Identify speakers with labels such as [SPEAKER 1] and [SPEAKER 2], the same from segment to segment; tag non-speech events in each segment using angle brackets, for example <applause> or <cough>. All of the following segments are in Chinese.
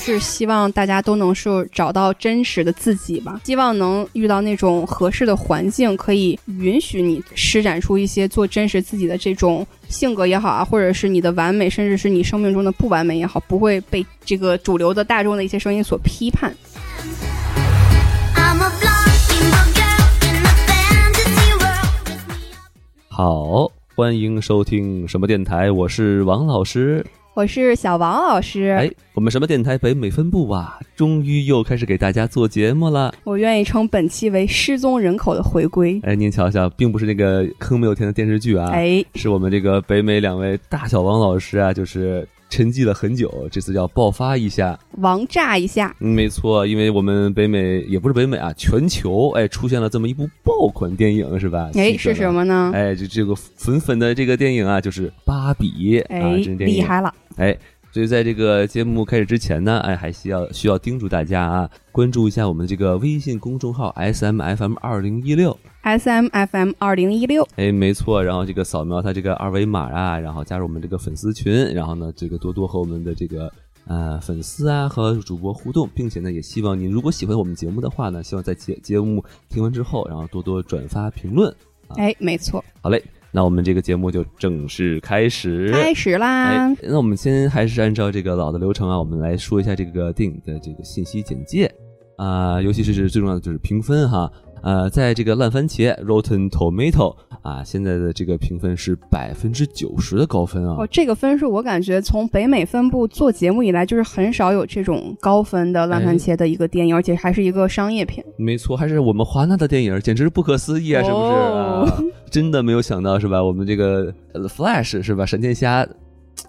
[SPEAKER 1] 是希望大家都能是找到真实的自己吧，希望能遇到那种合适的环境，可以允许你施展出一些做真实自己的这种性格也好啊，或者是你的完美，甚至是你生命中的不完美也好，不会被这个主流的大众的一些声音所批判。
[SPEAKER 2] I'm a blonde single girl in a fantasy world with me.
[SPEAKER 3] 好，欢迎收听什么电台，我是王老师。
[SPEAKER 1] 我是小王老师，
[SPEAKER 3] 哎，我们什么电台北美分部啊，终于又开始给大家做节目了。
[SPEAKER 1] 我愿意称本期为失踪人口的回归。
[SPEAKER 3] 哎，您瞧瞧，并不是那个坑没有填的电视剧啊，
[SPEAKER 1] 哎，
[SPEAKER 3] 是我们这个北美两位大小王老师啊，就是沉寂了很久，这次要爆发一下。
[SPEAKER 1] 王炸一下，
[SPEAKER 3] 嗯没错，因为我们北美也不是北美啊，全球哎出现了这么一部爆款电影是吧？
[SPEAKER 1] 哎，是什
[SPEAKER 3] 么？
[SPEAKER 1] 么呢？
[SPEAKER 3] 哎，这这个粉粉的这个电影啊，就是《芭比》啊，这电影
[SPEAKER 1] 哎厉害了，
[SPEAKER 3] 哎，所以在这个节目开始之前呢，哎，还需要需要叮嘱大家啊，关注一下我们这个微信公众号 S M F M 二零一六。
[SPEAKER 1] S M F M 二零一六，
[SPEAKER 3] 哎，没错，然后这个扫描它这个二维码啊，然后加入我们这个粉丝群，然后呢，这个多多和我们的这个呃粉丝啊和主播互动，并且呢，也希望您如果喜欢我们节目的话呢，希望在节节目听完之后，然后多多转发评论。
[SPEAKER 1] 哎，没错，
[SPEAKER 3] 好嘞，那我们这个节目就正式开始。
[SPEAKER 1] 开始啦
[SPEAKER 3] 哎！，那我们先还是按照这个老的流程啊，我们来说一下这个电影的这个信息简介啊、尤其是最重要的就是评分哈。呃，在这个烂番茄 （Rotten Tomato） 啊，现在的这个评分是百分之九十的高分啊
[SPEAKER 1] 哦，，这个分数我感觉从北美分部做节目以来，就是很少有这种高分的烂番
[SPEAKER 3] 哎
[SPEAKER 1] 茄的一个电影，而且还是一个商业片。
[SPEAKER 3] 没错，还是我们华纳的电影，简直是不可思议啊，是不是？
[SPEAKER 1] 哦
[SPEAKER 3] 啊真的没有想到是吧？我们这个呃 Flash 是吧？闪电侠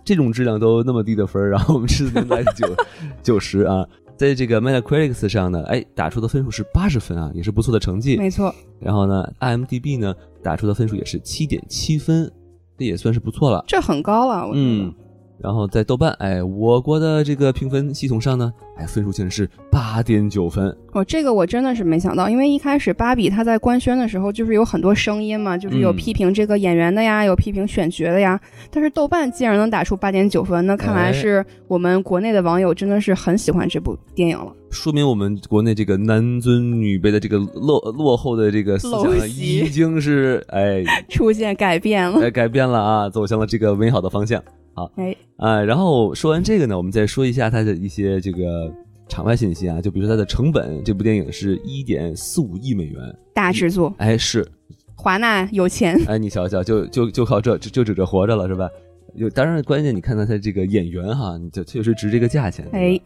[SPEAKER 3] 这种质量都那么低的分儿，然后我们这次能来九
[SPEAKER 1] <laughs>
[SPEAKER 3] 九十啊，在这个 Metacritic 上呢，哎，打出的分数是八十分啊，也是不错的成绩。
[SPEAKER 1] 没错，
[SPEAKER 3] 然后呢，IMDB 呢打出的分数也是七点七分，这也算是不错了。
[SPEAKER 1] 这很高了，我觉得。
[SPEAKER 3] 嗯，然后在豆瓣，哎，我国的这个评分系统上呢，哎，分数竟然是八点九分，
[SPEAKER 1] 哦，这个我真的是没想到，因为一开始芭比她在官宣的时候，就是有很多声音嘛，就是有
[SPEAKER 3] 嗯
[SPEAKER 1] 批评这个演员的呀，有批评选角的呀。但是豆瓣竟然能打出八点九分，那看来
[SPEAKER 3] 哎
[SPEAKER 1] 是我们国内的网友真的是很喜欢这部电影了。
[SPEAKER 3] 说明我们国内这个男尊女卑的这个落落后的这个思想
[SPEAKER 1] 陋
[SPEAKER 3] 啊
[SPEAKER 1] 习
[SPEAKER 3] 已经是哎
[SPEAKER 1] 出现改变了，
[SPEAKER 3] 哎改变了啊，走向了这个美好的方向。好，
[SPEAKER 1] 哎
[SPEAKER 3] 啊，然后说完这个呢，我们再说一下它的一些这个场外信息啊，就比如说它的成本，这部电影是一点四五亿美元，
[SPEAKER 1] 大制作，
[SPEAKER 3] 哎是，
[SPEAKER 1] 华纳有钱。
[SPEAKER 3] <laughs> 哎你瞧瞧，就就就靠这就就指着活着了是吧？有，当然关键你看到它这个演员哈，你就确实值这个价钱。
[SPEAKER 1] 哎，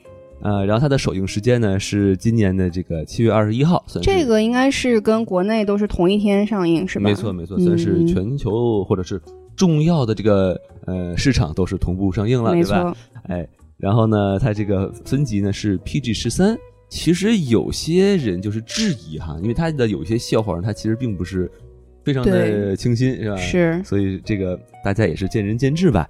[SPEAKER 3] 呃，然后它的首映时间呢是今年的这个七月二十一号，算是
[SPEAKER 1] 这个应该是跟国内都是同一天上映，是吧？
[SPEAKER 3] 没错，没错，算是
[SPEAKER 1] 嗯
[SPEAKER 3] 全球或者是重要的这个呃市场都是同步上映了，
[SPEAKER 1] 没
[SPEAKER 3] 对吧？
[SPEAKER 1] 错，
[SPEAKER 3] 哎，然后呢，它这个分级呢是 PG 十三。其实有些人就是质疑哈，因为它的有一些笑话，它其实并不是非常的
[SPEAKER 1] 对
[SPEAKER 3] 清新，是吧？
[SPEAKER 1] 是
[SPEAKER 3] 所以这个大家也是见仁见智吧。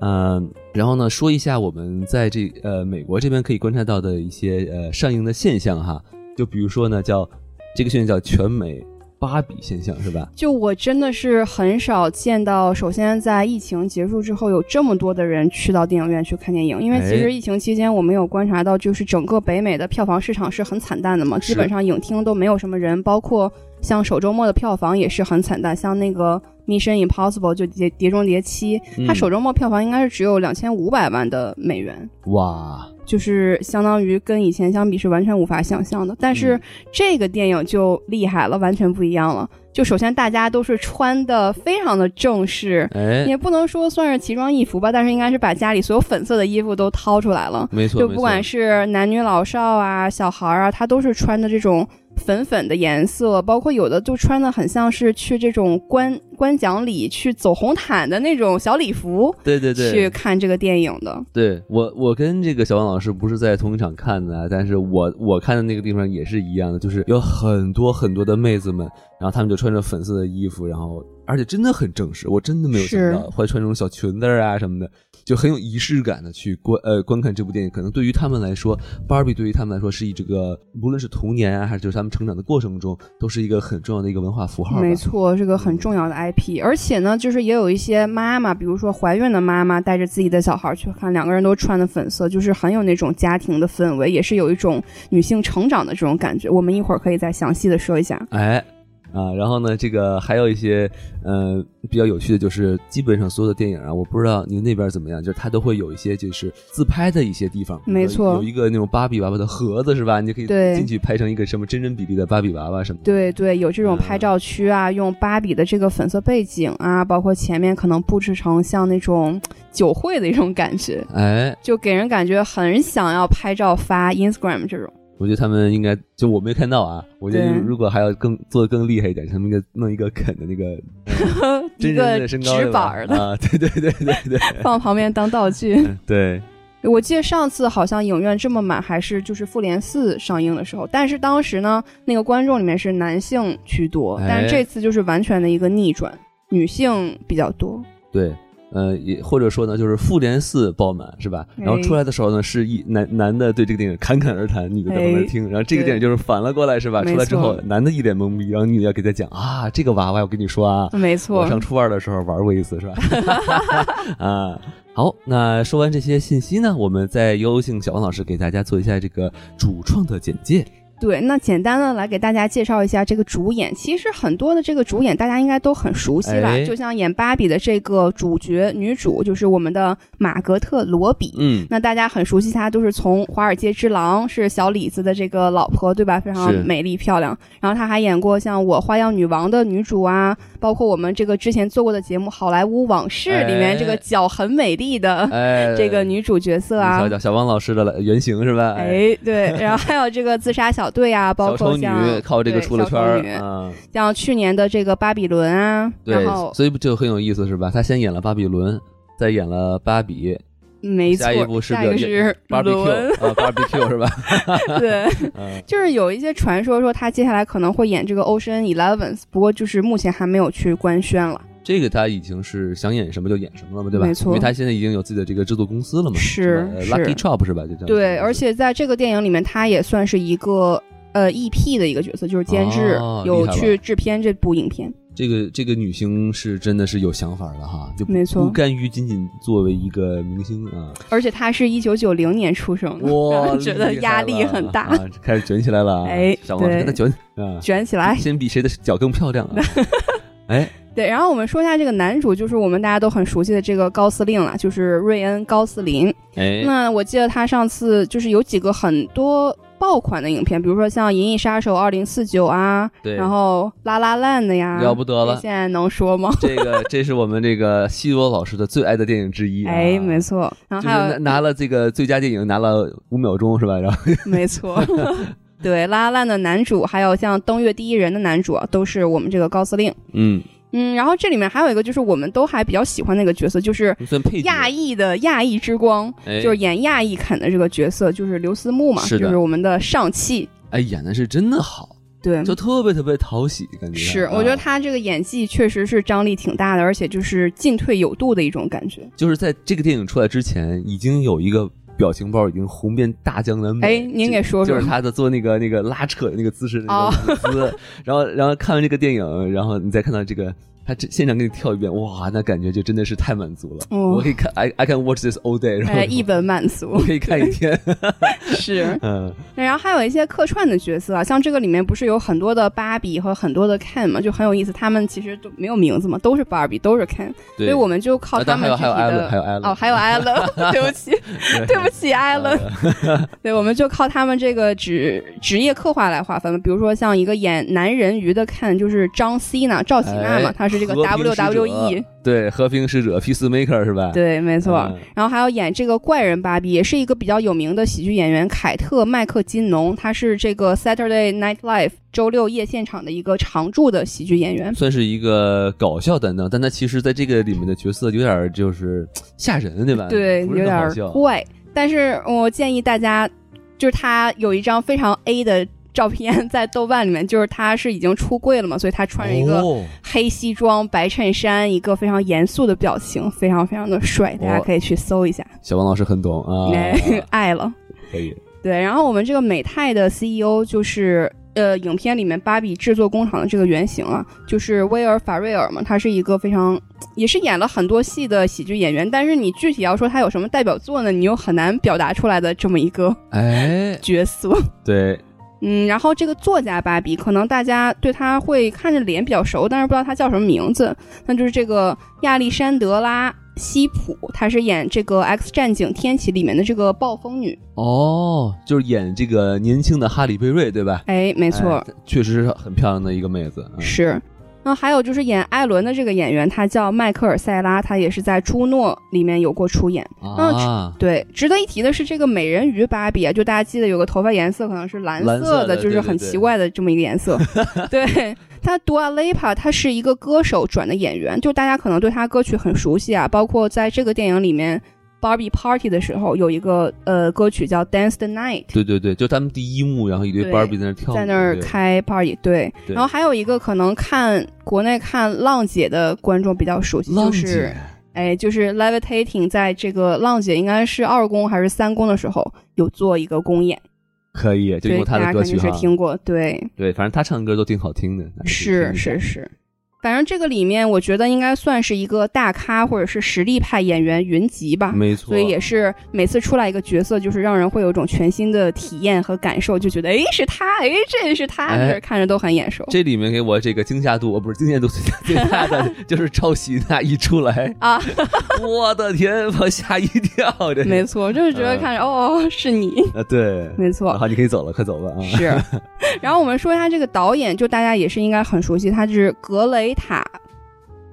[SPEAKER 3] 嗯，然后呢，说一下我们在这呃美国这边可以观察到的一些呃上映的现象哈，就比如说呢，叫这个现象叫全美芭比现象是吧？
[SPEAKER 1] 就我真的是很少见到，首先在疫情结束之后，有这么多的人去到电影院去看电影，因为
[SPEAKER 3] 哎
[SPEAKER 1] 其实疫情期间我们有观察到，就是整个北美的票房市场是很惨淡的嘛，
[SPEAKER 3] 是
[SPEAKER 1] 基本上影厅都没有什么人，包括像首周末的票房也是很惨淡，像那个《Mission Impossible》就碟碟中谍七，它
[SPEAKER 3] 嗯
[SPEAKER 1] 首周末票房应该是只有两千五百万的美元，
[SPEAKER 3] 哇，
[SPEAKER 1] 就是相当于跟以前相比是完全无法想象的。但是
[SPEAKER 3] 嗯
[SPEAKER 1] 这个电影就厉害了，完全不一样了。就首先大家都是穿的非常的正式，
[SPEAKER 3] 哎，
[SPEAKER 1] 也不能说算是奇装异服吧，但是应该是把家里所有粉色的衣服都掏出来了。
[SPEAKER 3] 没错，
[SPEAKER 1] 就不
[SPEAKER 3] 没错
[SPEAKER 1] 管是男女老少啊、小孩儿啊，他都是穿的这种粉粉的颜色，包括有的就穿的很像是去这种观观奖礼、去走红毯的那种小礼服
[SPEAKER 3] 对对
[SPEAKER 1] 去
[SPEAKER 3] 对，
[SPEAKER 1] 看这个电影的。
[SPEAKER 3] 对我我跟这个小王老师不是在同一场看的啊，但是我我看的那个地方也是一样的，就是有很多很多的妹子们，然后她们就穿着粉色的衣服，然后而且真的很正式，我真的没有想
[SPEAKER 1] 是
[SPEAKER 3] 到会穿这种小裙子啊什么的，就很有仪式感的去观呃观看这部电影。可能对于他们来说，芭比对于他们来说是一这个无论是童年啊，还是就是他们成长的过程中，都是一个很重要的一个文化符号吧。
[SPEAKER 1] 没错，是个很重要的 IP，而且呢，就是也有一些妈妈，比如说怀孕的妈妈带着自己的小孩去看，两个人都穿的粉色，就是很有那种家庭的氛围，也是有一种女性成长的这种感觉。我们一会儿可以再详细的说一下。
[SPEAKER 3] 哎，啊，然后呢，这个还有一些呃比较有趣的，就是基本上所有的电影啊，我不知道您那边怎么样，就是它都会有一些就是自拍的一些地方，
[SPEAKER 1] 没错
[SPEAKER 3] 有一个那种芭比娃娃的盒子是吧？你就可以
[SPEAKER 1] 对
[SPEAKER 3] 进去拍成一个什么真人比例的芭比娃娃什么的。
[SPEAKER 1] 对对，有这种
[SPEAKER 3] 嗯
[SPEAKER 1] 拍照区啊，用芭比的这个粉色背景啊，包括前面可能布置成像那种酒会的一种感觉，
[SPEAKER 3] 哎，
[SPEAKER 1] 就给人感觉很想要拍照发 Instagram 这种。
[SPEAKER 3] 我觉得他们应该就我没看到啊，我觉得
[SPEAKER 1] 对
[SPEAKER 3] 如果还要更做的更厉害一点，他们应该弄一个啃的那个
[SPEAKER 1] 一
[SPEAKER 3] 真人的身高
[SPEAKER 1] 纸板
[SPEAKER 3] 对吧
[SPEAKER 1] 儿的
[SPEAKER 3] 啊，对对对对对 <laughs> 嗯
[SPEAKER 1] 放旁边当道具。
[SPEAKER 3] 对，
[SPEAKER 1] 我记得上次好像影院这么满，还是就是《复联四》上映的时候，但是当时呢，那个观众里面是男性居多，
[SPEAKER 3] 哎
[SPEAKER 1] 但是这次就是完全的一个逆转，女性比较多。
[SPEAKER 3] 对，呃，也或者说呢，就是复联四爆满是吧？然后
[SPEAKER 1] 哎
[SPEAKER 3] 出来的时候呢，是一男男的对这个电影侃侃而谈，女的在旁边
[SPEAKER 1] 哎
[SPEAKER 3] 听，然后这个
[SPEAKER 1] 对
[SPEAKER 3] 电影就是反了过来是吧？
[SPEAKER 1] 没
[SPEAKER 3] 出来之后
[SPEAKER 1] 错，
[SPEAKER 3] 男的一脸懵逼，然后女的要给他讲啊，这个娃娃我跟你说啊，
[SPEAKER 1] 没
[SPEAKER 3] 我
[SPEAKER 1] 错，
[SPEAKER 3] 上初二的时候玩过一次是吧？ <laughs> 啊。好，那说完这些信息呢，我们再有请小王老师给大家做一下这个主创的简介。
[SPEAKER 1] 对，那简单的来给大家介绍一下这个主演。其实很多的这个主演大家应该都很熟悉了，
[SPEAKER 3] 哎
[SPEAKER 1] 就像演芭比的这个主角女主就是我们的玛格特罗比。
[SPEAKER 3] 嗯，
[SPEAKER 1] 那大家很熟悉她，都是从《华尔街之狼》是小李子的这个老婆，对吧？非常
[SPEAKER 3] 是
[SPEAKER 1] 美丽漂亮。然后她还演过像我《花样女王》的女主啊，包括我们这个之前做过的节目《好莱坞往事》里面这
[SPEAKER 3] 哎
[SPEAKER 1] 个脚很美丽的
[SPEAKER 3] 哎，
[SPEAKER 1] <laughs>
[SPEAKER 3] 呃
[SPEAKER 1] 这个女主角色啊。
[SPEAKER 3] 小小小王老师的原型是吧？，
[SPEAKER 1] 哎，对，然后还有这个自杀小队啊，包
[SPEAKER 3] 小
[SPEAKER 1] 括
[SPEAKER 3] 丑女
[SPEAKER 1] 像
[SPEAKER 3] 靠这个
[SPEAKER 1] 对
[SPEAKER 3] 出了
[SPEAKER 1] 小
[SPEAKER 3] 圈
[SPEAKER 1] 丑
[SPEAKER 3] 儿
[SPEAKER 1] 女
[SPEAKER 3] 啊。
[SPEAKER 1] 像去年的这个巴比伦啊，
[SPEAKER 3] 对
[SPEAKER 1] 然后，
[SPEAKER 3] 所以不就很有意思是吧？他先演了巴比伦，再演了芭比，
[SPEAKER 1] 没错，
[SPEAKER 3] 下一步是
[SPEAKER 1] 下一
[SPEAKER 3] 个
[SPEAKER 1] 个是伦， <laughs>
[SPEAKER 3] barbecue 啊，barbecue 是吧？ <laughs>
[SPEAKER 1] 对，
[SPEAKER 3] 嗯，
[SPEAKER 1] 就是有一些传说说他接下来可能会演这个 Ocean Eleven，不过就是目前还没有去官宣了。
[SPEAKER 3] 这个他已经是想演什么就演什么了嘛，对吧？
[SPEAKER 1] 没错
[SPEAKER 3] 因为他现在已经有自己的这个制作公司了嘛，
[SPEAKER 1] 是
[SPEAKER 3] 吧呃
[SPEAKER 1] 是
[SPEAKER 3] ，Lucky Chop 是吧？就叫
[SPEAKER 1] 对，而且在这个电影里面，他也算是一个呃 EP 的一个角色，就是监制、
[SPEAKER 3] 哦
[SPEAKER 1] 有
[SPEAKER 3] 厉害了
[SPEAKER 1] 去制片这部影片。
[SPEAKER 3] 这个这个女星是真的是有想法的哈，就不
[SPEAKER 1] 没错
[SPEAKER 3] 不甘于仅仅作为一个明星啊，
[SPEAKER 1] <laughs> 而且他是一九九零年出生的，让
[SPEAKER 3] 哇，
[SPEAKER 1] 人觉得
[SPEAKER 3] 厉害
[SPEAKER 1] 压力
[SPEAKER 3] 了
[SPEAKER 1] 很大，
[SPEAKER 3] 啊，开始卷起来了啊，
[SPEAKER 1] 哎
[SPEAKER 3] 小王
[SPEAKER 1] 对
[SPEAKER 3] 跟他卷啊，
[SPEAKER 1] 卷起来。 <laughs>
[SPEAKER 3] 先比谁的脚更漂亮啊，哎，
[SPEAKER 1] 对，然后我们说一下这个男主，就是我们大家都很熟悉的这个高司令了，就是瑞恩·高斯林。
[SPEAKER 3] 哎，
[SPEAKER 1] 那我记得他上次就是有几个很多爆款的影片，比如说像《银翼杀手二零四九》啊，
[SPEAKER 3] 对，
[SPEAKER 1] 然后《哎拉拉烂》的呀，
[SPEAKER 3] 了不得了
[SPEAKER 1] 这现在能说吗？
[SPEAKER 3] <laughs> 这个这是我们这个西多老师的最爱的电影之一、啊。
[SPEAKER 1] 哎，没。错，然
[SPEAKER 3] 就是
[SPEAKER 1] 后还有、
[SPEAKER 3] 拿拿了这个最佳电影，拿了五秒钟是吧？然后 <laughs>
[SPEAKER 1] 没错，对《拉拉烂》的男主，还有像《登月第一人》的男主、啊，都是我们这个高司令。
[SPEAKER 3] 嗯，
[SPEAKER 1] 嗯，然后这里面还有一个就是我们都还比较喜欢那个角色，就是
[SPEAKER 3] 算配角
[SPEAKER 1] 亚裔的亚裔之光，
[SPEAKER 3] 哎
[SPEAKER 1] 就是演亚裔肯的这个角色，就是刘思慕嘛，
[SPEAKER 3] 是的
[SPEAKER 1] 就是我们的上汽。
[SPEAKER 3] 哎演的是真的好，
[SPEAKER 1] 对，
[SPEAKER 3] 就特别特别讨喜，感觉
[SPEAKER 1] 是，
[SPEAKER 3] 啊
[SPEAKER 1] 我觉得他这个演技确实是张力挺大的，而且就是进退有度的一种感觉。
[SPEAKER 3] 就是在这个电影出来之前，已经有一个表情包已经红遍大江南北。
[SPEAKER 1] 哎您给说
[SPEAKER 3] 嗯就
[SPEAKER 1] 说
[SPEAKER 3] 就是他的做那个那个拉扯的那个姿势，那
[SPEAKER 1] 哦
[SPEAKER 3] 个舞姿。然后然后看完这个电影，然后你再看到这个。他这现场给你跳一遍，哇，那感觉就真的是太满足了。
[SPEAKER 1] 哦
[SPEAKER 3] 我可以看，I I can watch this all day，然后、
[SPEAKER 1] 哎，一本满足
[SPEAKER 3] <laughs> 我可以看一天。
[SPEAKER 1] <laughs> 是。
[SPEAKER 3] <laughs> 嗯，
[SPEAKER 1] 然后还有一些客串的角色啊，像这个里面不是有很多的芭比和很多的 Ken 嘛，就很有意思。他们其实都没有名字嘛，都是芭比，都是 Ken，所
[SPEAKER 3] 对
[SPEAKER 1] 以我们就靠
[SPEAKER 3] 啊
[SPEAKER 1] 他
[SPEAKER 3] 当然
[SPEAKER 1] 们具体
[SPEAKER 3] 还有还有
[SPEAKER 1] 的
[SPEAKER 3] Alan，还有 Alan
[SPEAKER 1] 哦，还有
[SPEAKER 3] <laughs>
[SPEAKER 1] Allen，对不起，对不起 Allen，对，<laughs>
[SPEAKER 3] 嗯
[SPEAKER 1] 我们就靠他们这个职职业刻画来划分。比如说像一个演男人鱼的 Ken 就是张希娜，赵喜娜嘛，
[SPEAKER 3] 哎
[SPEAKER 1] 她是这个
[SPEAKER 3] 和平使者
[SPEAKER 1] WWE，
[SPEAKER 3] 对和平使者 Peacemaker 是吧？
[SPEAKER 1] 对，没错。
[SPEAKER 3] 嗯
[SPEAKER 1] 然后还有演这个怪人芭比，也是一个比较有名的喜剧演员凯特·麦克金农，他是这个 Saturday Night Live 周六夜现场的一个常驻的喜剧演员。
[SPEAKER 3] 算是一个搞笑担当，但他其实在这个里面的角色有点儿就是吓人，对吧？
[SPEAKER 1] 对，
[SPEAKER 3] 不
[SPEAKER 1] 有
[SPEAKER 3] 是很
[SPEAKER 1] 点
[SPEAKER 3] 好
[SPEAKER 1] 儿
[SPEAKER 3] 笑。
[SPEAKER 1] 怪，但是我建议大家，就是他有一张非常 A 的照片在豆瓣里面，就是他是已经出柜了嘛，所以他穿着一个
[SPEAKER 3] 哦
[SPEAKER 1] 黑西装、白衬衫，一个非常严肃的表情，非常非常的帅，大家
[SPEAKER 3] 我
[SPEAKER 1] 可以去搜一下，
[SPEAKER 3] 小王老师很懂哦啊，
[SPEAKER 1] <laughs> 爱了。
[SPEAKER 3] 可以
[SPEAKER 1] 对，然后我们这个美泰的 CEO E 就是呃，影片里面芭比制作工厂的这个原型啊，就是威尔·法瑞尔嘛，他是一个非常也是演了很多戏的喜剧演员，但是你具体要说他有什么代表作呢，你又很难表达出来的这么一个 <laughs>
[SPEAKER 3] 哎，
[SPEAKER 1] 角色。
[SPEAKER 3] 对，
[SPEAKER 1] 嗯，然后这个作家芭比，可能大家对他会看着脸比较熟，但是不知道他叫什么名字。那就是这个亚历山德拉·西普，她是演这个《X 战警：天启》里面的这个暴风女。
[SPEAKER 3] 哦，就是演这个年轻的哈里贝瑞，对吧？
[SPEAKER 1] 哎，没
[SPEAKER 3] 没
[SPEAKER 1] 错，
[SPEAKER 3] 确实是很漂亮的一个妹子。嗯
[SPEAKER 1] 是。那还有就是演艾伦的这个演员，他叫迈克尔·塞拉，他也是在《朱诺》里面有过出演。
[SPEAKER 3] 啊，
[SPEAKER 1] 对，值得一提的是，这个美人鱼芭比啊，就大家记得有个头发颜色可能是蓝
[SPEAKER 3] 蓝色的
[SPEAKER 1] 就是
[SPEAKER 3] 对
[SPEAKER 1] 很
[SPEAKER 3] 对对
[SPEAKER 1] 奇怪的这么一个颜色。
[SPEAKER 3] <laughs>
[SPEAKER 1] 对，她 Dua Lipa，她是一个歌手转的演员，就大家可能对她歌曲很熟悉啊，包括在这个电影里面，Barbie Party 的时候有一个呃歌曲叫 Dance the Night。
[SPEAKER 3] 对对对，就他们第一幕，然后一堆
[SPEAKER 1] 对
[SPEAKER 3] 芭比在那儿跳舞，
[SPEAKER 1] 在那儿
[SPEAKER 3] 对
[SPEAKER 1] 开 party，对，
[SPEAKER 3] 对
[SPEAKER 1] 然后还有一个可能看国内看浪姐的观众比较熟悉，
[SPEAKER 3] 浪
[SPEAKER 1] 就是
[SPEAKER 3] 姐
[SPEAKER 1] 哎，就是 Levitating 在这个浪姐应该是二公还是三公的时候有做一个公演，
[SPEAKER 3] 可以，就
[SPEAKER 1] 对，
[SPEAKER 3] 用她
[SPEAKER 1] 大家
[SPEAKER 3] 的歌
[SPEAKER 1] 肯
[SPEAKER 3] 曲
[SPEAKER 1] 定是
[SPEAKER 3] 哈。
[SPEAKER 1] 听过，对，
[SPEAKER 3] 对，反正她唱歌都挺好听的。大家可以
[SPEAKER 1] 是
[SPEAKER 3] 听一下
[SPEAKER 1] 是是。反正这个里面，我觉得应该算是一个大咖或者是实力派演员云集吧，
[SPEAKER 3] 没错，
[SPEAKER 1] 所以也是每次出来一个角色，就是让人会有一种全新的体验和感受，就觉得哎是他，哎这是他，
[SPEAKER 3] 哎
[SPEAKER 1] 就是看着都很眼熟
[SPEAKER 3] 这里面给我这个惊吓度，哦不是惊吓度最大 <laughs> 最大的就是抄袭那一出来，
[SPEAKER 1] 啊，
[SPEAKER 3] <laughs> 我的天，我吓一跳，
[SPEAKER 1] <laughs>
[SPEAKER 3] 这
[SPEAKER 1] 没错，就是觉得看着、哦是你，
[SPEAKER 3] 嗯啊对，
[SPEAKER 1] 没错
[SPEAKER 3] 然后你可以走了，快走吧啊，
[SPEAKER 1] <laughs> 是，然后我们说一下这个导演，就大家也是应该很熟悉，他是格雷塔·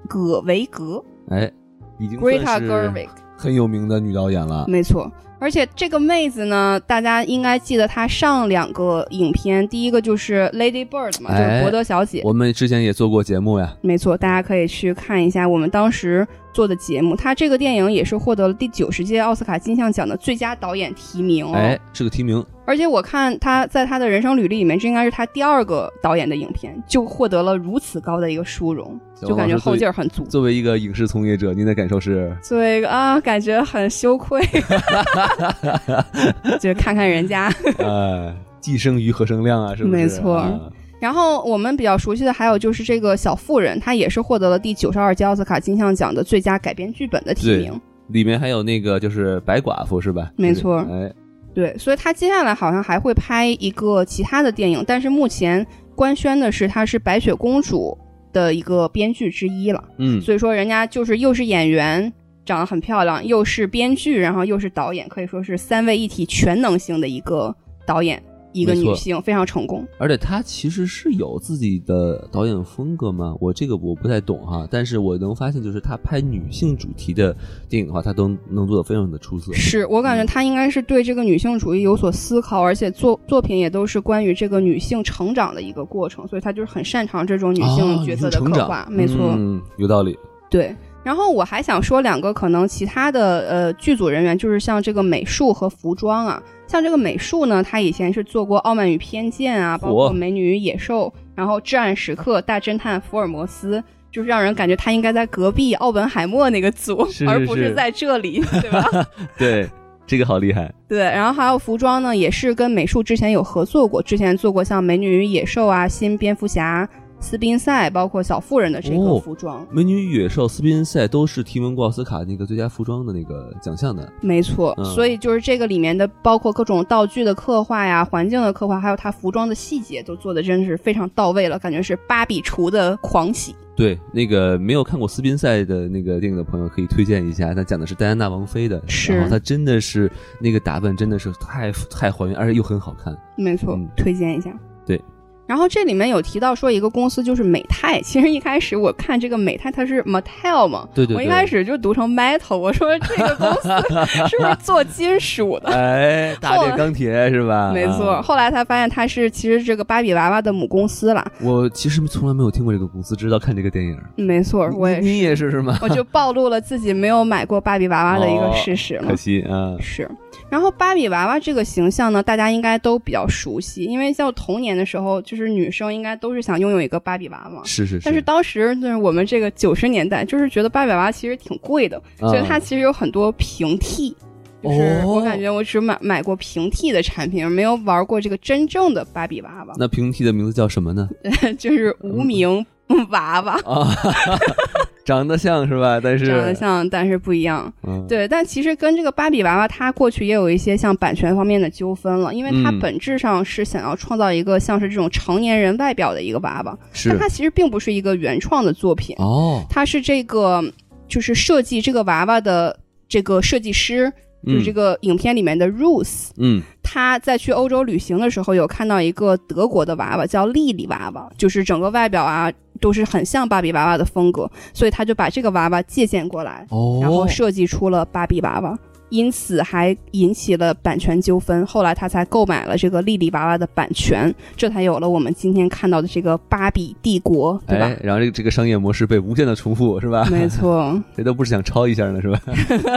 [SPEAKER 1] 葛维格
[SPEAKER 3] 哎，已经
[SPEAKER 1] （Greta
[SPEAKER 3] 算是
[SPEAKER 1] Gerwig），嗯
[SPEAKER 3] 很有名的女导演了，
[SPEAKER 1] 没错。而且这个妹子呢，大家应该记得她上两个影片，第一个就是《Lady Bird》嘛，就是
[SPEAKER 3] 哎
[SPEAKER 1] 伯德小姐，
[SPEAKER 3] 我们之前也做过节目呀，
[SPEAKER 1] 没错，大家可以去看一下我们当时做的节目。她这个电影也是获得了第九十届奥斯卡金像奖的最佳导演提名哦。
[SPEAKER 3] 哎，是个提名，
[SPEAKER 1] 而且我看他在他的人生履历里面，这应该是他第二个导演的影片，就获得了如此高的一个殊荣，
[SPEAKER 3] 行
[SPEAKER 1] 就感觉
[SPEAKER 3] 老师
[SPEAKER 1] 后劲儿很足。
[SPEAKER 3] 作为一个影视从业者，您的感
[SPEAKER 1] <laughs>
[SPEAKER 3] 受是？
[SPEAKER 1] 这个啊，感觉很羞愧， <laughs> 就看看人家。
[SPEAKER 3] 呃，寄生于何生亮啊，是不是？
[SPEAKER 1] 没错
[SPEAKER 3] 啊
[SPEAKER 1] 然后我们比较熟悉的还有就是这个《小妇人》，她也是获得了第九十二届奥斯卡金像奖的最佳改编剧本的提名。
[SPEAKER 3] 里面还有那个就是白寡妇是吧？
[SPEAKER 1] 没错
[SPEAKER 3] 哎，
[SPEAKER 1] 对，所以她接下来好像还会拍一个其他的电影，但是目前官宣的是她是《白雪公主》的一个编剧之一了。
[SPEAKER 3] 嗯，
[SPEAKER 1] 所以说人家就是又是演员，长得很漂亮，又是编剧，然后又是导演，可以说是三位一体全能型的一个导演，一个
[SPEAKER 3] 没错
[SPEAKER 1] 女性非常成功。
[SPEAKER 3] 而且他其实是有自己的导演风格嘛，我这个我不太懂哈，但是我能发现，就是他拍女性主题的电影的话，他都能做的非常的出色。
[SPEAKER 1] 是我感觉她应该是对这个女性主义有所思考，而且作作品也都是关于这个女性成长的一个过程，所以她就是很擅长这种女性角色的
[SPEAKER 3] 哦成
[SPEAKER 1] 刻
[SPEAKER 3] 长
[SPEAKER 1] 画。没错，
[SPEAKER 3] 嗯，有道理。
[SPEAKER 1] 对。然后我还想说两个可能其他的呃剧组人员，就是像这个美术和服装啊，像这个美术呢，他以前是做过《傲慢与偏见》啊，包括《
[SPEAKER 3] 嚯
[SPEAKER 1] 美女与野兽》，然后《至暗时刻》《大侦探福尔摩斯》，就是让人感觉他应该在隔壁奥本海默那个组，
[SPEAKER 3] 是
[SPEAKER 1] 而不
[SPEAKER 3] 是
[SPEAKER 1] 是在这
[SPEAKER 3] <laughs>
[SPEAKER 1] 里，对吧？
[SPEAKER 3] 对，这个好厉害。
[SPEAKER 1] 对，然后还有服装呢，也是跟美术之前有合作过，之前做过像《美女与野兽》啊、《新蝙蝠侠》、《斯宾塞》，包括《小妇人》的这个
[SPEAKER 3] 哦
[SPEAKER 1] 服装。
[SPEAKER 3] 《美女与野兽》、斯宾塞都是提名过奥斯卡那个最佳服装的那个奖项的。
[SPEAKER 1] 没错，
[SPEAKER 3] 嗯
[SPEAKER 1] 所以就是这个里面的，包括各种道具的刻画呀、环境的刻画，还有它服装的细节，都做的真是非常到位了，感觉是芭比厨的狂喜。
[SPEAKER 3] 对，那个没有看过斯宾塞的那个电影的朋友可以推荐一下，他讲的是戴安娜王妃的，
[SPEAKER 1] 是
[SPEAKER 3] 然后他真的是那个打扮真的是太太还原，而且又很好 <laughs> 看。
[SPEAKER 1] 没错，
[SPEAKER 3] 嗯
[SPEAKER 1] 推荐一下。
[SPEAKER 3] 对。
[SPEAKER 1] 然后这里面有提到说一个公司就是美泰，其实一开始我看这个美泰它是 Mattel 嘛，
[SPEAKER 3] 对对对
[SPEAKER 1] 我一开始就读成 Metal，我说这个公
[SPEAKER 3] <laughs>
[SPEAKER 1] 司是不是做金属的？
[SPEAKER 3] 哎，打
[SPEAKER 1] 后
[SPEAKER 3] 脸钢铁是吧？
[SPEAKER 1] <laughs> 没错，
[SPEAKER 3] 啊
[SPEAKER 1] 后来才发现它是其实这个芭比娃娃的母公司啦。
[SPEAKER 3] 我其实从来没有听过这个公司，直到看这个电影。
[SPEAKER 1] 没错，我也
[SPEAKER 3] 你
[SPEAKER 1] 是，
[SPEAKER 3] 你也是是吗？
[SPEAKER 1] <laughs> 我就暴露了自己没有买过芭比娃娃的一个事实嘛。
[SPEAKER 3] 哦可惜啊，
[SPEAKER 1] 是，然后芭比娃娃这个形象呢，大家应该都比较熟悉，因为像我童年的时候，就是女生应该都是想拥有一个芭比娃娃。
[SPEAKER 3] 是是是，
[SPEAKER 1] 但是当时就是我们这个九十年代，就是觉得芭比娃娃其实挺贵的，所以
[SPEAKER 3] 啊
[SPEAKER 1] 它其实有很多平替。就是我
[SPEAKER 3] 哦
[SPEAKER 1] 感觉我只买买过平替的产品，而没有玩过这个真正的芭比娃娃，
[SPEAKER 3] 那平替的名字叫什么呢？
[SPEAKER 1] <laughs> 就是无名娃娃，
[SPEAKER 3] 啊，
[SPEAKER 1] <laughs>
[SPEAKER 3] 长得像是吧？但是
[SPEAKER 1] 长得像但是不一样。
[SPEAKER 3] 嗯
[SPEAKER 1] 对，但其实跟这个芭比娃娃，它过去也有一些像版权方面的纠纷了，因为它
[SPEAKER 3] 嗯
[SPEAKER 1] 本质上是想要创造一个像是这种成年人外表的一个娃娃，但
[SPEAKER 3] 是
[SPEAKER 1] 它其实并不是一个原创的作品，
[SPEAKER 3] 哦，
[SPEAKER 1] 它是这个就是设计这个娃娃的这个设计师，就是这个影片里面的 Rose，、
[SPEAKER 3] 嗯
[SPEAKER 1] 他在去欧洲旅行的时候有看到一个德国的娃娃叫莉莉娃娃，就是整个外表啊都是很像芭比娃娃的风格，所以他就把这个娃娃借鉴过来，
[SPEAKER 3] 哦，
[SPEAKER 1] 然后设计出了芭比娃娃。因此还引起了版权纠纷，后来他才购买了这个莉莉娃娃的版权，这才有了我们今天看到的这个芭比帝国，对吧？嗯
[SPEAKER 3] 哎，然后这个这个商业模式被无限的重复是吧？ <laughs>
[SPEAKER 1] 没错，
[SPEAKER 3] 谁都不是想抄一下呢是
[SPEAKER 1] <laughs>
[SPEAKER 3] 吧？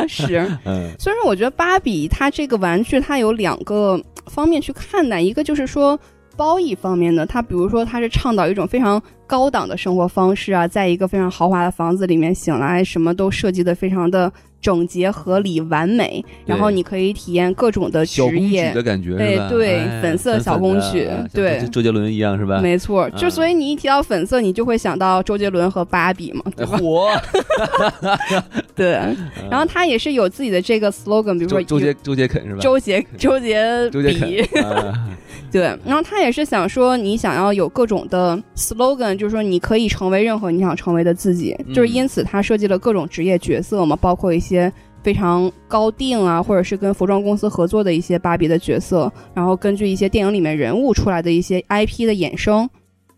[SPEAKER 1] 是。
[SPEAKER 3] 嗯
[SPEAKER 1] 所以说，我觉得芭比它这个玩具，它有两个方面去看待，一个就是说褒义方面的，它比如说它是倡导一种非常高档的生活方式啊，在一个非常豪华的房子里面醒来，什么都设计的非常的整洁、合理、完美，
[SPEAKER 3] 对
[SPEAKER 1] 然后你可以体验各种的
[SPEAKER 3] 小
[SPEAKER 1] 职
[SPEAKER 3] 公举
[SPEAKER 1] 业
[SPEAKER 3] 的。感觉是吧？
[SPEAKER 1] 哎对
[SPEAKER 3] 哎
[SPEAKER 1] 粉色小公举
[SPEAKER 3] 粉粉的啊像
[SPEAKER 1] 对
[SPEAKER 3] 周周杰伦一样是吧？
[SPEAKER 1] 没错，就
[SPEAKER 3] 嗯
[SPEAKER 1] 所以你一提到粉色，你就会想到周杰伦和芭比嘛，对吧？
[SPEAKER 3] 火，
[SPEAKER 1] 对。然后他也是有自己的这个 slogan，比如
[SPEAKER 3] 嗯周
[SPEAKER 1] 说
[SPEAKER 3] 周杰周杰肯是吧？
[SPEAKER 1] 周杰周杰
[SPEAKER 3] <laughs> 周杰
[SPEAKER 1] 比 <laughs>
[SPEAKER 3] 肯，啊
[SPEAKER 1] 对，然后他也是想说，你想要有各种的 slogan，就是说你可以成为任何你想成为的自己，
[SPEAKER 3] 嗯
[SPEAKER 1] 就是因此他设计了各种职业角色嘛，包括一些非常高定啊，或者是跟服装公司合作的一些芭比的角色，然后根据一些电影里面人物出来的一些 IP 的衍生，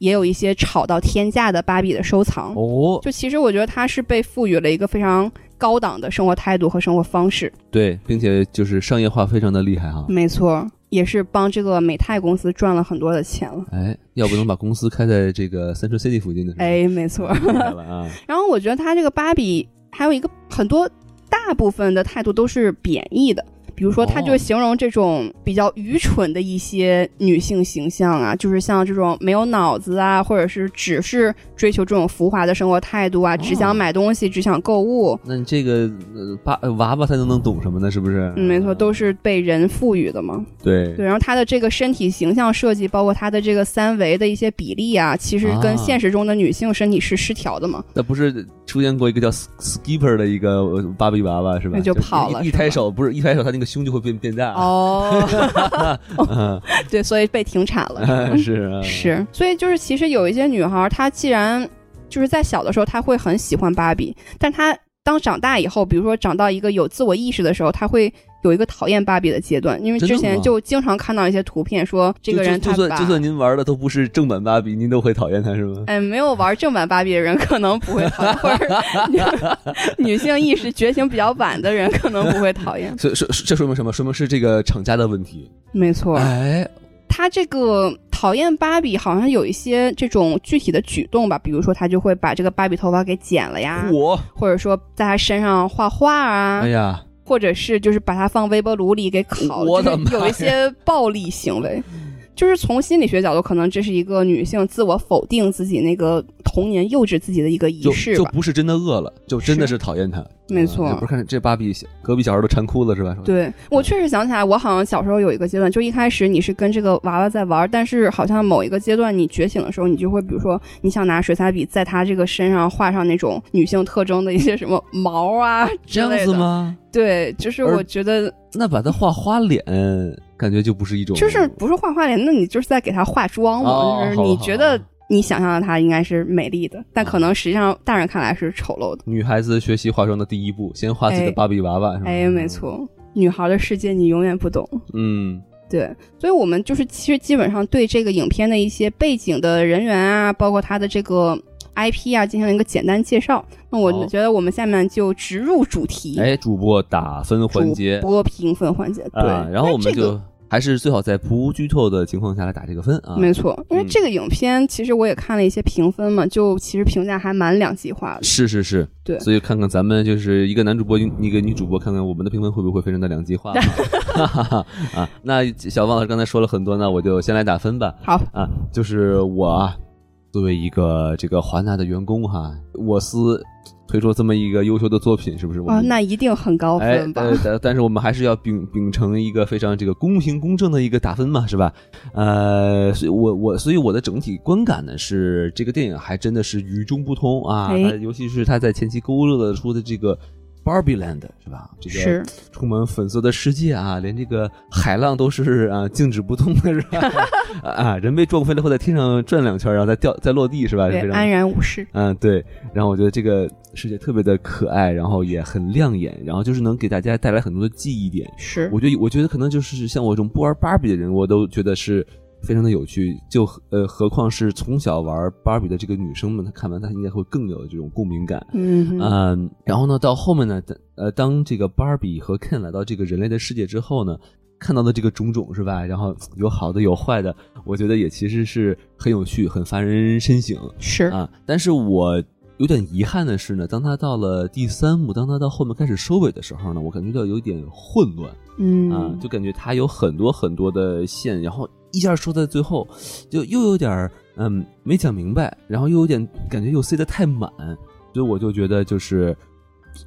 [SPEAKER 1] 也有一些炒到天价的芭比的收藏。
[SPEAKER 3] 哦，
[SPEAKER 1] 就其实我觉得他是被赋予了一个非常高档的生活态度和生活方式。
[SPEAKER 3] 对，并且就是商业化非常的厉害哈。
[SPEAKER 1] 没错，也是帮这个美泰公司赚了很多的钱了。
[SPEAKER 3] 哎，要不能把公司开在这个 Central City 附近的，，
[SPEAKER 1] 哎，没错。
[SPEAKER 3] 厉害了啊！
[SPEAKER 1] 然后我觉得他这个芭比还有一个很多大部分的态度都是贬义的，比如说他就
[SPEAKER 3] 哦
[SPEAKER 1] 形容这种比较愚蠢的一些女性形象啊，就是像这种没有脑子啊，或者是只是追求这种浮华的生活态度啊，只想买东西，只想购物。
[SPEAKER 3] 那你这个呃爸呃娃娃才能能懂什么呢？是不是？
[SPEAKER 1] 嗯，没错，都是被人赋予的嘛。
[SPEAKER 3] 对
[SPEAKER 1] 对，然后他的这个身体形象设计，包括他的这个三维的一些比例啊，其实
[SPEAKER 3] 啊
[SPEAKER 1] 跟现实中的女性身体是失调的嘛。
[SPEAKER 3] 那不是出现过一个叫 Sk- Skipper 的一个呃芭比娃娃是吧？
[SPEAKER 1] 那就跑
[SPEAKER 3] 一
[SPEAKER 1] 了
[SPEAKER 3] 一
[SPEAKER 1] 是吧
[SPEAKER 3] 抬手不是一抬手，他那个胸就会变变大。
[SPEAKER 1] 哦，
[SPEAKER 3] <laughs> 啊，
[SPEAKER 1] 对，所以被停产了。是吗 <laughs>
[SPEAKER 3] <laughs> 是啊
[SPEAKER 1] 是，所以就是其实有一些女孩儿，她既然就是在小的时候，她会很喜欢芭比，但她当长大以后，比如说长到一个有自我意识的时候，她会有一个讨厌芭比的阶段，因为
[SPEAKER 3] 真
[SPEAKER 1] 之
[SPEAKER 3] 的
[SPEAKER 1] 前
[SPEAKER 3] 吗
[SPEAKER 1] 就经常看到一些图片说这个人
[SPEAKER 3] 就
[SPEAKER 1] 他
[SPEAKER 3] 就就
[SPEAKER 1] 把
[SPEAKER 3] 算就算您玩的都不是正版芭比，您都会讨厌他是吗？
[SPEAKER 1] 哎，没有玩正版芭比的人可能不会讨厌，或
[SPEAKER 3] <laughs>
[SPEAKER 1] 者女 <laughs> 女性意识觉醒比较晚的人可能不会讨厌。
[SPEAKER 3] 所以说这说明什么？说明是这个厂家的问题。
[SPEAKER 1] 没错，
[SPEAKER 3] 哎，
[SPEAKER 1] 他这个讨厌芭比好像有一些这种具体的举动吧，比如说他就会把这个芭比头发给剪了呀，
[SPEAKER 3] 我
[SPEAKER 1] 或者说在他身上画画啊，
[SPEAKER 3] 哎呀，
[SPEAKER 1] 或者是就是把他放微波炉里给烤，
[SPEAKER 3] 我的
[SPEAKER 1] 就是
[SPEAKER 3] 妈呀
[SPEAKER 1] 有一些暴力行为。就是从心理学角度，可能这是一个女性自我否定自己那个童年幼稚自己的一个仪
[SPEAKER 3] 就
[SPEAKER 1] 式
[SPEAKER 3] 就
[SPEAKER 1] 吧。
[SPEAKER 3] 不是真的饿了，就真的
[SPEAKER 1] 是
[SPEAKER 3] 是讨厌他。
[SPEAKER 1] 没
[SPEAKER 3] 嗯
[SPEAKER 1] 错
[SPEAKER 3] 你不是看这芭比隔壁小孩都馋哭了是吧？说，
[SPEAKER 1] 对我确实想起来，我好像小时候有一个阶段，就一开始你是跟这个娃娃在玩，但是好像某一个阶段你觉醒的时候，你就会比如说你想拿水彩笔在她这个身上画上那种女性特征的一些什么毛啊
[SPEAKER 3] 这样子？吗？
[SPEAKER 1] 对，就是
[SPEAKER 3] 而
[SPEAKER 1] 我觉得
[SPEAKER 3] 那把他画花脸，感觉就不是一种，
[SPEAKER 1] 就是不是画画脸，那你就是在给她化妆嘛，
[SPEAKER 3] 哦
[SPEAKER 1] 就是
[SPEAKER 3] 好吧
[SPEAKER 1] 你
[SPEAKER 3] 好嗯
[SPEAKER 1] 觉
[SPEAKER 3] 吧
[SPEAKER 1] 得你想象的她应该是美丽的，但可能实际上大人看来是丑陋的。
[SPEAKER 3] 女孩子学习化妆的第一步，先画自己
[SPEAKER 1] 哎
[SPEAKER 3] 的芭比娃娃。是吧
[SPEAKER 1] 哎，没。错，女孩的世界你永远不懂。
[SPEAKER 3] 嗯，
[SPEAKER 1] 对，所以我们就是其实基本上对这个影片的一些背景的人员啊，包括它的这个 IP 啊，进行了一个简单介绍。那我
[SPEAKER 3] 好
[SPEAKER 1] 觉得我们下面就直入主题，
[SPEAKER 3] 哎，主播打分环节
[SPEAKER 1] 主播评分环节。对，
[SPEAKER 3] 啊，然后我
[SPEAKER 1] 因
[SPEAKER 3] 们
[SPEAKER 1] 为这个
[SPEAKER 3] 就还是最好在不剧透的情况下来打这个分啊。
[SPEAKER 1] 没错，因为
[SPEAKER 3] 嗯
[SPEAKER 1] 这个影片其实我也看了一些评分嘛，就其实评价还蛮两极化的。
[SPEAKER 3] 是是是，
[SPEAKER 1] 对
[SPEAKER 3] 所以看看咱们就是一个男主播，一个女主播，看看我们的评分会不会非常的两
[SPEAKER 1] <laughs>
[SPEAKER 3] 极化 <laughs> 啊哈哈哈啊？那小王老师刚才说了很多，那我就先来打分吧
[SPEAKER 1] 好，
[SPEAKER 3] 啊，就是我啊，作为一个这个华纳的员工哈，我司推出这么一个优秀的作品，是不是？我
[SPEAKER 1] 啊，
[SPEAKER 3] 们
[SPEAKER 1] 那一定很高
[SPEAKER 3] 嗯哎，
[SPEAKER 1] 分吧？
[SPEAKER 3] 呃，但但是我们还是要秉秉承一个非常这个公平公正的一个打分嘛，是吧？呃，所以我我所以我的整体观感呢是这个电影还真的是与众不同啊，
[SPEAKER 1] 哎
[SPEAKER 3] 它尤其是它在前期勾勒出的这个 Barbie Land 是吧？这个
[SPEAKER 1] 是
[SPEAKER 3] 充满粉色的世界啊，连这个海浪都是啊静止不动的是
[SPEAKER 1] <laughs>
[SPEAKER 3] 吧？啊，人被撞飞了后在天上转两圈，然后再掉再落地是吧？
[SPEAKER 1] 对，
[SPEAKER 3] 非常
[SPEAKER 1] 安然无事。
[SPEAKER 3] 嗯，对。然后我觉得这个世界特别的可爱，然后也很亮眼，然后就是能给大家带来很多的记忆点。
[SPEAKER 1] 是
[SPEAKER 3] 我觉得，我觉得可能就是像我这种不玩芭比的人，我都觉得是非常的有趣。就呃，何况是从小玩芭比的这个女生们，她看完她应该会更有这种共鸣感。
[SPEAKER 1] 嗯哼
[SPEAKER 3] 嗯，然后呢，到后面呢，当呃，当这个芭比和 Ken 来到这个人类的世界之后呢，看到的这个种种是吧？然后有好的有坏的，我觉得也其实是很有趣，很发人深省。
[SPEAKER 1] 是
[SPEAKER 3] 啊，但是我有点遗憾的是呢，当他到了第三幕，当他到后面开始收尾的时候呢，我感觉到有点混乱啊
[SPEAKER 1] 嗯，
[SPEAKER 3] 就感觉他有很多很多的线，然后一下说在最后，就又有点儿嗯没讲明白，然后又有点感觉又塞得太满，所以我就觉得就是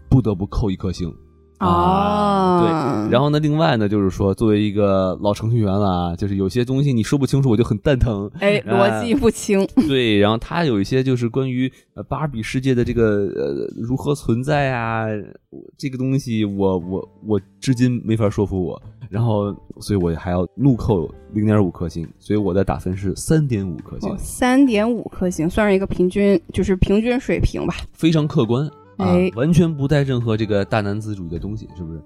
[SPEAKER 3] 不得不扣一颗星。啊对，
[SPEAKER 1] 哦，
[SPEAKER 3] 然后呢，另外呢，就是说，作为一个老程序员了啊，就是有些东西你说不清楚，我就很蛋疼。
[SPEAKER 1] 哎，逻辑不清，
[SPEAKER 3] 对，然后他有一些就是关于呃芭比世界的这个呃如何存在啊，这个东西我我我至今没法说服我，然后所以我还要怒扣零点五颗星，所以我的打分是三点五颗星，
[SPEAKER 1] 哦三点五颗星算是一个平均，就是平均水平吧。
[SPEAKER 3] 非常客观啊
[SPEAKER 1] 哎，
[SPEAKER 3] 完全不带任何这个大男子主义的东西，是不是？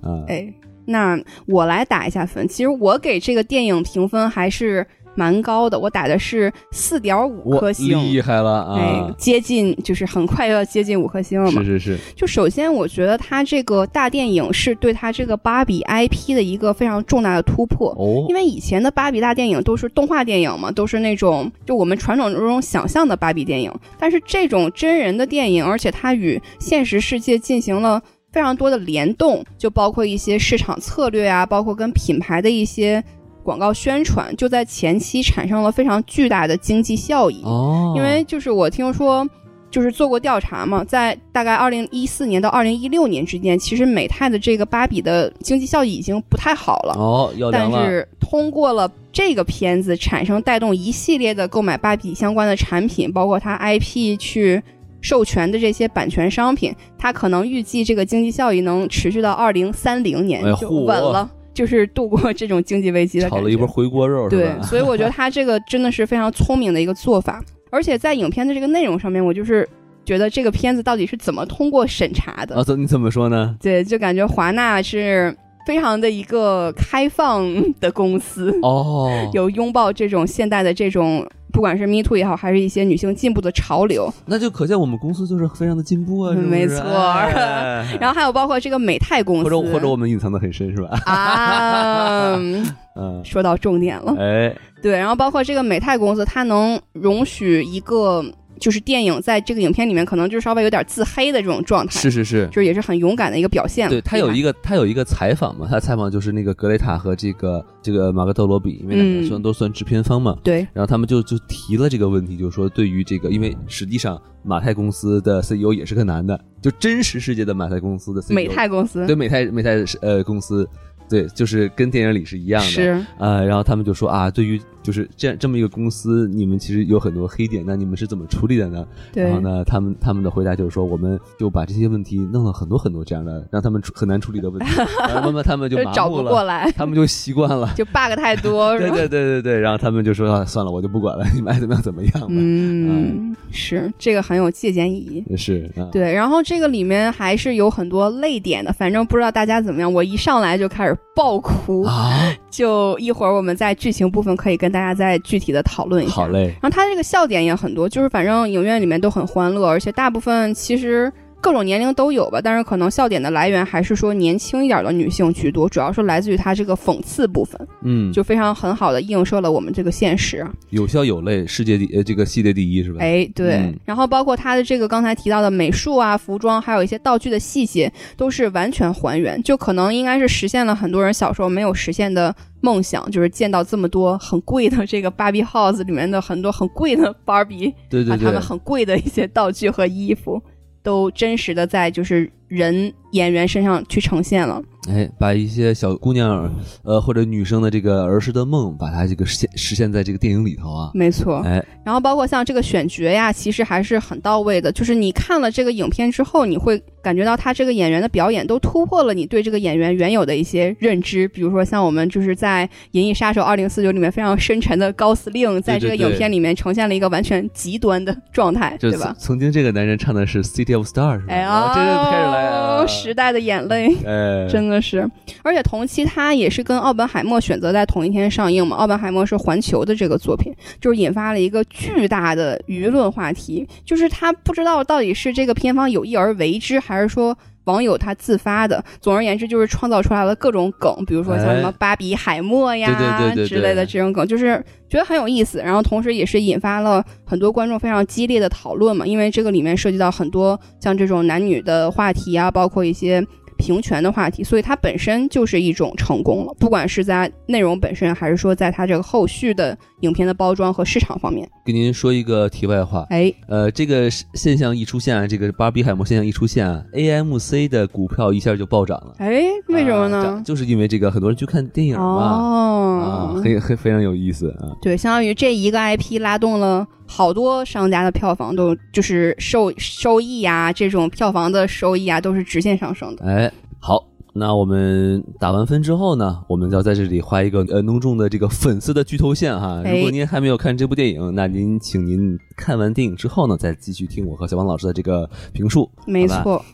[SPEAKER 3] 啊，
[SPEAKER 1] 哎，那我来打一下分。其实我给这个电影评分还是蛮高的，我打的是四点五
[SPEAKER 3] 我
[SPEAKER 1] 颗
[SPEAKER 3] 厉
[SPEAKER 1] 星，
[SPEAKER 3] 害了
[SPEAKER 1] 哎
[SPEAKER 3] 啊，，
[SPEAKER 1] 接近就是很快要接近五颗星了嘛
[SPEAKER 3] 是。是是，
[SPEAKER 1] 就首先，我觉得它这个大电影是对它这个芭比 IP 的一个非常重大的突破。
[SPEAKER 3] 哦
[SPEAKER 1] 因，为以前的芭比大电影都是动画电影嘛，都是那种就我们传统中想象的芭比电影，但是这种真人的电影，而且它与现实世界进行了。非常多的联动，就包括一些市场策略啊，包括跟品牌的一些广告宣传，就在前期产生了非常巨大的经济效益。
[SPEAKER 3] 哦，
[SPEAKER 1] 因为就是我听说，就是做过调查嘛，在大概二零一四年到二零一六年之间，其实美泰的这个芭比的经济效益已经不太好了。
[SPEAKER 3] 哦要凉
[SPEAKER 1] 但
[SPEAKER 3] 了，
[SPEAKER 1] 是通过了这个片子，产生带动一系列的购买芭比相关的产品，包括它 IP 去授权的这些版权商品，它可能预计这个经济效益能持续到二零三零年
[SPEAKER 3] 哎，
[SPEAKER 1] 就
[SPEAKER 3] 嚯
[SPEAKER 1] 稳了，就是度过这种经济危机的感
[SPEAKER 3] 炒
[SPEAKER 1] 觉。
[SPEAKER 3] 了一波回锅肉是
[SPEAKER 1] 对，
[SPEAKER 3] 吧？
[SPEAKER 1] 所以我觉得他这个真的是非常聪明的一个做法。而且在影片的这个内容上面，我就是觉得这个片子到底是怎么通过审查的？
[SPEAKER 3] 啊，怎你怎么说呢？
[SPEAKER 1] 对，就感觉华纳是非常的一个开放的公司，
[SPEAKER 3] 哦，
[SPEAKER 1] <laughs> 有拥抱这种现代的这种，不管是 Me Too 也好，还是一些女性进步的潮流。
[SPEAKER 3] 那就可见我们公司就是非常的进步啊，是不是
[SPEAKER 1] 没错
[SPEAKER 3] 哎
[SPEAKER 1] <laughs> 然后还有包括这个美泰公
[SPEAKER 3] 或
[SPEAKER 1] 司，
[SPEAKER 3] 者或者我们隐藏的很深是吧？ <laughs>
[SPEAKER 1] <laughs> 啊，嗯
[SPEAKER 3] 嗯，
[SPEAKER 1] 说到重点了。
[SPEAKER 3] 哎，
[SPEAKER 1] 对，然后包括这个美泰公司，它能容许一个就是电影在这个影片里面可能就稍微有点自黑的这种状态，
[SPEAKER 3] 是是是，
[SPEAKER 1] 就是也是很勇敢的一个表现了。
[SPEAKER 3] 对他有
[SPEAKER 1] 吧
[SPEAKER 3] 一个他有一个采访嘛，他采访就是那个格雷塔和这个这个马格特罗比，因为两个人
[SPEAKER 1] 嗯
[SPEAKER 3] 算都算制片方嘛，
[SPEAKER 1] 对
[SPEAKER 3] 然后他们就就提了这个问题，就是说对于这个，因为实际上马泰公司的 CEO 也是个男的，就真实世界的马泰公司的 CEO，
[SPEAKER 1] 美泰公司
[SPEAKER 3] 对美泰美泰是呃公司，对，就是跟电影里是一样的，
[SPEAKER 1] 是
[SPEAKER 3] 呃，然后他们就说啊，对于就是这样这么一个公司，你们其实有很多黑点，那你们是怎么处理的呢？
[SPEAKER 1] 对
[SPEAKER 3] 然后呢，他们他们的回答就是说，我们就把这些问题弄了很多很多这样的让他们处很难处理的问题，
[SPEAKER 1] <laughs>
[SPEAKER 3] 然后慢慢他们就
[SPEAKER 1] 就是
[SPEAKER 3] 麻
[SPEAKER 1] 找
[SPEAKER 3] 木
[SPEAKER 1] 不
[SPEAKER 3] 了，
[SPEAKER 1] 过来，
[SPEAKER 3] 他们就习惯了。
[SPEAKER 1] <laughs> 就 bug 太多，
[SPEAKER 3] <laughs> 对
[SPEAKER 1] 是吧？
[SPEAKER 3] 对对对对，然后他们就说、啊、算了，我就不管了，你们爱怎么样怎么样吧。
[SPEAKER 1] 嗯，是这个很有借鉴意义。
[SPEAKER 3] 是啊，
[SPEAKER 1] 对，然后这个里面还是有很多泪点的，反正不知道大家怎么样，我一上来就开始爆哭，
[SPEAKER 3] 啊，
[SPEAKER 1] 就一会儿我们在剧情部分可以跟大家再具体的讨论一下。 <laughs>
[SPEAKER 3] 好嘞，
[SPEAKER 1] 然后它这个笑点也很多，就是反正影院里面都很欢乐，而且大部分其实各种年龄都有吧，但是可能笑点的来源还是说年轻一点的女性居多，主要是来自于它这个讽刺部分，
[SPEAKER 3] 嗯，
[SPEAKER 1] 就非常很好的映射了我们这个现实。啊
[SPEAKER 3] 有笑有泪，世界第呃这个系列第一是吧？
[SPEAKER 1] 哎，对，
[SPEAKER 3] 嗯
[SPEAKER 1] 然后包括它的这个刚才提到的美术啊、服装，还有一些道具的细节，都是完全还原，就可能应该是实现了很多人小时候没有实现的梦想，就是见到这么多很贵的这个 Barbie House 里面的很多很贵的 Barbie，
[SPEAKER 3] 对对
[SPEAKER 1] 把他
[SPEAKER 3] 对
[SPEAKER 1] 们，很贵的一些道具和衣服都真实的在就是人演员身上去呈现了。
[SPEAKER 3] 哎，把一些小姑娘呃或者女生的这个儿时的梦，把它这个实现实现在这个电影里头啊。
[SPEAKER 1] 没错，
[SPEAKER 3] 哎，
[SPEAKER 1] 然后包括像这个选角呀，其实还是很到位的。就是你看了这个影片之后，你会感觉到他这个演员的表演都突破了你对这个演员原有的一些认知。比如说像我们就是在《银翼杀手二零四九》里面非常深沉的高司令，在这个
[SPEAKER 3] 对对
[SPEAKER 1] 影片里面呈现了一个完全极端的状态，
[SPEAKER 3] 就
[SPEAKER 1] 对吧
[SPEAKER 3] 曾？曾经这个男人唱的是《City of Stars》，
[SPEAKER 1] 哎
[SPEAKER 3] 啊，这就开始来
[SPEAKER 1] 哦
[SPEAKER 3] 了，啊
[SPEAKER 1] 时代的眼泪。
[SPEAKER 3] 哎，
[SPEAKER 1] 真的是，而且同期它也是跟《奥本海默》选择在同一天上映嘛。《奥本海默》是环球的这个作品，就是引发了一个巨大的舆论话题，就是他不知道到底是这个片方有意而为之，还是说。网友他自发的，总而言之就是创造出来了各种梗，比如说像什么
[SPEAKER 3] 哎
[SPEAKER 1] 巴比海默呀、
[SPEAKER 3] 对对对对
[SPEAKER 1] 之类的这种梗，就是觉得很有意思。然后同时也是引发了很多观众非常激烈的讨论嘛，因为这个里面涉及到很多像这种男女的话题啊，包括一些平权的话题，所以它本身就是一种成功了，不管是在内容本身，还是说在它这个后续的影片的包装和市场方面。
[SPEAKER 3] 给您说一个题外话，
[SPEAKER 1] 哎，
[SPEAKER 3] 呃，这个是现象一出现啊，这个巴比海默现象一出现啊，AMC 的股票一下就暴涨了。
[SPEAKER 1] 哎，为什么
[SPEAKER 3] 啊涨
[SPEAKER 1] 呢？
[SPEAKER 3] 就是因为这个很多人去看电影嘛，啊，
[SPEAKER 1] 哦，
[SPEAKER 3] 很很非常有意思啊。
[SPEAKER 1] 对，相当于这一个 IP 拉动了好多商家的票房都就是收收益啊，这种票房的收益啊，都是直线上升的。
[SPEAKER 3] 哎，好，那我们打完分之后呢，我们要在这里画一个呃浓重的这个粉丝的剧透线哈。
[SPEAKER 1] 哎
[SPEAKER 3] 如果您还没有看这部电影，那您请您看完电影之后呢，再继续听我和小王老师的这个评述。
[SPEAKER 1] 没
[SPEAKER 3] 好吧
[SPEAKER 1] 错，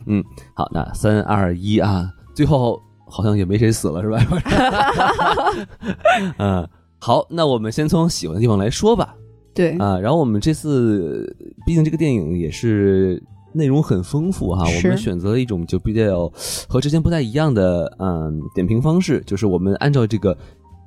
[SPEAKER 3] 好，那三二一啊，最后好像也没谁死了是吧？ <laughs> 嗯，好，那我们先从喜欢的地方来说吧。
[SPEAKER 1] 对，
[SPEAKER 3] 啊，然后我们这次，毕竟这个电影也是内容很丰富哈，我
[SPEAKER 1] 是
[SPEAKER 3] 们选择了一种就比较和之前不太一样的嗯点评方式，就是我们按照这个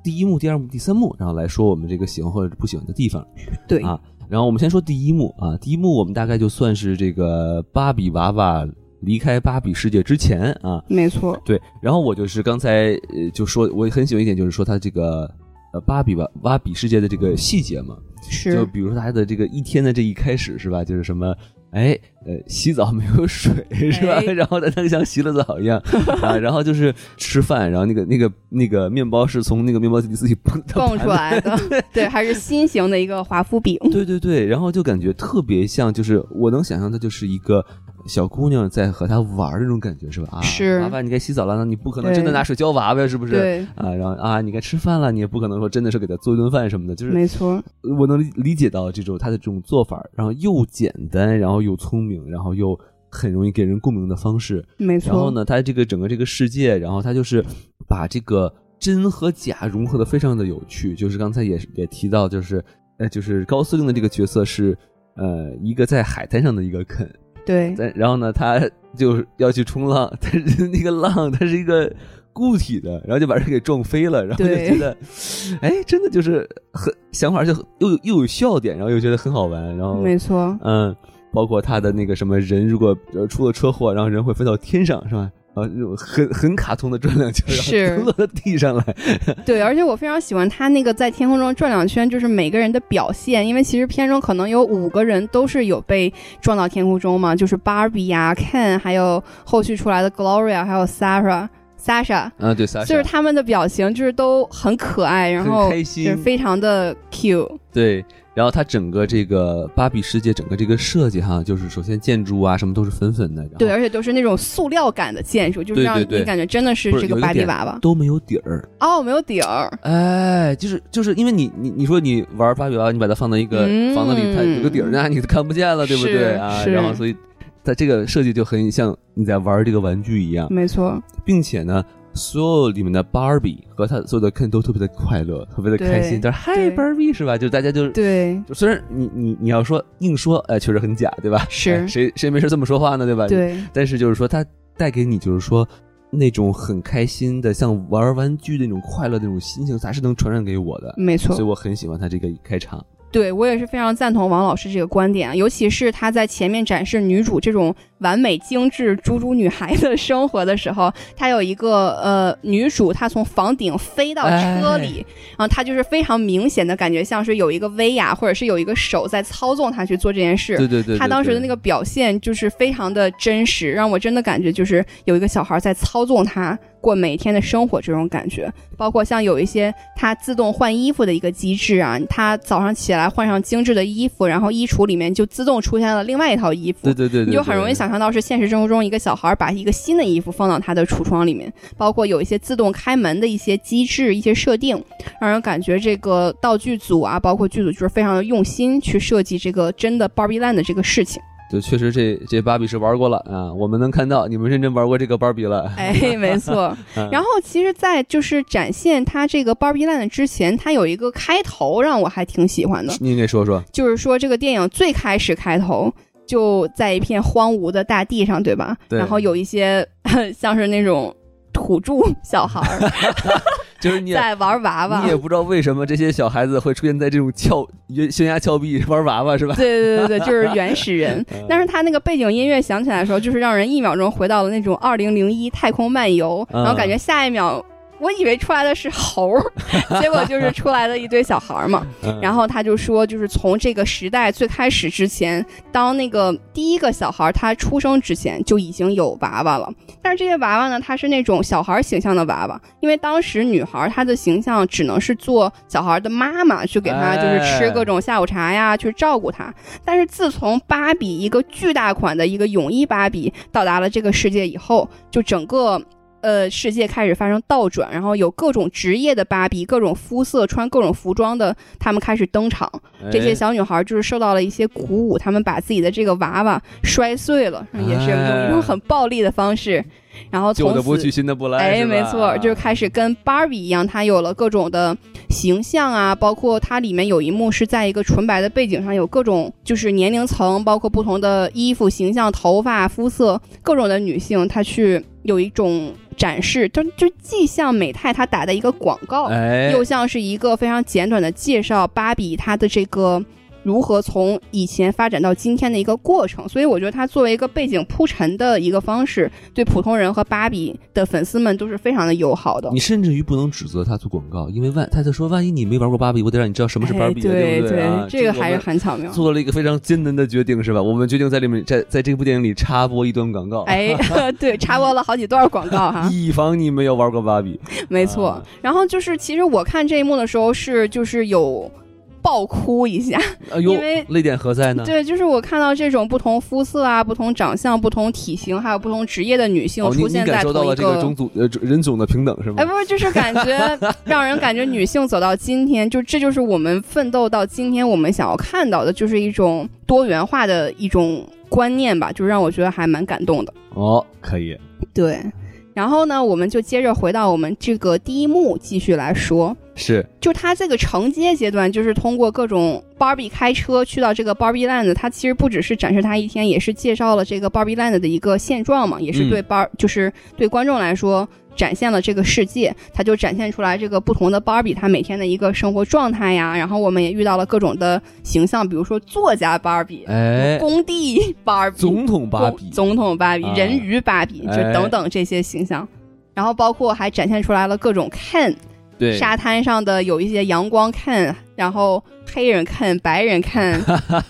[SPEAKER 3] 第一幕、第二幕、第三幕，然后来说我们这个喜欢或者不喜欢的地方。
[SPEAKER 1] 对，
[SPEAKER 3] 啊然后我们先说第一幕啊，第一幕我们大概就算是这个芭比娃娃离开芭比世界之前啊，
[SPEAKER 1] 没错，
[SPEAKER 3] 对，然后我就是刚才呃就说我很喜欢一点就是说它这个呃芭比娃芭比世界的这个细节嘛。就是比如说他的这个一天的这一开始是吧，就是什么。哎，呃，洗澡没有水 <laughs> 是吧？
[SPEAKER 1] 哎
[SPEAKER 3] 然后他像洗了澡一样
[SPEAKER 1] <laughs>
[SPEAKER 3] 啊，然后就是吃饭，然后那个那个那个面包是从那个面包机里自己蹦到
[SPEAKER 1] 蹦出
[SPEAKER 3] 盘子
[SPEAKER 1] 来的，对，还是新型的一个华夫饼。
[SPEAKER 3] 对对对，然 <laughs> 后就感觉特别像，就是我能想象她就是一个小姑娘在和他玩儿那种感觉是吧？啊，
[SPEAKER 1] 是
[SPEAKER 3] 娃娃你该洗澡了，那你不可能
[SPEAKER 1] 对
[SPEAKER 3] 真的拿水浇娃娃是不是？
[SPEAKER 1] 对，
[SPEAKER 3] 啊，然后啊你该吃饭了，你也不可能说真的是给她做一顿饭什么的，就是
[SPEAKER 1] 没错，
[SPEAKER 3] 我能理理解到这种他的这种做法，然后又简单，然后又聪明，然后又很容易给人共鸣的方式。
[SPEAKER 1] 没
[SPEAKER 3] 然后
[SPEAKER 1] 错，
[SPEAKER 3] 呢，他这个整个这个世界，然后他就是把这个真和假融合的非常的有趣。就是刚才也是也提到，就是呃，就是高司令的这个角色是呃一个在海滩上的一个肯，
[SPEAKER 1] 对，
[SPEAKER 3] 但然后呢，他就是要去冲浪，但是那个浪它是一个固体的，然后就把人给撞飞了，然后就
[SPEAKER 1] 对
[SPEAKER 3] 觉得，哎，真的就是很想法就很又有又有笑点，然后又觉得很好玩，然后
[SPEAKER 1] 没错，
[SPEAKER 3] 嗯，包括他的那个什么人，如果呃出了车祸，然后人会飞到天上，是吧？然后那种很很卡通的转两圈， <laughs> 然
[SPEAKER 1] 是
[SPEAKER 3] 后落到地上来，
[SPEAKER 1] 对，而且我非常喜欢他那个在天空中转两圈，就是每个人的表现，因为其实片中可能有五个人都是有被撞到天空中嘛，就是芭比呀、Ken，还有后续出来的 Gloria，还有 Sasha。Sasha，
[SPEAKER 3] 啊，对，撒
[SPEAKER 1] 就是他们的表情就是都很可爱，然
[SPEAKER 3] 很
[SPEAKER 1] 后就
[SPEAKER 3] 开
[SPEAKER 1] 是
[SPEAKER 3] 心
[SPEAKER 1] 非常的 Q，
[SPEAKER 3] 对，然后它整个这个芭比世界整个这个设计哈，就是首先建筑啊什么都是粉粉的，然后
[SPEAKER 1] 对，而且都是那种塑料感的建筑，就是
[SPEAKER 3] 哦对
[SPEAKER 1] 让
[SPEAKER 3] 对对
[SPEAKER 1] 你感觉真的是
[SPEAKER 3] 不是
[SPEAKER 1] 这个
[SPEAKER 3] 有一
[SPEAKER 1] 芭比
[SPEAKER 3] 点
[SPEAKER 1] 娃娃
[SPEAKER 3] 都没有底儿。
[SPEAKER 1] 哦，没有底儿，
[SPEAKER 3] 哎，就是就是因为你你你说你玩芭比娃娃，你把它放到一个
[SPEAKER 1] 嗯
[SPEAKER 3] 房子里，它有个底儿，那你看不见了，对不对
[SPEAKER 1] 是
[SPEAKER 3] 啊？
[SPEAKER 1] 是
[SPEAKER 3] 然
[SPEAKER 1] 嗯
[SPEAKER 3] 后所以它这个设计就很像你在玩这个玩具一样，
[SPEAKER 1] 没错，
[SPEAKER 3] 并且呢，所有里面的 Barbie 和他所有的 Ken 都特别的快乐，特别的开心，
[SPEAKER 1] 对
[SPEAKER 3] 就是嗨
[SPEAKER 1] 对
[SPEAKER 3] Barbie 是吧？就大家就是
[SPEAKER 1] 对，
[SPEAKER 3] 就虽然你你你要说硬说，哎，确实很假，对吧？
[SPEAKER 1] 是
[SPEAKER 3] 哎谁谁没事这么说话呢，对吧？。
[SPEAKER 1] 对，
[SPEAKER 3] 但是就是说，它带给你就是说那种很开心的，像玩玩具的那种快乐的那种心情，它是能传染给我的，
[SPEAKER 1] 嗯没错
[SPEAKER 3] 所以。我很喜欢它这个开场。
[SPEAKER 1] 对我也是非常赞同王老师这个观点，啊，尤其是他在前面展示女主这种完美精致猪猪女孩的生活的时候，他有一个呃女主她从房顶飞到车里，然后她就是非常明显的感觉像是有一个威亚或者是有一个手在操纵她去做这件事。
[SPEAKER 3] 对对对对，
[SPEAKER 1] 她当时的那
[SPEAKER 3] 对
[SPEAKER 1] 个表现就是非常的真实，让我真的感觉就是有一个小孩在操纵她过每天的生活这种感觉。包括像有一些她自动换衣服的一个机制啊，她早上起来换上精致的衣服，然后衣橱里面就自动出现了另外一套衣服。
[SPEAKER 3] 对对对，对
[SPEAKER 1] 你就很容易。
[SPEAKER 3] 对
[SPEAKER 1] 想象到是现实生活中一个小孩把一个新的衣服放到他的橱窗里面，包括有一些自动开门的一些机制、一些设定，让人感觉这个道具组啊，包括剧组就是非常的用心去设计这个真的 Barbie Land 的这个事
[SPEAKER 3] <laughs>
[SPEAKER 1] 情。
[SPEAKER 3] 就确实这这芭比是玩过了啊，我们能看到你们认真玩过这个芭比了。
[SPEAKER 1] 哎，没
[SPEAKER 3] <laughs>
[SPEAKER 1] 错。
[SPEAKER 3] 嗯
[SPEAKER 1] 然后其实，在就是展现它这个 Barbie Land 之前，它有一个开头让我还挺喜欢的，
[SPEAKER 3] 您给
[SPEAKER 1] <laughs>
[SPEAKER 3] 说说，
[SPEAKER 1] 就是说这个电影最开始开头。就在一片荒芜的大地上，对吧？
[SPEAKER 3] 对
[SPEAKER 1] 然后有一些 <laughs> 像是那种土著小孩儿，
[SPEAKER 3] 就是 <laughs> 你也
[SPEAKER 1] 在玩娃娃
[SPEAKER 3] 你。也不知道为什么这些小孩子会出现在这种峭悬悬崖峭壁玩娃娃是吧？
[SPEAKER 1] 对对对对，就是原始人
[SPEAKER 3] <laughs> 嗯。
[SPEAKER 1] 但是他那个背景音乐响起来的时候，就是让人一秒钟回到了那种二零零一太空漫游，
[SPEAKER 3] 嗯
[SPEAKER 1] 然后感觉下一秒。我以为出来的是猴
[SPEAKER 3] <laughs>
[SPEAKER 1] 儿，结果就是出来的一堆小孩儿嘛。
[SPEAKER 3] 嗯
[SPEAKER 1] 然后他就说，就是从这个时代最开始之前，当那个第一个小孩儿他出生之前就已经有娃娃了。但是这些娃娃呢，它是那种小孩儿形象的娃娃，因为当时女孩儿她的形象只能是做小孩儿的妈妈，去给她就是吃各种下午茶呀，去照顾她。但是自从芭比一个巨大款的一个泳衣芭比到达了这个世界以后，就整个。呃，世界开始发生倒转，然后有各种职业的芭比，各种肤色、穿各种服装的，她们开始登场。
[SPEAKER 3] 哎
[SPEAKER 1] 这些小女孩就是受到了一些鼓舞，她们把自己的这个娃娃摔碎了，也是用一种很暴力的方式，然后
[SPEAKER 3] 旧
[SPEAKER 1] 从
[SPEAKER 3] 的哎不去，
[SPEAKER 1] 此。
[SPEAKER 3] 新的不来。
[SPEAKER 1] 哎，
[SPEAKER 3] 是吧
[SPEAKER 1] 没错，就是开始跟芭比一样，她有了各种的形象啊，包括它里面有一幕是在一个纯白的背景上，有各种就是年龄层，包括不同的衣服、形象、头发、肤色，各种的女性，她去有一种展示，就就既像美泰她打的一个广告，
[SPEAKER 3] 哎，
[SPEAKER 1] 又像是一个非常简短的介绍芭比她的这个如何从以前发展到今天的一个过程。所以我觉得它作为一个背景铺陈的一个方式，对普通人和芭比的粉丝们都是非常的友好的
[SPEAKER 3] 你。甚至于不能指责他做广告，因为万他在说，万一你没玩过芭比，我得让你知道什么是芭比、
[SPEAKER 1] 哎
[SPEAKER 3] 啊
[SPEAKER 1] 对
[SPEAKER 3] 不对啊？
[SPEAKER 1] 这个
[SPEAKER 3] 我们
[SPEAKER 1] 还是很巧妙。
[SPEAKER 3] 做了一个非常艰难的决定，是吧？我们决定在里面，在在这部电影里插播一段广告， <laughs>
[SPEAKER 1] 哎，对，插播了好几段广告哈。
[SPEAKER 3] 以防你没有玩过芭比。
[SPEAKER 1] 没错。
[SPEAKER 3] 啊
[SPEAKER 1] 然后就是，其实我看这一幕的时候是就是有爆哭一下，
[SPEAKER 3] 哎呦
[SPEAKER 1] 因为，
[SPEAKER 3] 泪点何在呢？
[SPEAKER 1] 对，就是我看到这种不同肤色啊、不同长相、不同体型，还有不同职业的女性
[SPEAKER 3] 哦，你
[SPEAKER 1] 出
[SPEAKER 3] 你
[SPEAKER 1] 现在
[SPEAKER 3] 感受
[SPEAKER 1] 同
[SPEAKER 3] 到
[SPEAKER 1] 一
[SPEAKER 3] 了这个种族呃人种的平等是吗
[SPEAKER 1] 哎，？不是，就是感
[SPEAKER 3] <laughs>
[SPEAKER 1] 觉让人感觉女性走到今天，就这就是我们奋斗到今天我们想要看到的，就是一种多元化的一种观念吧，就让我觉得还蛮感动的。
[SPEAKER 3] 哦，可以，
[SPEAKER 1] 对，然后呢，我们就接着回到我们这个第一幕继续来说。
[SPEAKER 3] 是
[SPEAKER 1] 就它这个承接阶段，就是通过各种 Barbie 开车去到这个 Barbie Land，它其实不只是展示它一天，也是介绍了这个 Barbie Land 的一个现状嘛，也是
[SPEAKER 3] 嗯
[SPEAKER 1] 对 Bar、就是对观众来说展现了这个世界，它就展现出来这个不同的 Barbie 它每天的一个生活状态呀。然后我们也遇到了各种的形象，比如说作家 Barbie、
[SPEAKER 3] 哎，
[SPEAKER 1] 工地 <laughs> Barbie、
[SPEAKER 3] 总统芭比
[SPEAKER 1] 总，总统芭比
[SPEAKER 3] 啊、
[SPEAKER 1] 人鱼芭比，就
[SPEAKER 3] 哎
[SPEAKER 1] 等等这些形象。然后包括还展现出来了各种 Ken，
[SPEAKER 3] 对，
[SPEAKER 1] 沙滩上的有一些阳光看，然后黑人看、白人
[SPEAKER 3] <laughs>
[SPEAKER 1] 看，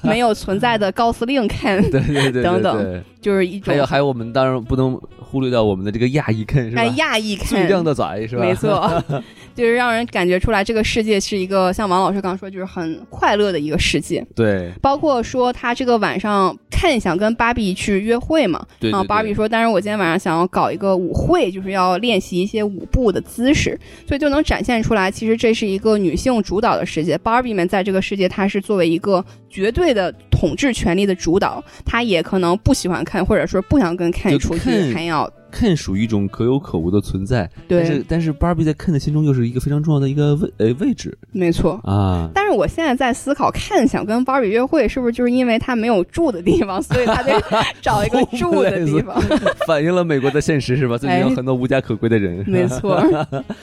[SPEAKER 1] 没有存在的高司令看，
[SPEAKER 3] <laughs>
[SPEAKER 1] <laughs>
[SPEAKER 3] 对对对对
[SPEAKER 1] 等等
[SPEAKER 3] 对
[SPEAKER 1] 就是一种
[SPEAKER 3] 还有还有，我们当然不能忽略掉我们的这个亚裔 Ken 是吧？
[SPEAKER 1] 哎亚裔
[SPEAKER 3] 最
[SPEAKER 1] 看，
[SPEAKER 3] 靓的仔是吧？
[SPEAKER 1] 没错，
[SPEAKER 3] <laughs>
[SPEAKER 1] 就是让人感觉出来这个世界是一个像王老师刚说，就是很快乐的一个世界。
[SPEAKER 3] 对
[SPEAKER 1] 包括说他这个晚上看想跟芭比去约会嘛，
[SPEAKER 3] 对对
[SPEAKER 1] 然后啊哦芭比
[SPEAKER 3] 对
[SPEAKER 1] 说，但是我今天晚上想要搞一个舞会，就是要练习一些舞步的姿势，所以就能展现出来，其实这是一个女性主导的世界。芭比们在这个世界，她是作为一个绝对的统治权力的主导，她也可能不喜欢看，或者说不想跟 Ken
[SPEAKER 3] 就
[SPEAKER 1] 出去
[SPEAKER 3] Ken
[SPEAKER 1] hang out。
[SPEAKER 3] Ken 属于一种可有可无的存在，但是
[SPEAKER 1] 对，
[SPEAKER 3] 但是 Barbie 在 Ken 的心中又是一个非常重要的一个位呃位置
[SPEAKER 1] 没错。 <laughs>
[SPEAKER 3] 啊。
[SPEAKER 1] 但是我现在在思考，Ken 想跟芭比约会，是不是就是因为他没有住的地方，所以他得 <laughs> 找一
[SPEAKER 3] <laughs>
[SPEAKER 1] 个住的地方？ <laughs>
[SPEAKER 3] 反映了美国的现实是吧？最近有很多无家可归的人，
[SPEAKER 1] 哎没错，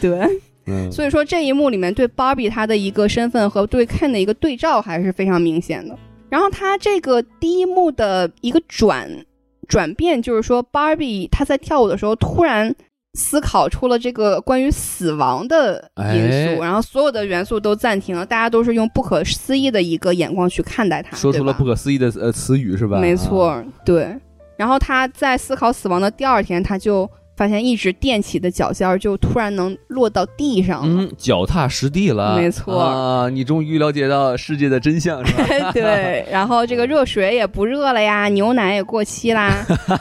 [SPEAKER 1] 对。
[SPEAKER 3] <laughs> 嗯，
[SPEAKER 1] 所以说这一幕里面对芭比她的一个身份和对 Ken 的一个对照还是非常明显的。然后他这个第一幕的一个转转变，就是说芭比她在跳舞的时候突然。思考出了这个关于死亡的因
[SPEAKER 3] 哎
[SPEAKER 1] 素，然后所有的元素都暂停了，大家都是用不可思议的一个眼光去看待它，
[SPEAKER 3] 说出
[SPEAKER 1] 对
[SPEAKER 3] 了
[SPEAKER 1] 吧
[SPEAKER 3] 不可思议的呃词语是吧？
[SPEAKER 1] 没错，
[SPEAKER 3] 啊，
[SPEAKER 1] 对。然后他在思考死亡的第二天，他就发现一直踮起的脚尖儿就突然能落到地上了。
[SPEAKER 3] 嗯，脚踏实地了，
[SPEAKER 1] 没错
[SPEAKER 3] 啊，你终于了解到世界的真相 <laughs> 是吧？
[SPEAKER 1] 对，然后这个热水也不热了呀，牛奶也过期啦，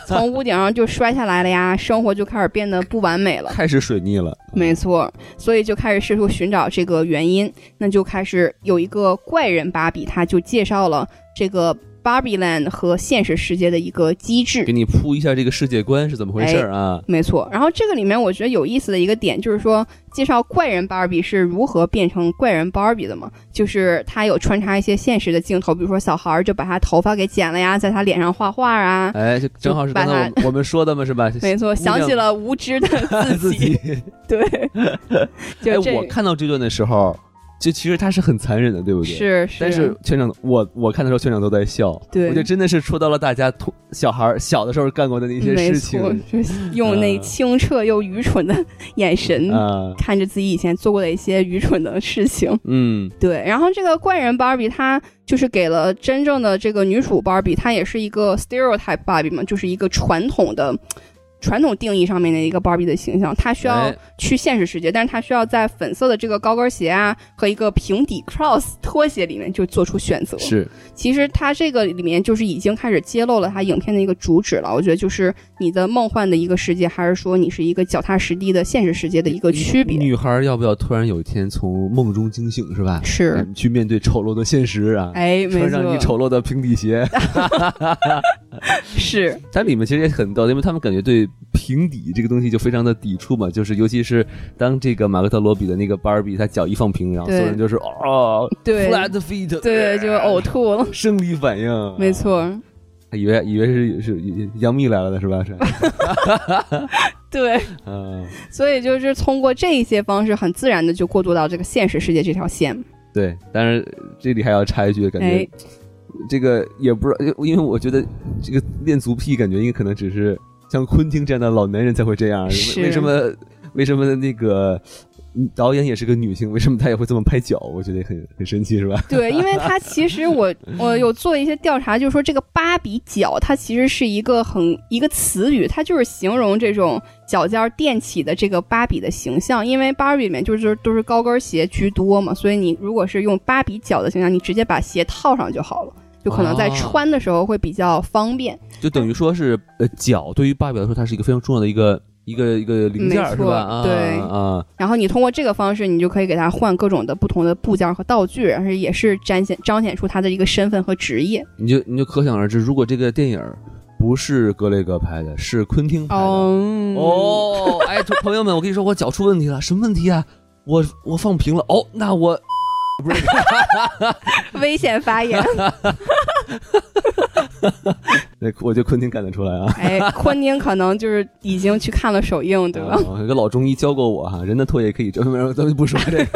[SPEAKER 1] 从屋顶上就摔下来了呀，生活就开始变得不完美
[SPEAKER 3] <laughs>
[SPEAKER 1] 了。
[SPEAKER 3] 开始水逆了，
[SPEAKER 1] 没错，所以就开始试图寻找这个原因。那就开始有一个怪人芭比，他就介绍了这个 Barbie Land 和现实世界的一个机制
[SPEAKER 3] 给。你铺一下这个世界观是怎么回事儿啊？
[SPEAKER 1] 没错，然后这个里面我觉得有意思的一个点就是说，介绍怪人芭比是如何变成怪人芭比的嘛，就是他有穿插一些现实的镜头，比如说小孩儿就把他头发给剪了呀，在他脸上画画
[SPEAKER 3] <laughs>
[SPEAKER 1] 啊，
[SPEAKER 3] 哎，就正好是刚才我们我们 <laughs> 说的嘛，
[SPEAKER 1] <laughs>
[SPEAKER 3] 是吧？
[SPEAKER 1] 没错，
[SPEAKER 3] 姑娘
[SPEAKER 1] 想起了无知的
[SPEAKER 3] <laughs> 自
[SPEAKER 1] 己， <laughs>
[SPEAKER 3] 己。
[SPEAKER 1] 对，
[SPEAKER 3] 哎
[SPEAKER 1] 就，这
[SPEAKER 3] 我看到这段的时候，就其实他是很残忍的，对不对？。
[SPEAKER 1] 是
[SPEAKER 3] 但是全场，我我看的时候，全场都在笑。
[SPEAKER 1] 啊对
[SPEAKER 3] 我觉得真的是戳到了大家通小孩儿小的时候干过的那些
[SPEAKER 1] 没
[SPEAKER 3] 事
[SPEAKER 1] 错
[SPEAKER 3] 情，
[SPEAKER 1] 就是用那
[SPEAKER 3] 嗯
[SPEAKER 1] 清澈又愚蠢的眼神。
[SPEAKER 3] 啊。
[SPEAKER 1] 看着自己以前做过的一些愚蠢的事情，
[SPEAKER 3] 嗯，
[SPEAKER 1] 对，然后这个怪人芭比，她就是给了真正的这个女主芭比，她也是一个 stereotype 芭比嘛，就是一个传统的、传统定义上面的一个芭比的形象。她需要
[SPEAKER 3] 哎
[SPEAKER 1] 去现实世界，但是她需要在粉色的这个高跟鞋啊和一个平底 cross 拖鞋里面就做出选择。
[SPEAKER 3] 是
[SPEAKER 1] 其实它这个里面就是已经开始揭露了它影片的一个主旨了。我觉得就是你的梦幻的一个世界，还是说你是一个脚踏实地的现实世界的一个区别。
[SPEAKER 3] 女孩儿要不要突然有一天从梦中惊醒，是吧？
[SPEAKER 1] 是，
[SPEAKER 3] 嗯去面对丑陋的现实啊！
[SPEAKER 1] 哎，没
[SPEAKER 3] 穿上
[SPEAKER 1] 错，
[SPEAKER 3] 你丑陋的平
[SPEAKER 1] <laughs>
[SPEAKER 3] 底鞋， <laughs>
[SPEAKER 1] 是。
[SPEAKER 3] 它里面其实也很逗，因为他们感觉对平底这个东西就非常的抵触嘛，就是尤其是当这个马克特罗比的那个芭比，她脚一放平，然后所
[SPEAKER 1] 对
[SPEAKER 3] 有人就是哦
[SPEAKER 1] 对
[SPEAKER 3] ，flat
[SPEAKER 1] <laughs>
[SPEAKER 3] feet，呃
[SPEAKER 1] 对，就呕吐 <laughs> 了，
[SPEAKER 3] 生理反应，啊
[SPEAKER 1] 没，错，
[SPEAKER 3] 以为以为是是是杨幂来了的
[SPEAKER 1] <laughs>
[SPEAKER 3] 是吧？是，
[SPEAKER 1] 对，
[SPEAKER 3] 嗯，
[SPEAKER 1] 所以就是通过这一些方式，很自然的就过渡到这个现实世界这条线。
[SPEAKER 3] 对，但是这里还要插一句，感觉
[SPEAKER 1] 哎，
[SPEAKER 3] 这个也不知道，因为我觉得这个恋足癖感觉应该可能只是像昆汀这样的老男人才会这样。
[SPEAKER 1] 是
[SPEAKER 3] 为为什么？为什么那个嗯导演也是个女性，为什么她也会这么拍脚？我觉得很很神奇，是吧？
[SPEAKER 1] <laughs> 对，因为它其实 <laughs> 我我有做一些调查，就是说这个芭比脚，它其实是一个很一个词语，它就是形容这种脚尖儿垫起的这个芭比的形象。因为芭比里面就是都是高跟鞋居多嘛，所以你如果是用芭比脚的形象，你直接把鞋套上就好了，就可能在
[SPEAKER 3] 哦
[SPEAKER 1] 穿的时候会比较方便。
[SPEAKER 3] <laughs> 就等于说是呃，脚对于芭比来说，它是一个非常重要的一个一个一个零件
[SPEAKER 1] 没
[SPEAKER 3] 儿，是
[SPEAKER 1] 错
[SPEAKER 3] 吧？啊
[SPEAKER 1] 对
[SPEAKER 3] 啊，
[SPEAKER 1] 然后你通过这个方式，你就可以给它换各种的不同的部件和道具，而且也是彰显彰显出它的一个身份和职业。
[SPEAKER 3] 你就你就可想而知，如果这个电影儿不是格雷格拍的，是昆汀拍的。
[SPEAKER 1] 哦
[SPEAKER 3] 哦，哎，同朋友们，我跟你说，我脚出问题了，什么问题啊？我我放平了。哦，那我不是
[SPEAKER 1] 危险发
[SPEAKER 3] <laughs>
[SPEAKER 1] 言，
[SPEAKER 3] 那我觉得昆汀干得出来啊。
[SPEAKER 1] 哎，昆汀可能就是已经去看了首映，对吧？
[SPEAKER 3] 哦有个老中医教过我哈，人的唾液可以折，咱们不说这个。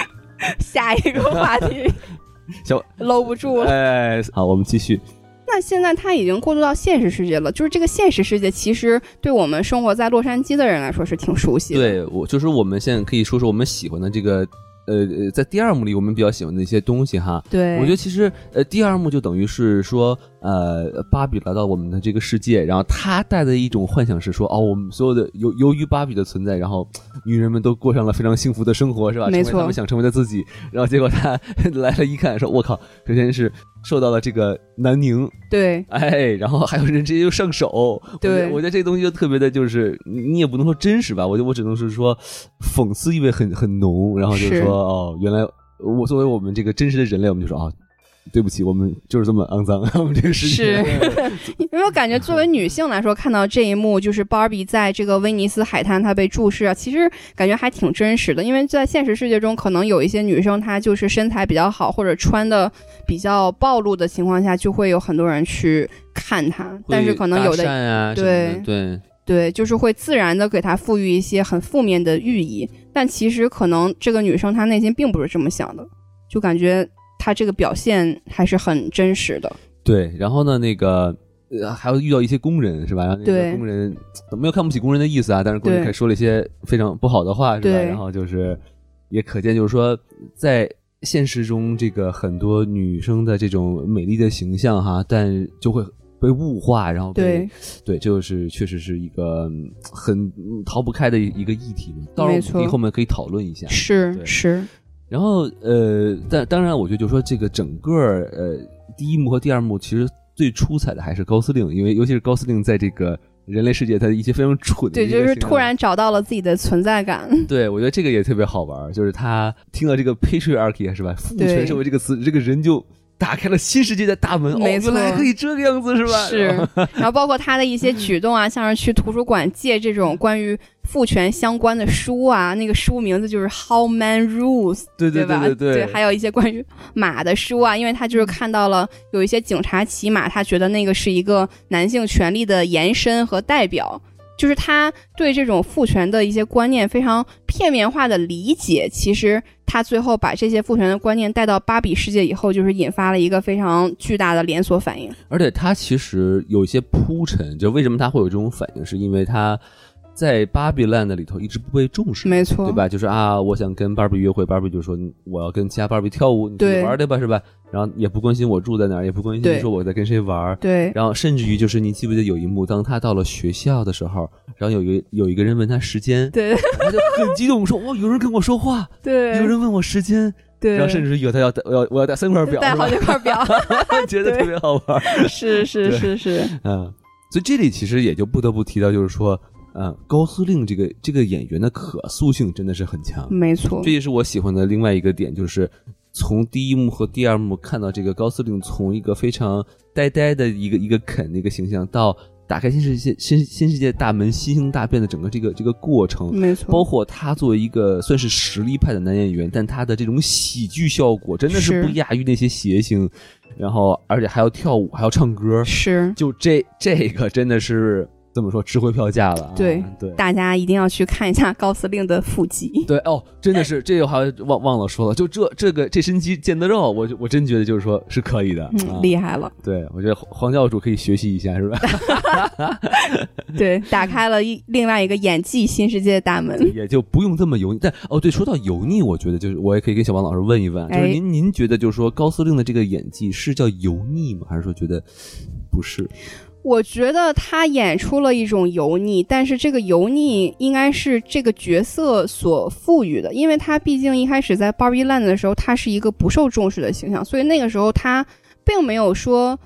[SPEAKER 1] <laughs> 下一个话题
[SPEAKER 3] <laughs> 小
[SPEAKER 1] <laughs> 搂不住了。
[SPEAKER 3] <laughs> 哎，好，我们继续。
[SPEAKER 1] 那现在它已经过渡到现实世界了，就是这个现实世界其实对我们生活在洛杉矶的人来说是挺熟悉的。
[SPEAKER 3] 对我就是我们现在可以说说我们喜欢的这个呃呃，在第二幕里我们比较喜欢的一些东西哈。
[SPEAKER 1] 对，
[SPEAKER 3] 我觉得其实呃，第二幕就等于是说，呃，芭比来到我们的这个世界，然后她带的一种幻想是说，哦，我们所有的由由于芭比的存在，然后女人们都过上了非常幸福的生活，是吧？
[SPEAKER 1] 没
[SPEAKER 3] 成为
[SPEAKER 1] 错
[SPEAKER 3] 她们想成为的自己。然后结果她 <laughs> 来了一看，说，我靠，首先是受到了这个南宁，
[SPEAKER 1] 对
[SPEAKER 3] 哎，然后还有人直接就上手，我觉得
[SPEAKER 1] 对
[SPEAKER 3] 我觉得这东西就特别的，就是你你也不能说真实吧，我就我只能是说讽刺意味很很浓，然后就是
[SPEAKER 1] 是
[SPEAKER 3] 说哦，原来我作为我们这个真实的人类，我们就说哦，对不起，我们就是这么肮脏， <laughs> 我们这个世界。
[SPEAKER 1] 因为我感觉作为女性来说，看到这一幕就是芭比在这个威尼斯海滩她被注视啊，其实感觉还挺真实的。因为在现实世界中，可能有一些女生她就是身材比较好，或者穿的比较暴露的情况下，就会有很多人去看她， <laughs> 但是可能有
[SPEAKER 3] 会
[SPEAKER 1] 的
[SPEAKER 3] 搭讪啊什么的对，
[SPEAKER 1] 对，就是会自然的给她赋予一些很负面的寓意。但其实可能这个女生她内心并不是这么想的，就感觉她这个表现还是很真实的。
[SPEAKER 3] 对，然后呢，那个呃，还有遇到一些工人是吧？然后那个
[SPEAKER 1] 对
[SPEAKER 3] 工人呃没有看不起工人的意思啊，但是工人
[SPEAKER 1] 对
[SPEAKER 3] 开始说了一些非常不好的话是吧？
[SPEAKER 1] 对
[SPEAKER 3] 然后就是也可见，就是说在现实中，这个很多女生的这种美丽的形象哈，但就会。被物化，然后被
[SPEAKER 1] 对
[SPEAKER 3] 对，这就是确实是一个嗯很嗯逃不开的一个议题嘛。到时候
[SPEAKER 1] 没
[SPEAKER 3] 我们可以
[SPEAKER 1] 错
[SPEAKER 3] 后面可以讨论一下。
[SPEAKER 1] 是
[SPEAKER 3] 对
[SPEAKER 1] 是，
[SPEAKER 3] 然后呃，但当然，我觉得就是说这个整个呃第一幕和第二幕其实最出彩的还是高司令，因为尤其是高司令在这个人类世界他的一些非常蠢的
[SPEAKER 1] 对，
[SPEAKER 3] 一个
[SPEAKER 1] 就是
[SPEAKER 3] 行为
[SPEAKER 1] 突然找到了自己的存在感。
[SPEAKER 3] 对我觉得这个也特别好玩儿，就是他听到这个 patriarchy 是吧，父权
[SPEAKER 1] 对
[SPEAKER 3] 社会这个词，这个人就打开了新世界的大门，哦，
[SPEAKER 1] 没
[SPEAKER 3] 原来
[SPEAKER 1] 错
[SPEAKER 3] 可以这个样 <laughs> 子是吧？
[SPEAKER 1] 是， <laughs> 然后包括他的一些举动
[SPEAKER 3] <laughs>
[SPEAKER 1] 啊，像是去图书馆借这种关于父权相关的书啊，那个书名字就是《How Man Rules》，
[SPEAKER 3] 对对
[SPEAKER 1] 吧？
[SPEAKER 3] 对对，嗯
[SPEAKER 1] 还有一些关于马的书啊，因为他就是看到了有一些警察骑马，他觉得那个是一个男性权利的延伸和代表。就是他对这种父权的一些观念非常片面化的理解，其实他最后把这些父权的观念带到芭比世界以后，就是引发了一个非常巨大的连锁反应。
[SPEAKER 3] 而且他其实有一些铺陈，就为什么他会有这种反应，是因为他在芭比 land 里头一直不被重视，
[SPEAKER 1] 没错，
[SPEAKER 3] 对？吧？就是啊，我想跟芭比约会，芭比就说嗯我要跟其他芭比跳舞，你自己
[SPEAKER 1] 对
[SPEAKER 3] 玩儿对吧？是吧？然后也不关心我住在哪儿，也不关心
[SPEAKER 1] 对
[SPEAKER 3] 说我在跟谁玩儿。
[SPEAKER 1] 对，
[SPEAKER 3] 然后甚至于就是你记不记得有一幕，当他到了学校的时候，然后有一个有一个人问他时间，
[SPEAKER 1] 对
[SPEAKER 3] 他就很激动说：“哇，哦有人跟我说话，
[SPEAKER 1] 对
[SPEAKER 3] 有人问我时间。”
[SPEAKER 1] 对，
[SPEAKER 3] 然后甚至于有他要带我要我要带三块表，
[SPEAKER 1] 带
[SPEAKER 3] 是吧
[SPEAKER 1] 好几？块表，
[SPEAKER 3] <laughs> 觉得特
[SPEAKER 1] 对
[SPEAKER 3] 别好玩儿。
[SPEAKER 1] 是是
[SPEAKER 3] 对
[SPEAKER 1] 是是，
[SPEAKER 3] 嗯，所以这里其实也就不得不提到，就是说，嗯，高司令这个这个演员的可塑性真的是很强，
[SPEAKER 1] 没错
[SPEAKER 3] 这，也是我喜欢的另外一个点，就是从第一幕和第二幕看到这个高司令从一个非常呆呆的一个一个肯的一个形象，到打开新世界新新世界大门、新兴大变的整个这个这个过程。
[SPEAKER 1] 没错，
[SPEAKER 3] 包括他作为一个算是实力派的男演员，但他的这种喜剧效果真的是
[SPEAKER 1] 是
[SPEAKER 3] 不亚于那些谐星，然后而且还要跳舞，还要唱歌，
[SPEAKER 1] 是
[SPEAKER 3] 就这这个真的是怎么说值回票价了、啊？
[SPEAKER 1] 对
[SPEAKER 3] 对
[SPEAKER 1] 大家一定要去看一下高司令的腹肌。
[SPEAKER 3] 对哦，真的是这个还忘忘了说了，就这这个这身肌腱子肉，我就我真觉得就是说是可以的，啊
[SPEAKER 1] 嗯，厉害了，
[SPEAKER 3] 对我觉得黄黄教主可以学习一下，
[SPEAKER 1] <laughs>
[SPEAKER 3] 是吧？
[SPEAKER 1] 对，打开了一另外一个演技新世界的大门。
[SPEAKER 3] 也就不用这么油腻。但哦，对，说到油腻，我觉得就是我也可以跟小王老师问一问，就是
[SPEAKER 1] 哎
[SPEAKER 3] 您、您觉得就是说高司令的这个演技是叫油腻吗？还是说觉得不是？
[SPEAKER 1] 我觉得他演出了一种油腻，但是这个油腻应该是这个角色所赋予的，因为他毕竟一开始在 Barbie Land 的时候，他是一个不受重视的形象，所以那个时候他并没有说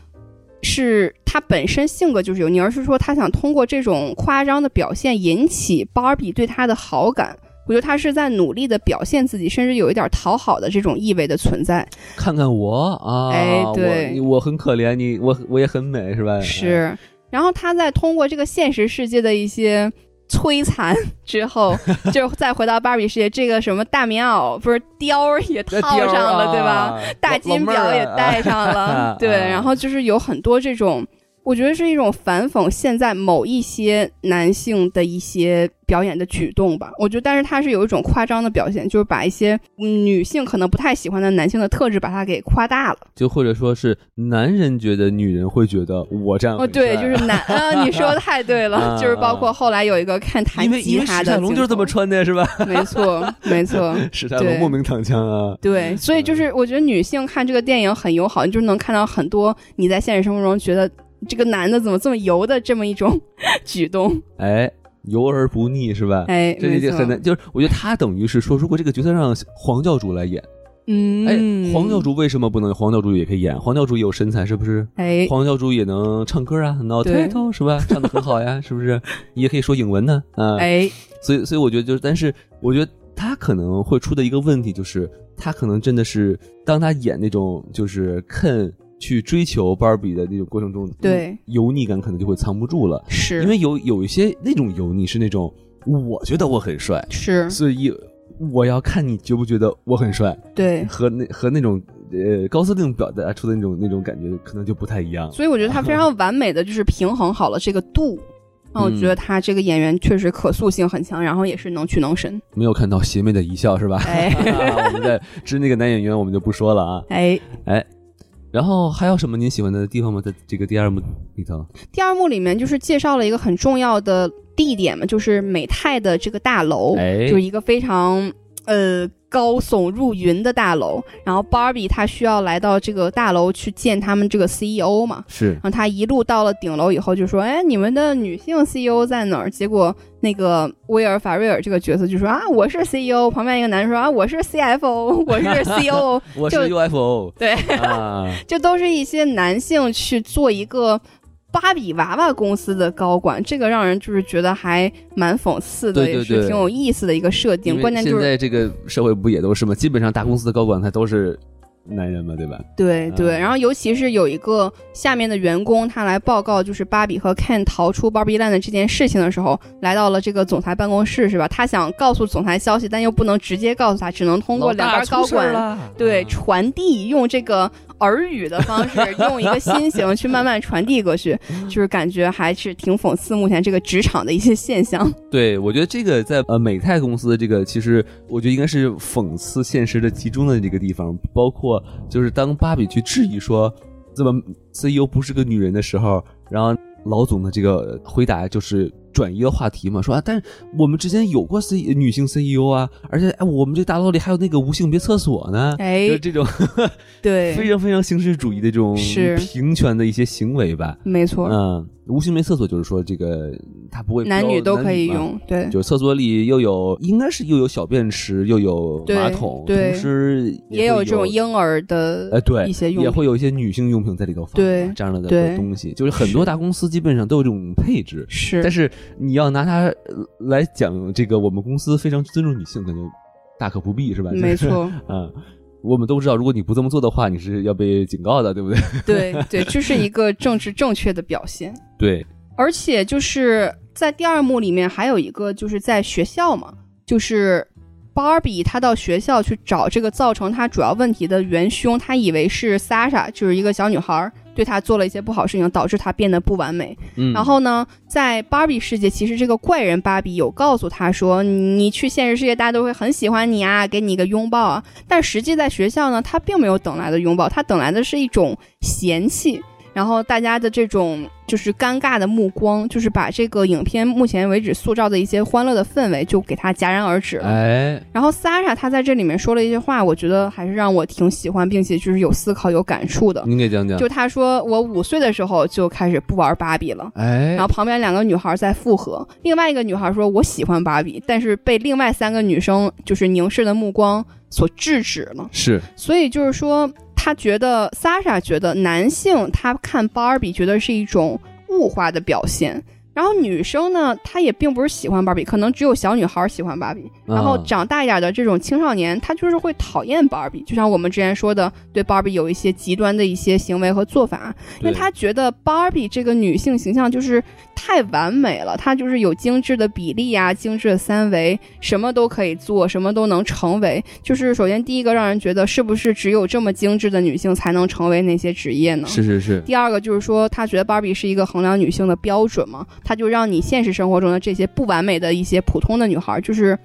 [SPEAKER 1] 是他本身性格就是油腻，而是说他想通过这种夸张的表现引起 Barbie 对他的好感。我觉得他是在努力的表现自己，甚至有一点讨好的这种意味的存在。
[SPEAKER 3] 看看我啊，
[SPEAKER 1] 哎对
[SPEAKER 3] 我我很可怜，你我我也很美，是吧？哎
[SPEAKER 1] 是，然后他在通过这个现实世界的一些摧残之
[SPEAKER 3] <laughs>
[SPEAKER 1] 后，就再回到芭比世界，这个什么大棉袄不是貂儿也套
[SPEAKER 3] 那貂儿
[SPEAKER 1] 上了，对吧？
[SPEAKER 3] 啊？
[SPEAKER 1] 大
[SPEAKER 3] 老
[SPEAKER 1] 金表也，戴上了， <laughs>
[SPEAKER 3] 啊
[SPEAKER 1] 对，
[SPEAKER 3] 啊
[SPEAKER 1] 然后就是有很多这种。我觉得是一种反讽现在某一些男性的一些表演的举动吧。我觉得，但是他是有一种夸张的表现，就是把一些嗯女性可能不太喜欢的男性的特质，把它给夸大了。
[SPEAKER 3] 就或者说是男人觉得女人会觉得我这样
[SPEAKER 1] 哦，
[SPEAKER 3] 很
[SPEAKER 1] 对，
[SPEAKER 3] 帅
[SPEAKER 1] 就是男啊，你说的太对
[SPEAKER 3] 啊
[SPEAKER 1] 了， <laughs> 就是包括后来有一个看弹
[SPEAKER 3] 因为
[SPEAKER 1] 吉
[SPEAKER 3] 因为
[SPEAKER 1] 他
[SPEAKER 3] 史
[SPEAKER 1] 的
[SPEAKER 3] 泰
[SPEAKER 1] 镜
[SPEAKER 3] 龙
[SPEAKER 1] 头，
[SPEAKER 3] 就是这么穿的，是吧？ <laughs>
[SPEAKER 1] 没错，没错，
[SPEAKER 3] 史泰龙
[SPEAKER 1] 对
[SPEAKER 3] 莫名躺枪啊，
[SPEAKER 1] 对，所以就是我觉得女性看这个电影很友好，你就能看到很多你在现实生活中觉得这个男的怎么这么油的这么一种 <laughs> 举动，
[SPEAKER 3] 哎，油而不腻是吧？
[SPEAKER 1] 哎，
[SPEAKER 3] 这
[SPEAKER 1] 没
[SPEAKER 3] 就
[SPEAKER 1] 错，
[SPEAKER 3] 很难，就是我觉得他等于是说，如果这个角色让黄教主来演，
[SPEAKER 1] 嗯，
[SPEAKER 3] 哎，黄教，主为什么不能？黄教主也可以演，黄教主也有身材，是不是？
[SPEAKER 1] 哎，
[SPEAKER 3] 黄教主也能唱歌啊，挠
[SPEAKER 1] 对
[SPEAKER 3] 抬头是吧？
[SPEAKER 1] <laughs>
[SPEAKER 3] 唱的很好呀，是不是？你也可以说英文呢，啊，
[SPEAKER 1] 哎，
[SPEAKER 3] 所以所以我觉得就是，但是我觉得他可能会出的一个问题就是，他可能真的是当他演那种就是肯去追求芭比的那种过程中，嗯
[SPEAKER 1] 对
[SPEAKER 3] 油腻感可能就会藏不住了，
[SPEAKER 1] 是
[SPEAKER 3] 因为有有一些那种油腻是那种我觉得我很帅，
[SPEAKER 1] 是
[SPEAKER 3] 所以我要看你觉不觉得我很帅，
[SPEAKER 1] 对，
[SPEAKER 3] 和那和那种呃高司令表达出的那种那种感觉可能就不太一样。
[SPEAKER 1] 所以我觉得他非常完美的就是平衡好了这个度。嗯那我觉
[SPEAKER 3] 嗯
[SPEAKER 1] 得他这个演员确实可塑性很强，然后也是能屈能
[SPEAKER 3] <laughs>
[SPEAKER 1] 伸。
[SPEAKER 3] 没有看到邪魅的一笑
[SPEAKER 1] <laughs>
[SPEAKER 3] 是吧？
[SPEAKER 1] 哎
[SPEAKER 3] 我们在知那个男演员我们就不说了啊。
[SPEAKER 1] 哎，
[SPEAKER 3] 然后还有什么您喜欢的地方吗？在这个第二幕里头，
[SPEAKER 1] 第二幕里面就是介绍了一个很重要的地点嘛，就是美泰的这个大楼，
[SPEAKER 3] 哎
[SPEAKER 1] 就是一个非常呃高耸入云的大楼。然后 Barbie 她需要来到这个大楼去见他们这个 CEO 嘛，
[SPEAKER 3] 是
[SPEAKER 1] 然后她一路到了顶楼以后就说：“哎，你们的女性 CEO 在哪儿？”结果那个威尔法瑞尔这个角色就说：“啊，我是 CEO。”旁边一个男人说：“啊，我是 CFO，我是 COO。”
[SPEAKER 3] 我
[SPEAKER 1] 就是
[SPEAKER 3] UFO
[SPEAKER 1] 对 <laughs>
[SPEAKER 3] 啊，
[SPEAKER 1] 就都是一些男性去做一个芭比娃娃公司的高管，这个让人就是觉得还蛮讽刺的，
[SPEAKER 3] 对对
[SPEAKER 1] 也
[SPEAKER 3] 对
[SPEAKER 1] 是挺有意思的一个设定。
[SPEAKER 3] 因为
[SPEAKER 1] 关键就
[SPEAKER 3] 现
[SPEAKER 1] 是
[SPEAKER 3] 在这个社会不也都是吗？基本上大公司的高管他都是男人嘛，对吧？
[SPEAKER 1] 对对，
[SPEAKER 3] 嗯
[SPEAKER 1] 然后尤其是有一个下面的员工，他来报告就是芭比和 Ken 逃出 Barbie Land 这件事情的时候，来到了这个总裁办公室，是吧？他想告诉总裁消息，但又不能直接告诉他，只能通过两边高管
[SPEAKER 3] 了
[SPEAKER 1] 对，传递用这个耳语的方式，用一个心形去慢慢传递过
[SPEAKER 3] <laughs>
[SPEAKER 1] 去，
[SPEAKER 3] 嗯
[SPEAKER 1] 就是感觉还是挺讽刺目前这个职场的一些现
[SPEAKER 3] <laughs>
[SPEAKER 1] 象。
[SPEAKER 3] 对，我觉得这个在呃美泰公司的这个，其实我觉得应该是讽刺现实的集中的这个地方，包括就是当芭比去质疑说怎么 CEO 不是个女人的时候，然后老总的这个回答就是转移了话题嘛，说啊，但是我们之前有过 C 女性 CEO 啊，而且哎，我们这大楼里还有那个无性别厕所呢，
[SPEAKER 1] 哎
[SPEAKER 3] 就是这种非
[SPEAKER 1] 对，
[SPEAKER 3] 常非常形式主义的这种
[SPEAKER 1] 是
[SPEAKER 3] 平权的一些行为吧。
[SPEAKER 1] 没错，
[SPEAKER 3] 嗯，无性别厕所就是说这个它不会
[SPEAKER 1] 男
[SPEAKER 3] 标
[SPEAKER 1] 女都可以
[SPEAKER 3] 嘛
[SPEAKER 1] 用。对，
[SPEAKER 3] 就是厕所里又有，应该是又有小便池，又有
[SPEAKER 1] 对
[SPEAKER 3] 马桶，
[SPEAKER 1] 对
[SPEAKER 3] 同时
[SPEAKER 1] 也
[SPEAKER 3] 有
[SPEAKER 1] 有这种，婴儿的
[SPEAKER 3] 哎，对，
[SPEAKER 1] 一些用
[SPEAKER 3] 也
[SPEAKER 1] 品。
[SPEAKER 3] 会有一些女性用品在里头放，
[SPEAKER 1] 对
[SPEAKER 3] 这样的
[SPEAKER 1] 对
[SPEAKER 3] 东西，就是很多
[SPEAKER 1] 是
[SPEAKER 3] 大公司基本上都有这种配置，但
[SPEAKER 1] 是
[SPEAKER 3] 是你要拿它呃来讲这个，我们公司非常尊重女性，感觉大可不必是吧？ <laughs> 就是
[SPEAKER 1] 没，错，
[SPEAKER 3] 嗯。我们都知道，如果你不这么做的话，你是要被警告的，对不 <laughs> 对？
[SPEAKER 1] 对对，这是一个政治正确的表现。
[SPEAKER 3] 对，
[SPEAKER 1] 而且就是在第二幕里面还有一个就是在学校嘛，就是芭比她到学校去找这个造成她主要问题的元凶，她以为是 Sasha，就是一个小女孩儿对她做了一些不好事情，导致她变得不完美。
[SPEAKER 3] 嗯，
[SPEAKER 1] 然后呢，在芭比世界，其实这个怪人芭比有告诉她说，你去现实世界，大家都会很喜欢你啊，给你一个拥抱啊。但实际在学校呢，她并没有等来的拥抱，她等来的是一种嫌弃。然后大家的这种就是尴尬的目光，就是把这个影片目前为止塑造的一些欢乐的氛围，就给它戛然而止了。
[SPEAKER 3] 哎，
[SPEAKER 1] 然后 Sara 她在这里面说了一些话，我觉得还是让我挺喜欢，并且就是有思考、有感触的。
[SPEAKER 3] 您给讲讲，
[SPEAKER 1] 就她说，我五岁的时候就开始不玩芭比了，
[SPEAKER 3] 哎
[SPEAKER 1] 然，后旁边两个女孩在附和，另外一个女孩说：“我喜欢芭比。”但是被另外三个女生就是凝视的目光所制止了。
[SPEAKER 3] 是
[SPEAKER 1] 所以就是说，她觉得 Sasha 觉得男性他看芭比觉得是一种物化的表现。然后女生呢，她也并不是喜欢芭比，可能只有小女孩喜欢芭比。然后
[SPEAKER 3] 啊
[SPEAKER 1] 长大一点的这种青少年，他就是会讨厌芭比，就像我们之前说的，对芭比有一些极端的一些行为和做法。因为
[SPEAKER 3] 对
[SPEAKER 1] 他觉得芭比这个女性形象就是太完美了，她就是有精致的比例啊，精致的三维，什么都可以做，什么都能成为。就是首先第一个让人觉得，是不是只有这么精致的女性才能成为那些职业呢？
[SPEAKER 3] 是是是，
[SPEAKER 1] 第二个就是说，他觉得芭比是一个衡量女性的标准嘛，他就让你现实生活中的这些不完美的一些普通的女孩儿，就是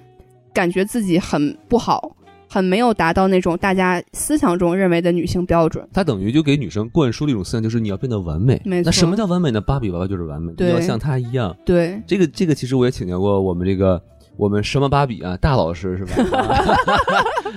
[SPEAKER 1] 感觉自己很不好，很没有达到那种大家思想中认为的女性标准。
[SPEAKER 3] 他等于就给女生灌输了一种思想，就是你要变得完美。
[SPEAKER 1] 没错
[SPEAKER 3] 那什么叫完美呢？芭比娃娃就是完美，你
[SPEAKER 1] 对
[SPEAKER 3] 要像她一样。
[SPEAKER 1] 对，
[SPEAKER 3] 这个这个，其实我也请教过我们这个我们什么芭比啊，大老
[SPEAKER 1] <laughs>
[SPEAKER 3] 师是吧？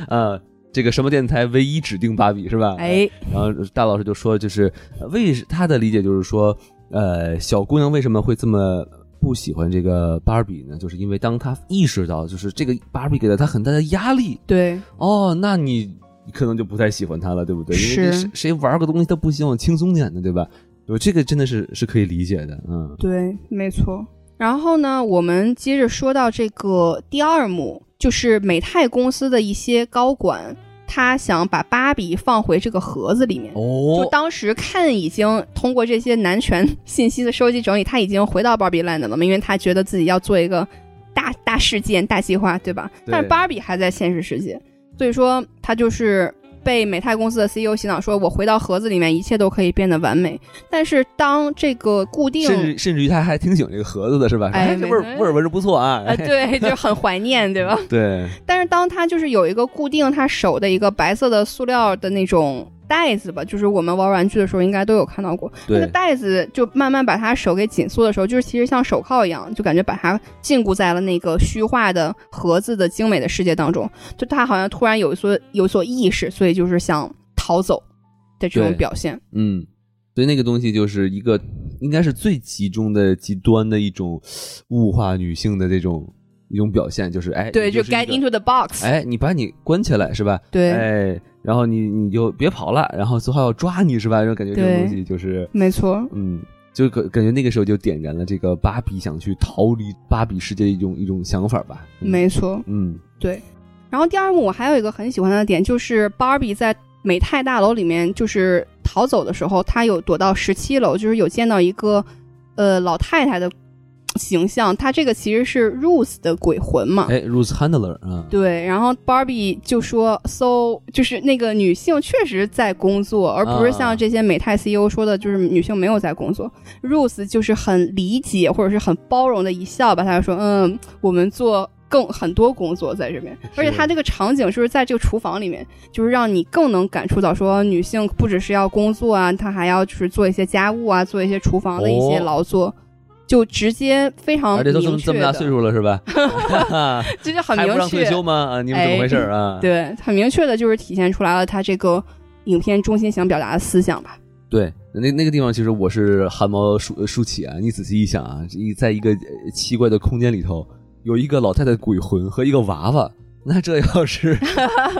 [SPEAKER 3] 呃，这个什么电台唯一指定芭比是吧？，
[SPEAKER 1] 哎，
[SPEAKER 3] 然后大老师就说，就是呃为他的理解就是说，呃，小姑娘为什么会这么不喜欢这个芭比呢？就是因为当她意识到，就是这个芭比给了她很大的压力，
[SPEAKER 1] 对，
[SPEAKER 3] 哦，那你可能就不太喜欢他了，对不对？因为这
[SPEAKER 1] 是
[SPEAKER 3] 谁谁玩个东西他不希望轻松点的，对吧？我这个真的是是可以理解的，嗯，
[SPEAKER 1] 对，没错。然后呢，我们接着说到这个第二幕，就是美泰公司的一些高管，他想把芭比放回这个盒子里面。就
[SPEAKER 3] 哦，
[SPEAKER 1] 当时看已经通过这些男权信息的收集整理，他已经回到 Barbie Land 了嘛，因为他觉得自己要做一个大大事件、大计划，对吧？
[SPEAKER 3] 对
[SPEAKER 1] 但是 Barbie 还在现实世界，所以说他就是被美泰公司的 CEO 洗脑，说我回到盒子里面，一切都可以变得完美。但是当这个固定
[SPEAKER 3] 甚至甚至于他还挺喜欢这个盒子的，是吧？
[SPEAKER 1] 哎
[SPEAKER 3] 哎，这味
[SPEAKER 1] 没
[SPEAKER 3] 儿
[SPEAKER 1] 错
[SPEAKER 3] 味儿闻着不错啊。
[SPEAKER 1] 呃，对， <laughs> 就很怀念，对吧？
[SPEAKER 3] <laughs> 对，
[SPEAKER 1] 但是当他就是有一个固定他手的一个白色的塑料的那种袋子吧，就是我们玩玩具的时候应该都有看到过，
[SPEAKER 3] 对
[SPEAKER 1] 那个袋子就慢慢把他手给紧缩的时候，就是其实像手铐一样，就感觉把他禁锢在了那个虚化的盒子的精美的世界当中。就他好像突然有所有所意识，所以就是想逃走的这种
[SPEAKER 3] 对
[SPEAKER 1] 表现。
[SPEAKER 3] 嗯，所以那个东西就是一个应该是最集中的极端的一种物化女性的这种一种表现，就是哎，
[SPEAKER 1] 对，
[SPEAKER 3] 你
[SPEAKER 1] 就是
[SPEAKER 3] 一个
[SPEAKER 1] get into the box。
[SPEAKER 3] 哎，你把你关起来是吧？
[SPEAKER 1] 对，
[SPEAKER 3] 哎，然后你你就别跑了，然后最后要抓你是吧？就感觉这种
[SPEAKER 1] 对
[SPEAKER 3] 东西就是，
[SPEAKER 1] 没错。
[SPEAKER 3] 嗯，就感感觉那个时候就点燃了这个芭比想去逃离芭比世界的一种一种想法吧。嗯，
[SPEAKER 1] 没错，
[SPEAKER 3] 嗯，
[SPEAKER 1] 然后第二幕我还有一个很喜欢的点，就是芭比在美泰大楼里面就是逃走的时候，她有躲到十七楼，就是有见到一个呃老太太的形象，她这个其实是 Rose 的鬼魂嘛。
[SPEAKER 3] 哎，Rose Handler 啊，
[SPEAKER 1] 对，然后 Barbie 就说，so 就是那个女性确实在工作，而不是
[SPEAKER 3] 啊
[SPEAKER 1] 像这些美泰 CEO 说的，就是女性没有在工作。Rose 就是很理解或者是很包容的一笑吧，她就说，嗯，我们做更很多工作在这边，而且她这个场景就是在这个厨房里面，就是让你更能感触到说，女性不只是要工作啊，她还要就是做一些家务啊，做一些厨房的一些
[SPEAKER 3] 哦
[SPEAKER 1] 劳作。就直接非常
[SPEAKER 3] 而且都这
[SPEAKER 1] 明
[SPEAKER 3] 么
[SPEAKER 1] 确
[SPEAKER 3] 这么大岁
[SPEAKER 1] 的，
[SPEAKER 3] 数了是吧？
[SPEAKER 1] <laughs>
[SPEAKER 3] <laughs>
[SPEAKER 1] 这就很
[SPEAKER 3] 还
[SPEAKER 1] 明
[SPEAKER 3] 不让退
[SPEAKER 1] 确，
[SPEAKER 3] 休吗？啊，你们怎么回事儿啊？
[SPEAKER 1] 对，很明确的就是体现出来了他这个影片中心想表达的思想
[SPEAKER 3] <laughs>
[SPEAKER 1] 吧。
[SPEAKER 3] 对，那那个地方其实我是汗毛竖竖起啊！你仔细一想啊，一在一个呃奇怪的空间里头，有一个老太太鬼魂和一个娃娃，那这要是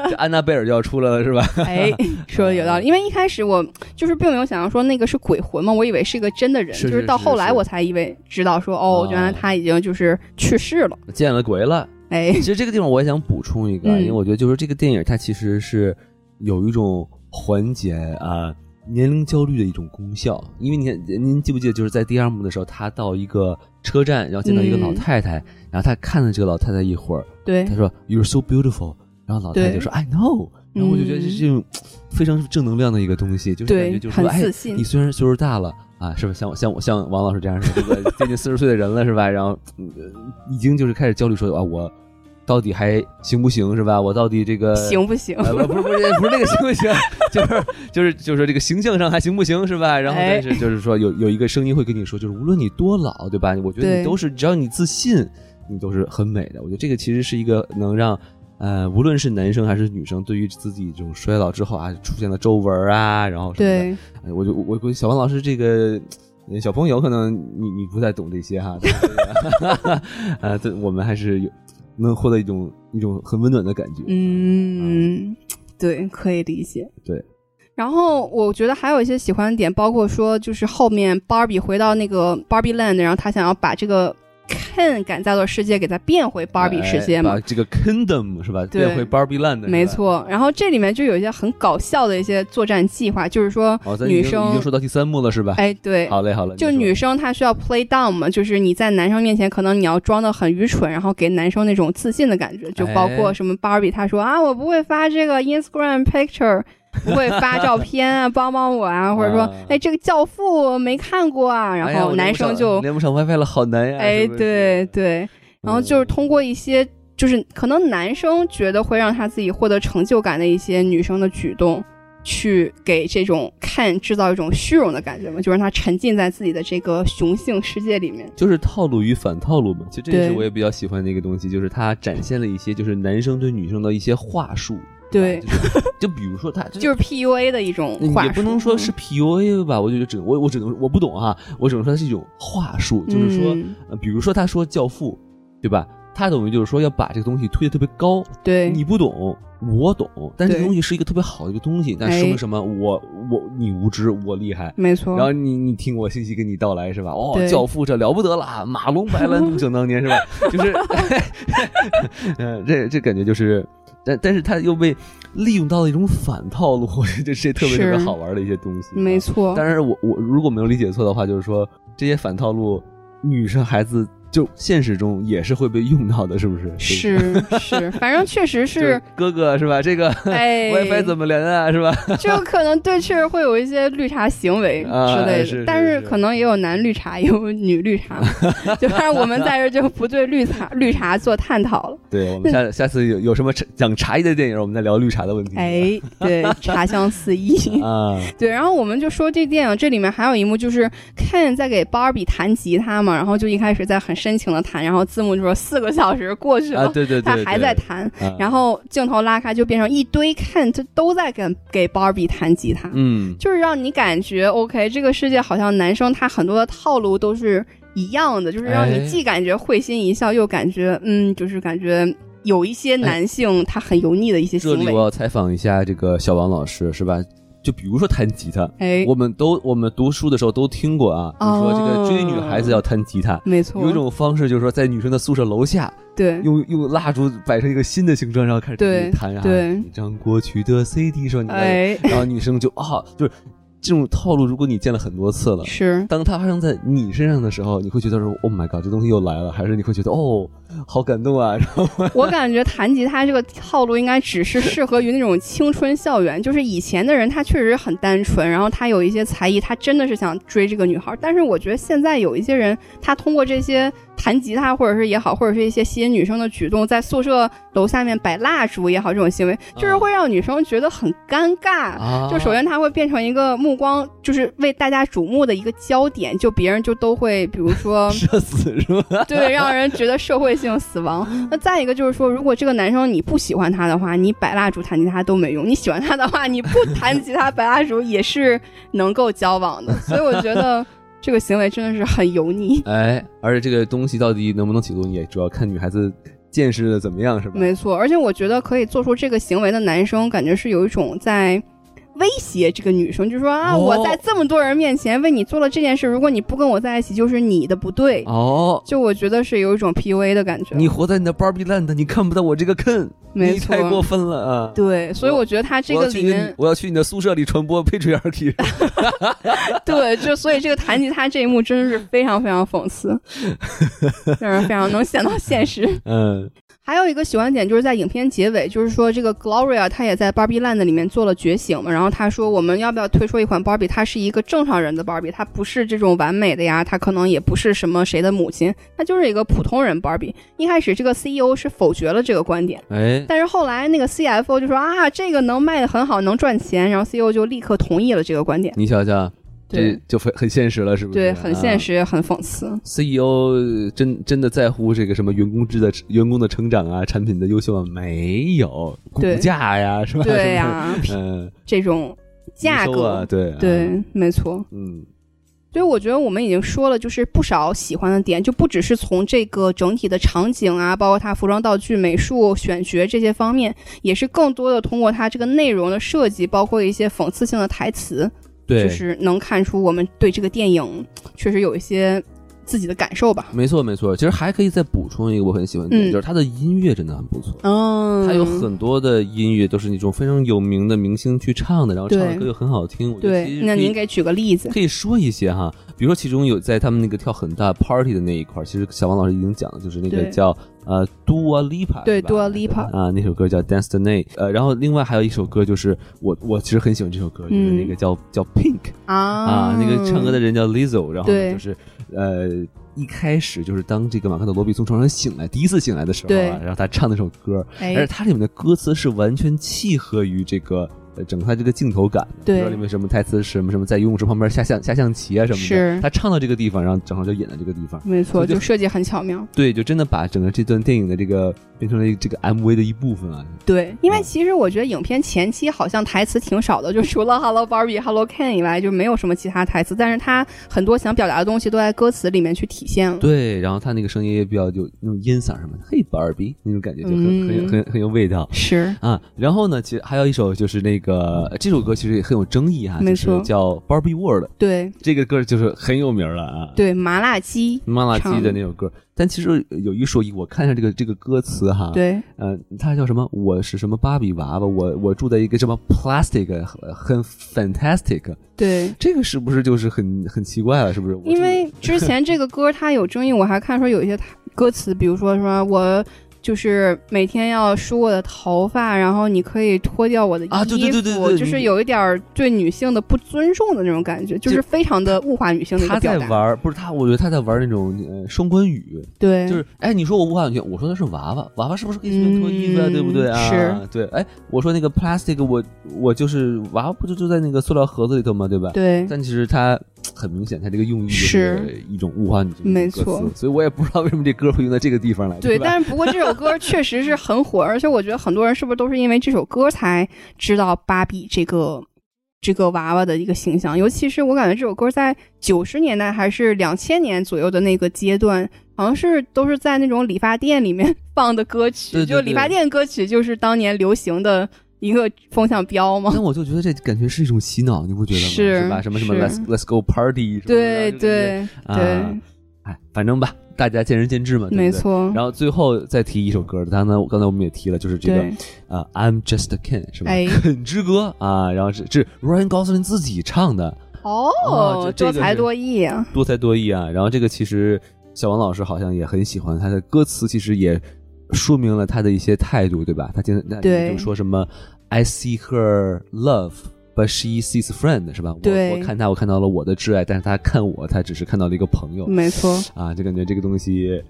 [SPEAKER 3] 这安娜贝尔就要出来了是吧？
[SPEAKER 1] 哎，说的有
[SPEAKER 3] 嗯
[SPEAKER 1] 道理，因为一开始我就是并没有想到说那个是鬼魂嘛，我以为是个真的人，
[SPEAKER 3] 是
[SPEAKER 1] 就是
[SPEAKER 3] 是
[SPEAKER 1] 到
[SPEAKER 3] 是
[SPEAKER 1] 后来
[SPEAKER 3] 是
[SPEAKER 1] 我才以为知道说哦
[SPEAKER 3] 啊，
[SPEAKER 1] 原来他已经就是去世了。
[SPEAKER 3] 见了鬼了！
[SPEAKER 1] 哎，
[SPEAKER 3] 其实这个地方我也想补充一个，啊
[SPEAKER 1] 嗯
[SPEAKER 3] 因为我觉得就是这个电影它其实是有一种缓解啊年龄焦虑的一种功效，因为你看您记不记得就是在第二幕的时候，他到一个车站，然后见到一个老
[SPEAKER 1] 嗯
[SPEAKER 3] 太太，然后他看了这个老太太一会儿。
[SPEAKER 1] 对
[SPEAKER 3] 他，说 You're so beautiful，然后老太太
[SPEAKER 1] 对嗯
[SPEAKER 3] 就说 I know，然后我就觉得这是这种非常正能量的一个东西，就是
[SPEAKER 1] 对
[SPEAKER 3] 感觉就是说，
[SPEAKER 1] 很
[SPEAKER 3] 哎
[SPEAKER 1] 自，信
[SPEAKER 3] 你虽然岁数大了啊，是吧？像我像我像王老师这样是吧
[SPEAKER 1] <laughs>
[SPEAKER 3] 接近四十岁的人了，是吧？然后、嗯已经就是开始焦虑说啊，我到底还行不行，是吧？我到底这个
[SPEAKER 1] 行不行？
[SPEAKER 3] 呃，不不是不是不是那个行不行，就是就是就是说这个形象上还行不行是吧？然后
[SPEAKER 1] 哎
[SPEAKER 3] 但是就是说有有一个声音会跟你说，就是无论你多老，对吧？我觉得你
[SPEAKER 1] 对
[SPEAKER 3] 都是只要你自信，你都是很美的。我觉得这个其实是一个能让。呃，无论是男生还是女生，对于自己这种衰老之后啊，出现了皱纹啊，然后什么的，
[SPEAKER 1] 对，
[SPEAKER 3] 哎我就我我小王老师这个呃小朋友，可能你你不太懂这些哈， <laughs> 但是呃，对，我们还是有能获得一种一种很温暖的感觉。
[SPEAKER 1] 嗯，对，可以理解。
[SPEAKER 3] 对。
[SPEAKER 1] 然后我觉得还有一些喜欢的点，包括说就是后面 Barbie 回到那个 Barbie Land，然后他想要把这个 Ken 赶造的世界给它变回 Barbie 世界嘛
[SPEAKER 3] 哎把，这个 Kingdom 是吧？
[SPEAKER 1] 对
[SPEAKER 3] 变回 Barbie Land，是吧
[SPEAKER 1] 没。错。然后这里面就有一些很搞笑的一些作战计划，就是说
[SPEAKER 3] 哦，咱已经
[SPEAKER 1] 女
[SPEAKER 3] 已经
[SPEAKER 1] 生，
[SPEAKER 3] 说到第三幕了是吧？
[SPEAKER 1] 哎，对，
[SPEAKER 3] 好嘞，好嘞。
[SPEAKER 1] 就
[SPEAKER 3] 你说
[SPEAKER 1] 女生她需要 play down 嘛，就是你在男生面前可能你要装的很愚蠢，然后给男生那种自信的感觉，就包
[SPEAKER 3] 哎
[SPEAKER 1] 括什么 Barbie 她说啊，我不会发这个 Instagram picture，不会
[SPEAKER 3] <laughs>
[SPEAKER 1] 发照片啊，帮帮我啊，或者说
[SPEAKER 3] 啊
[SPEAKER 1] 哎这个教父我没看过啊，
[SPEAKER 3] 哎
[SPEAKER 1] 然
[SPEAKER 3] 呀
[SPEAKER 1] 后
[SPEAKER 3] 我
[SPEAKER 1] 男生就
[SPEAKER 3] 连不上连不上 WiFi 了，好难呀。
[SPEAKER 1] 哎
[SPEAKER 3] 是不是
[SPEAKER 1] 对，对，然后
[SPEAKER 3] 嗯
[SPEAKER 1] 就是通过一些就是可能男生觉得会让他自己获得成就感的一些女生的举动。去给这种看制造一种虚荣的感觉嘛，就让他沉浸在自己的这个雄性世界里面。
[SPEAKER 3] 就是套路与反套路嘛。其实这也是
[SPEAKER 1] 对
[SPEAKER 3] 我也比较喜欢的一个东西，就是它展现了一些就是男生对女生的一些话术。
[SPEAKER 1] 对
[SPEAKER 3] 啊，就是 <laughs> 就比如说他
[SPEAKER 1] <laughs> 就是 PUA 的一种
[SPEAKER 3] 你
[SPEAKER 1] 话术，嗯
[SPEAKER 3] 嗯也不能说是 PUA 吧，我就只我我只能我不懂哈、我只能说它是一种话术，就是说、
[SPEAKER 1] 嗯
[SPEAKER 3] 呃比如说他说《教父》，对吧？他等于就是说要把这个东西推得特别高，
[SPEAKER 1] 对
[SPEAKER 3] 你不懂，我懂，但这个
[SPEAKER 1] 对
[SPEAKER 3] 东西是一个特别好的一个东西，但说明
[SPEAKER 1] 哎
[SPEAKER 3] 什么？我我你无知，我厉害。
[SPEAKER 1] 没错。
[SPEAKER 3] 然后你你听我信息跟你道来是吧？哦，
[SPEAKER 1] 对
[SPEAKER 3] 教父这了不得了，马龙白兰度想当年是吧？ <laughs> 就是，嗯，这这感觉就是，但但是他又被利用到了一种反套路， <laughs> 我觉得这是特别特
[SPEAKER 1] 是
[SPEAKER 3] 别好玩的一些东西。啊
[SPEAKER 1] 没错，
[SPEAKER 3] 当然我，我如果没有理解错的话，就是说这些反套路，女生孩子就现实中也是会被用到的，是不是？
[SPEAKER 1] 是是，反正确实，
[SPEAKER 3] 就是哥哥是吧？这个
[SPEAKER 1] 哎
[SPEAKER 3] <laughs> WiFi 怎么连啊？是吧？ <laughs>
[SPEAKER 1] 就可能对确实会有一些绿茶行为
[SPEAKER 3] 啊
[SPEAKER 1] 之类
[SPEAKER 3] 是是
[SPEAKER 1] 的，但
[SPEAKER 3] 是
[SPEAKER 1] 可能也有男绿茶，也有女绿
[SPEAKER 3] <laughs>
[SPEAKER 1] 茶，就但是我们在这儿就不对绿茶绿茶做探讨
[SPEAKER 3] <laughs>
[SPEAKER 1] 了。
[SPEAKER 3] 对，我们下下次有有什么茶讲茶叶的电影，我们再聊绿茶的问题。
[SPEAKER 1] 哎，对，茶香四溢。
[SPEAKER 3] <laughs>
[SPEAKER 1] <laughs>
[SPEAKER 3] 啊，
[SPEAKER 1] 对，然后我们就说这电影这里面还有一幕就是 Ken 在给 Barbie 弹吉他嘛，然后就一开始在很深情的弹，然后字幕就说四个小时过去了，
[SPEAKER 3] 啊，对对对，
[SPEAKER 1] 哦他还
[SPEAKER 3] 对
[SPEAKER 1] 在，弹，
[SPEAKER 3] 啊
[SPEAKER 1] 然后镜头拉开就变成一堆 Ken 就都在给给 Barbie 弹吉他，
[SPEAKER 3] 嗯，
[SPEAKER 1] 就是让你感觉 OK，这个世界好像男生他很多的套路都是一样的，就是让
[SPEAKER 3] 哎
[SPEAKER 1] 你既感觉会心一笑，又感觉嗯，就是感觉有一些男性他很油腻的一些
[SPEAKER 3] 这
[SPEAKER 1] 行
[SPEAKER 3] 里
[SPEAKER 1] 为
[SPEAKER 3] 我。要采访一下这个小王老师，是吧？就比如说弹吉他，
[SPEAKER 1] 哎，
[SPEAKER 3] 我们都我们读书的时候都听过啊，就是说这个追女孩
[SPEAKER 1] 哦
[SPEAKER 3] 子要弹吉他。
[SPEAKER 1] 没错，
[SPEAKER 3] 有一种方式就是说，在女生的宿舍楼下，
[SPEAKER 1] 对
[SPEAKER 3] 用用蜡烛摆成一个新的形状，然后开始
[SPEAKER 1] 对
[SPEAKER 3] 弹啊，
[SPEAKER 1] 对
[SPEAKER 3] 一张过去的 CD 说你来，
[SPEAKER 1] 哎
[SPEAKER 3] 然后女生就啊，就是这种套路，如果你见了很多次了。
[SPEAKER 1] 是
[SPEAKER 3] 当它发生在你身上的时候，你会觉得说 “Oh my god”，这东西又来了，还是你会觉得“哦，好感动啊”，然后
[SPEAKER 1] 我感觉弹吉他这个套路应该只是适合于那种青春校园，就是以前的人他确实很单纯，然后他有一些才艺，他真的是想追这个女孩儿。但是我觉得现在有一些人，他通过这些弹吉他或者是也好，或者是一些吸引女生的举动，在宿舍楼下面摆蜡烛也好，这种行为就是会让女生觉得很尴尬。
[SPEAKER 3] 啊，
[SPEAKER 1] 就首先它会变成一个目光，就是为大家瞩目的一个焦点，就别人就都会，比如说
[SPEAKER 3] 啊社死是吧？
[SPEAKER 1] 对，让人觉得社会性死亡。那再一个就是说，如果这个男生你不喜欢他的话，你摆蜡烛、弹吉他都没用；你喜欢他的话，你不弹吉他、摆蜡烛也是能够交往的。所以我觉得这个行为真的是很油腻。
[SPEAKER 3] <laughs> 哎，而且这个东西到底能不能起作用，也主要看女孩子见识的怎么样，是吧？
[SPEAKER 1] 没错，而且我觉得可以做出这个行为的男生，感觉是有一种在。威胁这个女生，就说啊，
[SPEAKER 3] 哦
[SPEAKER 1] 我在这么多人面前为你做了这件事，如果你不跟我在一起，就是你的不对。
[SPEAKER 3] 哦，
[SPEAKER 1] 就我觉得是有一种 PUA 的感觉。
[SPEAKER 3] 你活在你的 Barbie Land，你看不到我这个 Ken，
[SPEAKER 1] 没
[SPEAKER 3] 你
[SPEAKER 1] 错
[SPEAKER 3] 太过分了啊！
[SPEAKER 1] 对，所以
[SPEAKER 3] 我
[SPEAKER 1] 我觉得他这
[SPEAKER 3] 我
[SPEAKER 1] 个
[SPEAKER 3] 要去
[SPEAKER 1] 里
[SPEAKER 3] 你
[SPEAKER 1] 面
[SPEAKER 3] 的，我要去你的宿舍里传
[SPEAKER 1] <laughs>
[SPEAKER 3] 播 patriarchy。
[SPEAKER 1] 对，就所以这个弹吉他这一幕真的是非常非常讽刺，让人非常能想到现实。
[SPEAKER 3] 嗯，
[SPEAKER 1] 还有一个喜欢点就是在影片结尾，就是说这个 Gloria 她也在 Barbie Land 里面做了觉醒嘛，然后她说我们要不要推出一款 Barbie？她是一个正常人的 Barbie，她不是这种完美的呀，她可能也不是什么谁的母亲，她就是一个普通人 Barbie。一开始这个 CEO 是否决了这个观点。
[SPEAKER 3] 哎，
[SPEAKER 1] 但是后来那个 CFO 就说啊，这个能卖的很好，能赚钱，然后 CEO 就立刻同意了这个观点。
[SPEAKER 3] 你想想，这
[SPEAKER 1] 对
[SPEAKER 3] 就很很现实了，是不是？
[SPEAKER 1] 对，很现
[SPEAKER 3] 啊。
[SPEAKER 1] 实，也很讽
[SPEAKER 3] <laughs>
[SPEAKER 1] 刺。
[SPEAKER 3] CEO 真真的在乎这个什么员工制的员工的成长啊，产品的优秀啊？没有，股
[SPEAKER 1] 对
[SPEAKER 3] 价呀，是吧？
[SPEAKER 1] 对呀、
[SPEAKER 3] <laughs> 是不是嗯，
[SPEAKER 1] 这种价
[SPEAKER 3] 营收
[SPEAKER 1] 格，
[SPEAKER 3] 啊，对啊
[SPEAKER 1] 对，没错。
[SPEAKER 3] 嗯，
[SPEAKER 1] 所以我觉得我们已经说了，就是不少喜欢的点，就不只是从这个整体的场景啊，包括它服装、道具、美术、选角这些方面，也是更多的通过它这个内容的设计，包括一些讽刺性的台词，
[SPEAKER 3] 对，
[SPEAKER 1] 就是能看出我们对这个电影确实有一些自己的感受吧。
[SPEAKER 3] 没错没错。其实还可以再补充一个我很喜欢的点，
[SPEAKER 1] 嗯
[SPEAKER 3] 就是他的音乐真的很不错。
[SPEAKER 1] 嗯，
[SPEAKER 3] 他有很多的音乐都是那种非常有名的明星去唱的，然后唱的
[SPEAKER 1] 对
[SPEAKER 3] 歌又很好听。我觉
[SPEAKER 1] 对
[SPEAKER 3] 得其，实
[SPEAKER 1] 那
[SPEAKER 3] 可以
[SPEAKER 1] 您给举个例子。
[SPEAKER 3] 可以说一些哈，比如说其中有在他们那个跳很大 party 的那一块儿，其实小王老师已经讲了，就是那个
[SPEAKER 1] 对
[SPEAKER 3] 叫呃 Dua Lipa
[SPEAKER 1] 对
[SPEAKER 3] 是吧
[SPEAKER 1] Dua Lipa
[SPEAKER 3] 啊、那首歌叫 Dance the Night，呃，然后另外还有一首歌就是我我其实很喜欢这首歌，就是
[SPEAKER 1] 嗯
[SPEAKER 3] 那个叫叫 Pink
[SPEAKER 1] 啊
[SPEAKER 3] 啊，那个唱歌的人叫 Lizzo，然后呢
[SPEAKER 1] 对
[SPEAKER 3] 就是呃一开始就是当这个马克特罗比从床上醒来，第一次醒来的时候
[SPEAKER 1] 对
[SPEAKER 3] 啊，然后他唱那首歌，
[SPEAKER 1] 哎
[SPEAKER 3] 而且它里面的歌词是完全契合于这个呃整个它这个镜头感的，
[SPEAKER 1] 对
[SPEAKER 3] 比如说里面什么台词是什么什么在游泳池旁边下象下象棋啊什么的，
[SPEAKER 1] 是
[SPEAKER 3] 他唱到这个地方，然后正好就演到这个地方，
[SPEAKER 1] 没
[SPEAKER 3] 所
[SPEAKER 1] 错，
[SPEAKER 3] 以就
[SPEAKER 1] 就设计很巧妙。
[SPEAKER 3] 对，就真的把整个这段电影的这个变成了一个这个 MV 的一部分啊。
[SPEAKER 1] 对，因为
[SPEAKER 3] 嗯
[SPEAKER 1] 其实我觉得影片前期好像台词挺少的，就除了 Hello Barbie、Hello Ken 以外，就没有什么其他台词。但是他很多想表达的东西都在歌词里面去体现了。
[SPEAKER 3] 对，然后他那个声音也比较有那种阴嗓什么的，嘿，芭比那种感觉就很、很有
[SPEAKER 1] 嗯
[SPEAKER 3] 很有很有味道。
[SPEAKER 1] 是，
[SPEAKER 3] 啊，然后呢，其实还有一首就是那个这首歌其实也很有争议哈、啊
[SPEAKER 1] 没
[SPEAKER 3] 就是
[SPEAKER 1] 错
[SPEAKER 3] 叫《Barbie World》，
[SPEAKER 1] 对
[SPEAKER 3] 这个歌就是很有名了啊。嗯
[SPEAKER 1] 对，麻辣鸡，
[SPEAKER 3] 麻辣鸡
[SPEAKER 1] 唱
[SPEAKER 3] 的
[SPEAKER 1] 的
[SPEAKER 3] 那首歌，但其实有一说一，我看一下这个这个歌词哈，，
[SPEAKER 1] 对
[SPEAKER 3] 呃，它叫什么？我是什么芭比娃娃？我我住在一个什么 plastic，呃很 fantastic，
[SPEAKER 1] 对。
[SPEAKER 3] 这个是不是就是很很奇怪了？是不是？我
[SPEAKER 1] 因
[SPEAKER 3] 住
[SPEAKER 1] 为之前这个歌它有争议，我还看说有一些它歌词，比如说什么我。就是每天要梳我的头发，然后你可以脱掉我的衣服，
[SPEAKER 3] 啊对对对对对
[SPEAKER 1] 就是
[SPEAKER 3] 你
[SPEAKER 1] 有一点儿对女性的不尊重的那种感觉，就是非常的物化女性的一
[SPEAKER 3] 他
[SPEAKER 1] 个
[SPEAKER 3] 在
[SPEAKER 1] 表
[SPEAKER 3] 玩
[SPEAKER 1] 达。
[SPEAKER 3] 儿，不是他，我觉得他在玩儿那种呃双关语，
[SPEAKER 1] 对，
[SPEAKER 3] 就是哎，你说我无法完全，我说的是娃娃，娃娃是不是可以随便脱衣服啊？
[SPEAKER 1] 嗯
[SPEAKER 3] 对不对啊？
[SPEAKER 1] 是，
[SPEAKER 3] 对。哎，我说那个 plastic，我我就是娃娃，不就就在那个塑料盒子里头吗？对吧？。
[SPEAKER 1] 对，
[SPEAKER 3] 但其实它很明显，它这个用意就是一种物化女性的
[SPEAKER 1] 没
[SPEAKER 3] 歌词
[SPEAKER 1] 错
[SPEAKER 3] 所以我也不知道为什么这歌会用在这个地方来。
[SPEAKER 1] 对，
[SPEAKER 3] 吧？
[SPEAKER 1] 但是不过这首歌确实是很火，而且我觉得很多人是不是都是因为这首歌才知道芭比这个这个娃娃的一个形象？尤其是我感觉这首歌在九十年代还是两千年左右的那个阶段，好像是都是在那种理发店里面 <laughs> 放的歌曲，
[SPEAKER 3] 对对
[SPEAKER 1] 就理发
[SPEAKER 3] 对
[SPEAKER 1] 店歌曲就是当年流行的一个风向标嘛。
[SPEAKER 3] 但我就觉得这感觉是一种洗脑，你不觉得吗？
[SPEAKER 1] 哦是
[SPEAKER 3] 吧？什么什么
[SPEAKER 1] 是
[SPEAKER 3] let's let's go party，什么的
[SPEAKER 1] 对，对
[SPEAKER 3] 就感觉啊
[SPEAKER 1] 对，
[SPEAKER 3] 哎，反正吧，大家见仁见智嘛，对不对
[SPEAKER 1] 没。错，
[SPEAKER 3] 然后最后再提一首歌，刚才刚才我们也提了，就是这个
[SPEAKER 1] 对，
[SPEAKER 3] 啊、I'm Just a Ken 是吧？ <laughs>
[SPEAKER 1] 哎，
[SPEAKER 3] 肯之歌啊，然后这这 Ryan Gosling 自己唱的，
[SPEAKER 1] 哦，
[SPEAKER 3] 这这
[SPEAKER 1] 多
[SPEAKER 3] 个
[SPEAKER 1] 才
[SPEAKER 3] 是
[SPEAKER 1] 多艺啊，
[SPEAKER 3] 多才多艺啊。然后这个其实小王老师好像也很喜欢，他的歌词其实也说明了他的一些态度，对吧？他经常
[SPEAKER 1] 对
[SPEAKER 3] 就说什么 I see her love。But she sees friend 是吧？
[SPEAKER 1] 对
[SPEAKER 3] 我我看他，我看到了我的挚爱，但是他看我，他只是看到了一个朋友
[SPEAKER 1] 没错。
[SPEAKER 3] 啊，就感觉这个东西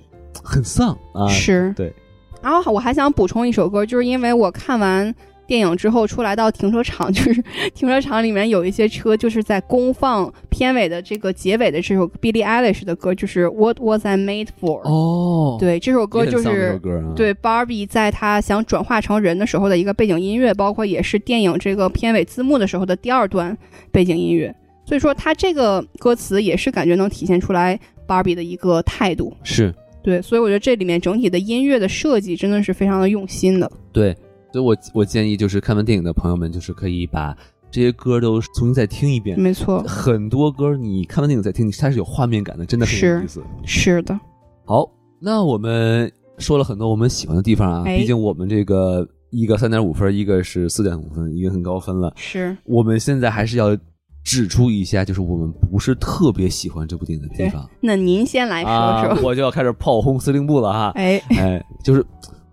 [SPEAKER 3] 很丧啊。
[SPEAKER 1] 是，
[SPEAKER 3] 对。
[SPEAKER 1] 然后我还想补充一首歌，就是因为我看完电影之后出来到停车场， <laughs> 就是停车场里面有一些车就是在公放片尾的这个结尾的这首 Billie Eilish 的歌，就是 What Was I Made For？、
[SPEAKER 3] 哦，，
[SPEAKER 1] 对，这首歌就
[SPEAKER 3] 这首
[SPEAKER 1] 是。
[SPEAKER 3] 歌啊，
[SPEAKER 1] 对，Barbie 在她想转化成人的时候的一个背景音乐，包括也是电影这个片尾字幕的时候的第二段背景音乐。所以说，它这个歌词也是感觉能体现出来 Barbie 的一个态度。
[SPEAKER 3] 是
[SPEAKER 1] 对，所以我觉得这里面整体的音乐的设计真的是非常的用心的。
[SPEAKER 3] 对，所以我我建议就是看完电影的朋友们，就是可以把这些歌都重新再听一遍。
[SPEAKER 1] 没错，
[SPEAKER 3] 很多歌你看完电影再听，它是有画面感的，真的很有
[SPEAKER 1] 是
[SPEAKER 3] 意思。
[SPEAKER 1] 是的，
[SPEAKER 3] 好，那我们说了很多我们喜欢的地方啊，
[SPEAKER 1] 哎
[SPEAKER 3] 毕竟我们这个一个三点五分，一个是四点五分，一个很高分了。
[SPEAKER 1] 是
[SPEAKER 3] 我们现在还是要指出一下，就是我们不是特别喜欢这部电影的地方
[SPEAKER 1] 那您先来哎说
[SPEAKER 3] 啊
[SPEAKER 1] 说，，
[SPEAKER 3] 我就要开始炮轰司令部了哈。
[SPEAKER 1] 哎，
[SPEAKER 3] 哎，就是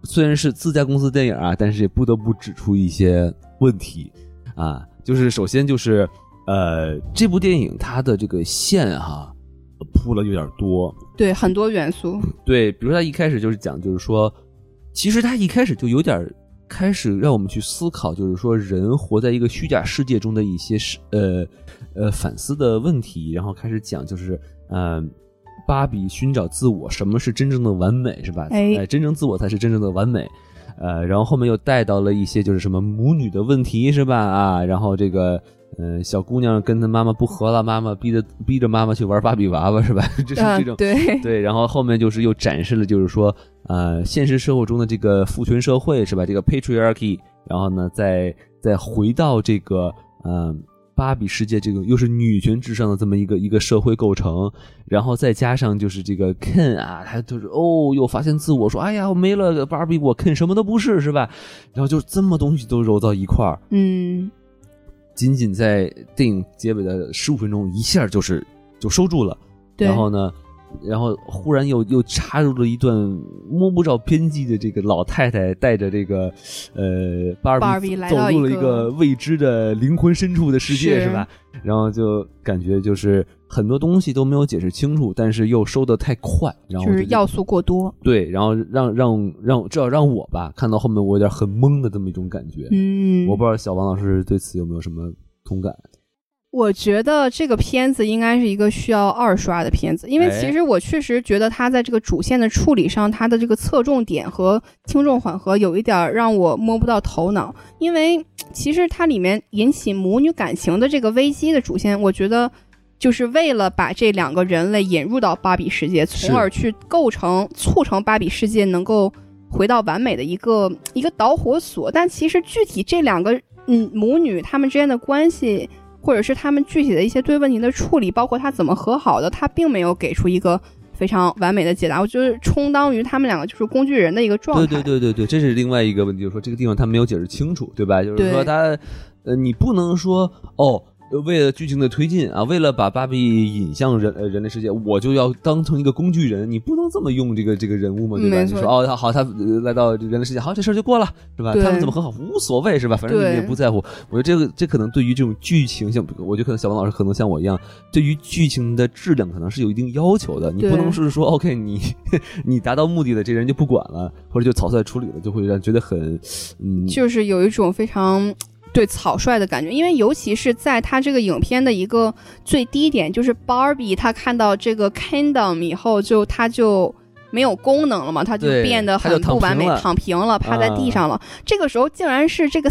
[SPEAKER 3] 虽然是自家公司的电影啊，但是也不得不指出一些问题啊。就是首先就是呃，这部电影它的这个线哈、铺了有点多。
[SPEAKER 1] 对，很多元素，
[SPEAKER 3] 对，比如它一开始就是讲，就是说，其实它一开始就有点儿开始让我们去思考，就是说人活在一个虚假世界中的一些是呃呃反思的问题，然后开始讲就是嗯。芭比寻找自我，什么是真正的完美，是吧？
[SPEAKER 1] 哎
[SPEAKER 3] 真正自我才是真正的完美。呃，然后后面又带到了一些就是什么母女的问题，是吧？啊，然后这个呃小姑娘跟她妈妈不和了，妈妈逼着逼着妈妈去玩芭比娃娃，是吧？ <laughs> 这是这种、
[SPEAKER 1] 嗯， <laughs> 对，
[SPEAKER 3] 对，然后后面就是又展示了，就是说，呃，现实生活中的这个父权社会是吧？这个 patriarchy，然后呢，再再回到这个，呃，芭比世界这个又是女权至上的这么一个一个社会构成，然后再加上就是这个 Ken 啊，他就是哦，又发现自我说，哎呀，我没了芭比，我 Ken 什么都不是是吧？然后就这么东西都揉到一块儿，
[SPEAKER 1] 嗯，
[SPEAKER 3] 仅仅在电影结尾的十五分钟，一下就是就收住了。
[SPEAKER 1] 对
[SPEAKER 3] 然，后呢，然后忽然又又插入了一段摸不着边际的这个老太太带着这个呃芭
[SPEAKER 1] 芭
[SPEAKER 3] 比
[SPEAKER 1] 比来
[SPEAKER 3] 走
[SPEAKER 1] 到
[SPEAKER 3] 入
[SPEAKER 1] 一
[SPEAKER 3] 了一个
[SPEAKER 1] 个
[SPEAKER 3] 未知的灵魂深处的世界，
[SPEAKER 1] 是
[SPEAKER 3] 是吧？然后就感觉就是很多东西都没有解释清楚，但是又收的太快，然后
[SPEAKER 1] 就是
[SPEAKER 3] 我就
[SPEAKER 1] 要素过多，
[SPEAKER 3] 对，然后让让让至少让我吧看到后面我有点很懵的这么一种感觉。
[SPEAKER 1] 嗯，
[SPEAKER 3] 我不知道小王老师对此有没有什么同感？
[SPEAKER 1] 我觉得这个片子应该是一个需要二刷的片子，因为
[SPEAKER 3] 哎
[SPEAKER 1] 其实我确实觉得它在这个主线的处理上，它的这个侧重点和轻重缓和有一点儿让我摸不到头脑。因为其实它里面引起母女感情的这个危机的主线，我觉得就是为了把这两个人类引入到芭比世界，
[SPEAKER 3] 是
[SPEAKER 1] 从而去构成促成芭比世界能够回到完美的一个一个导火索。但其实具体这两个嗯母女她们之间的关系，或者是她们具体的一些对问题的处理，包括她怎么和好的，她并没有给出一个非常完美的解答。我觉得充当于她们两个就是工具人的一个状态。
[SPEAKER 3] 对对对对对，这是另外一个问题，就是说这个地方他没有解释清楚，对吧？就是
[SPEAKER 1] 对
[SPEAKER 3] 说他，呃，你不能说哦。呃为了剧情的推进啊，为了把芭比引向人呃人类世界，我就要当成一个工具人，你不能这么用这个这个人物嘛，对吧？
[SPEAKER 1] 没
[SPEAKER 3] 你
[SPEAKER 1] 错
[SPEAKER 3] 说哦，他好，他呃来到人类世界，好，这事儿就过了，是吧？
[SPEAKER 1] 对
[SPEAKER 3] 他们怎么和好无所谓，是吧？反正你们
[SPEAKER 1] 对
[SPEAKER 3] 也不在乎。我觉得这个这可能对于这种剧情，像我觉得可能小王老师可能像我一样，对于剧情的质量可能是有一定要求的，你不
[SPEAKER 1] 对
[SPEAKER 3] 能是说 OK 你你达到目的了，这人就不管了，或者就草率处理了，就会让觉得很，嗯，
[SPEAKER 1] 就是有一种非常对草率的感觉，因为尤其是在他这个影片的一个最低点，就是 Barbie 他看到这个 Kingdom 以后就，他就没有功能了嘛，他就
[SPEAKER 3] 对
[SPEAKER 1] 变得
[SPEAKER 3] 他就
[SPEAKER 1] 很
[SPEAKER 3] 躺
[SPEAKER 1] 不完美
[SPEAKER 3] 平，了啊
[SPEAKER 1] 躺平了，趴在地上了。这个时候竟然是这个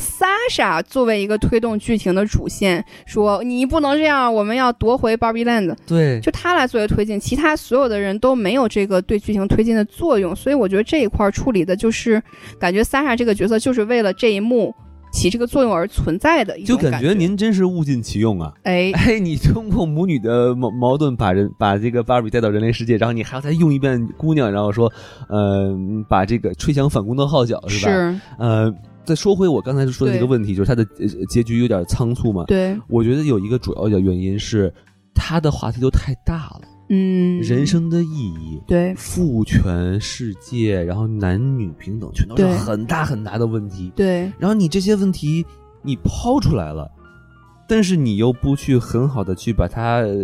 [SPEAKER 1] Sasha 作为一个推动剧情的主线，说你不能这样，我们要夺回 Barbie Land。
[SPEAKER 3] 对，
[SPEAKER 1] 就他来作为推进，其他所有的人都没有这个对剧情推进的作用，所以我觉得这一块儿处理的就是感觉 Sasha 这个角色就是为了这一幕起这个作用而存在的一
[SPEAKER 3] 就
[SPEAKER 1] 种感
[SPEAKER 3] 感觉您真是物尽其用啊！
[SPEAKER 1] 哎，
[SPEAKER 3] 哎，你通过母女的矛矛盾把人把这个芭比带到人类世界，然后你还要再用一遍姑娘，然后说，呃，把这个吹响反攻的号角是吧？
[SPEAKER 1] 是
[SPEAKER 3] 呃，再说回我刚才说的那个
[SPEAKER 1] 对
[SPEAKER 3] 问题，就是它的呃结局有点仓促嘛。
[SPEAKER 1] 对，
[SPEAKER 3] 我觉得有一个主要的原因是，它的话题都太大了，
[SPEAKER 1] 嗯，
[SPEAKER 3] 人生的意义。
[SPEAKER 1] 对
[SPEAKER 3] 父权世界，然后男女平等，全都是
[SPEAKER 1] 对
[SPEAKER 3] 很大很大的问题。
[SPEAKER 1] 对
[SPEAKER 3] 然后你这些问题你抛出来了，但是你又不去很好的去把它、呃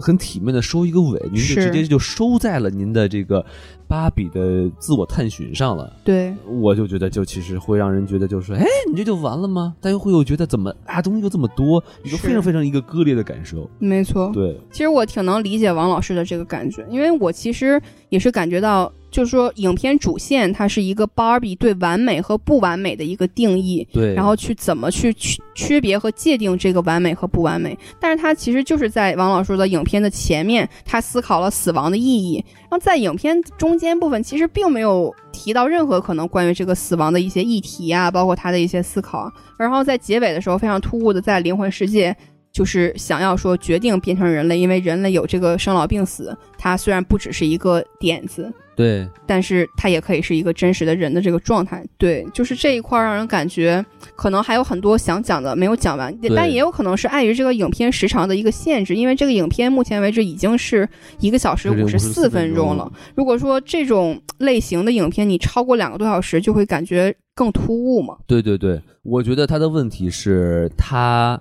[SPEAKER 3] 很体面的收一个尾，您就是直接就收在了您的这个芭比的自我探寻上了。
[SPEAKER 1] 对
[SPEAKER 3] 我就觉得，就其实会让人觉得，就是哎，你这就完了吗？但又会有觉得怎么啊，东西又这么多，一个
[SPEAKER 1] 是
[SPEAKER 3] 非常非常一个割裂的感受。
[SPEAKER 1] 没错。
[SPEAKER 3] 对，
[SPEAKER 1] 其实我挺能理解王老师的这个感觉，因为我其实也是感觉到，就是说影片主线它是一个 Barbie 对完美和不完美的一个定义，
[SPEAKER 3] 对，
[SPEAKER 1] 然后去怎么去区区别和界定这个完美和不完美。但是他其实就是在王老师的影片的前面，他思考了死亡的意义，然后在影片中间部分其实并没有提到任何可能关于这个死亡的一些议题啊，包括他的一些思考啊。然后在结尾的时候，非常突兀的在灵魂世界。就是想要说决定变成人类，因为人类有这个生老病死，它虽然不只是一个点子，
[SPEAKER 3] 对，
[SPEAKER 1] 但是它也可以是一个真实的人的这个状态。对，就是这一块儿让人感觉可能还有很多想讲的没有讲完，但也有可能是碍于这个影片时长的一个限制，因为这个影片目前为止已经是一个小时
[SPEAKER 3] 这
[SPEAKER 1] 五
[SPEAKER 3] 就
[SPEAKER 1] 十四
[SPEAKER 3] 54
[SPEAKER 1] 分钟了。。如果说这种类型的影片你超过两个多小时，就会感觉更突兀嘛。
[SPEAKER 3] 对对对，我觉得他的问题是他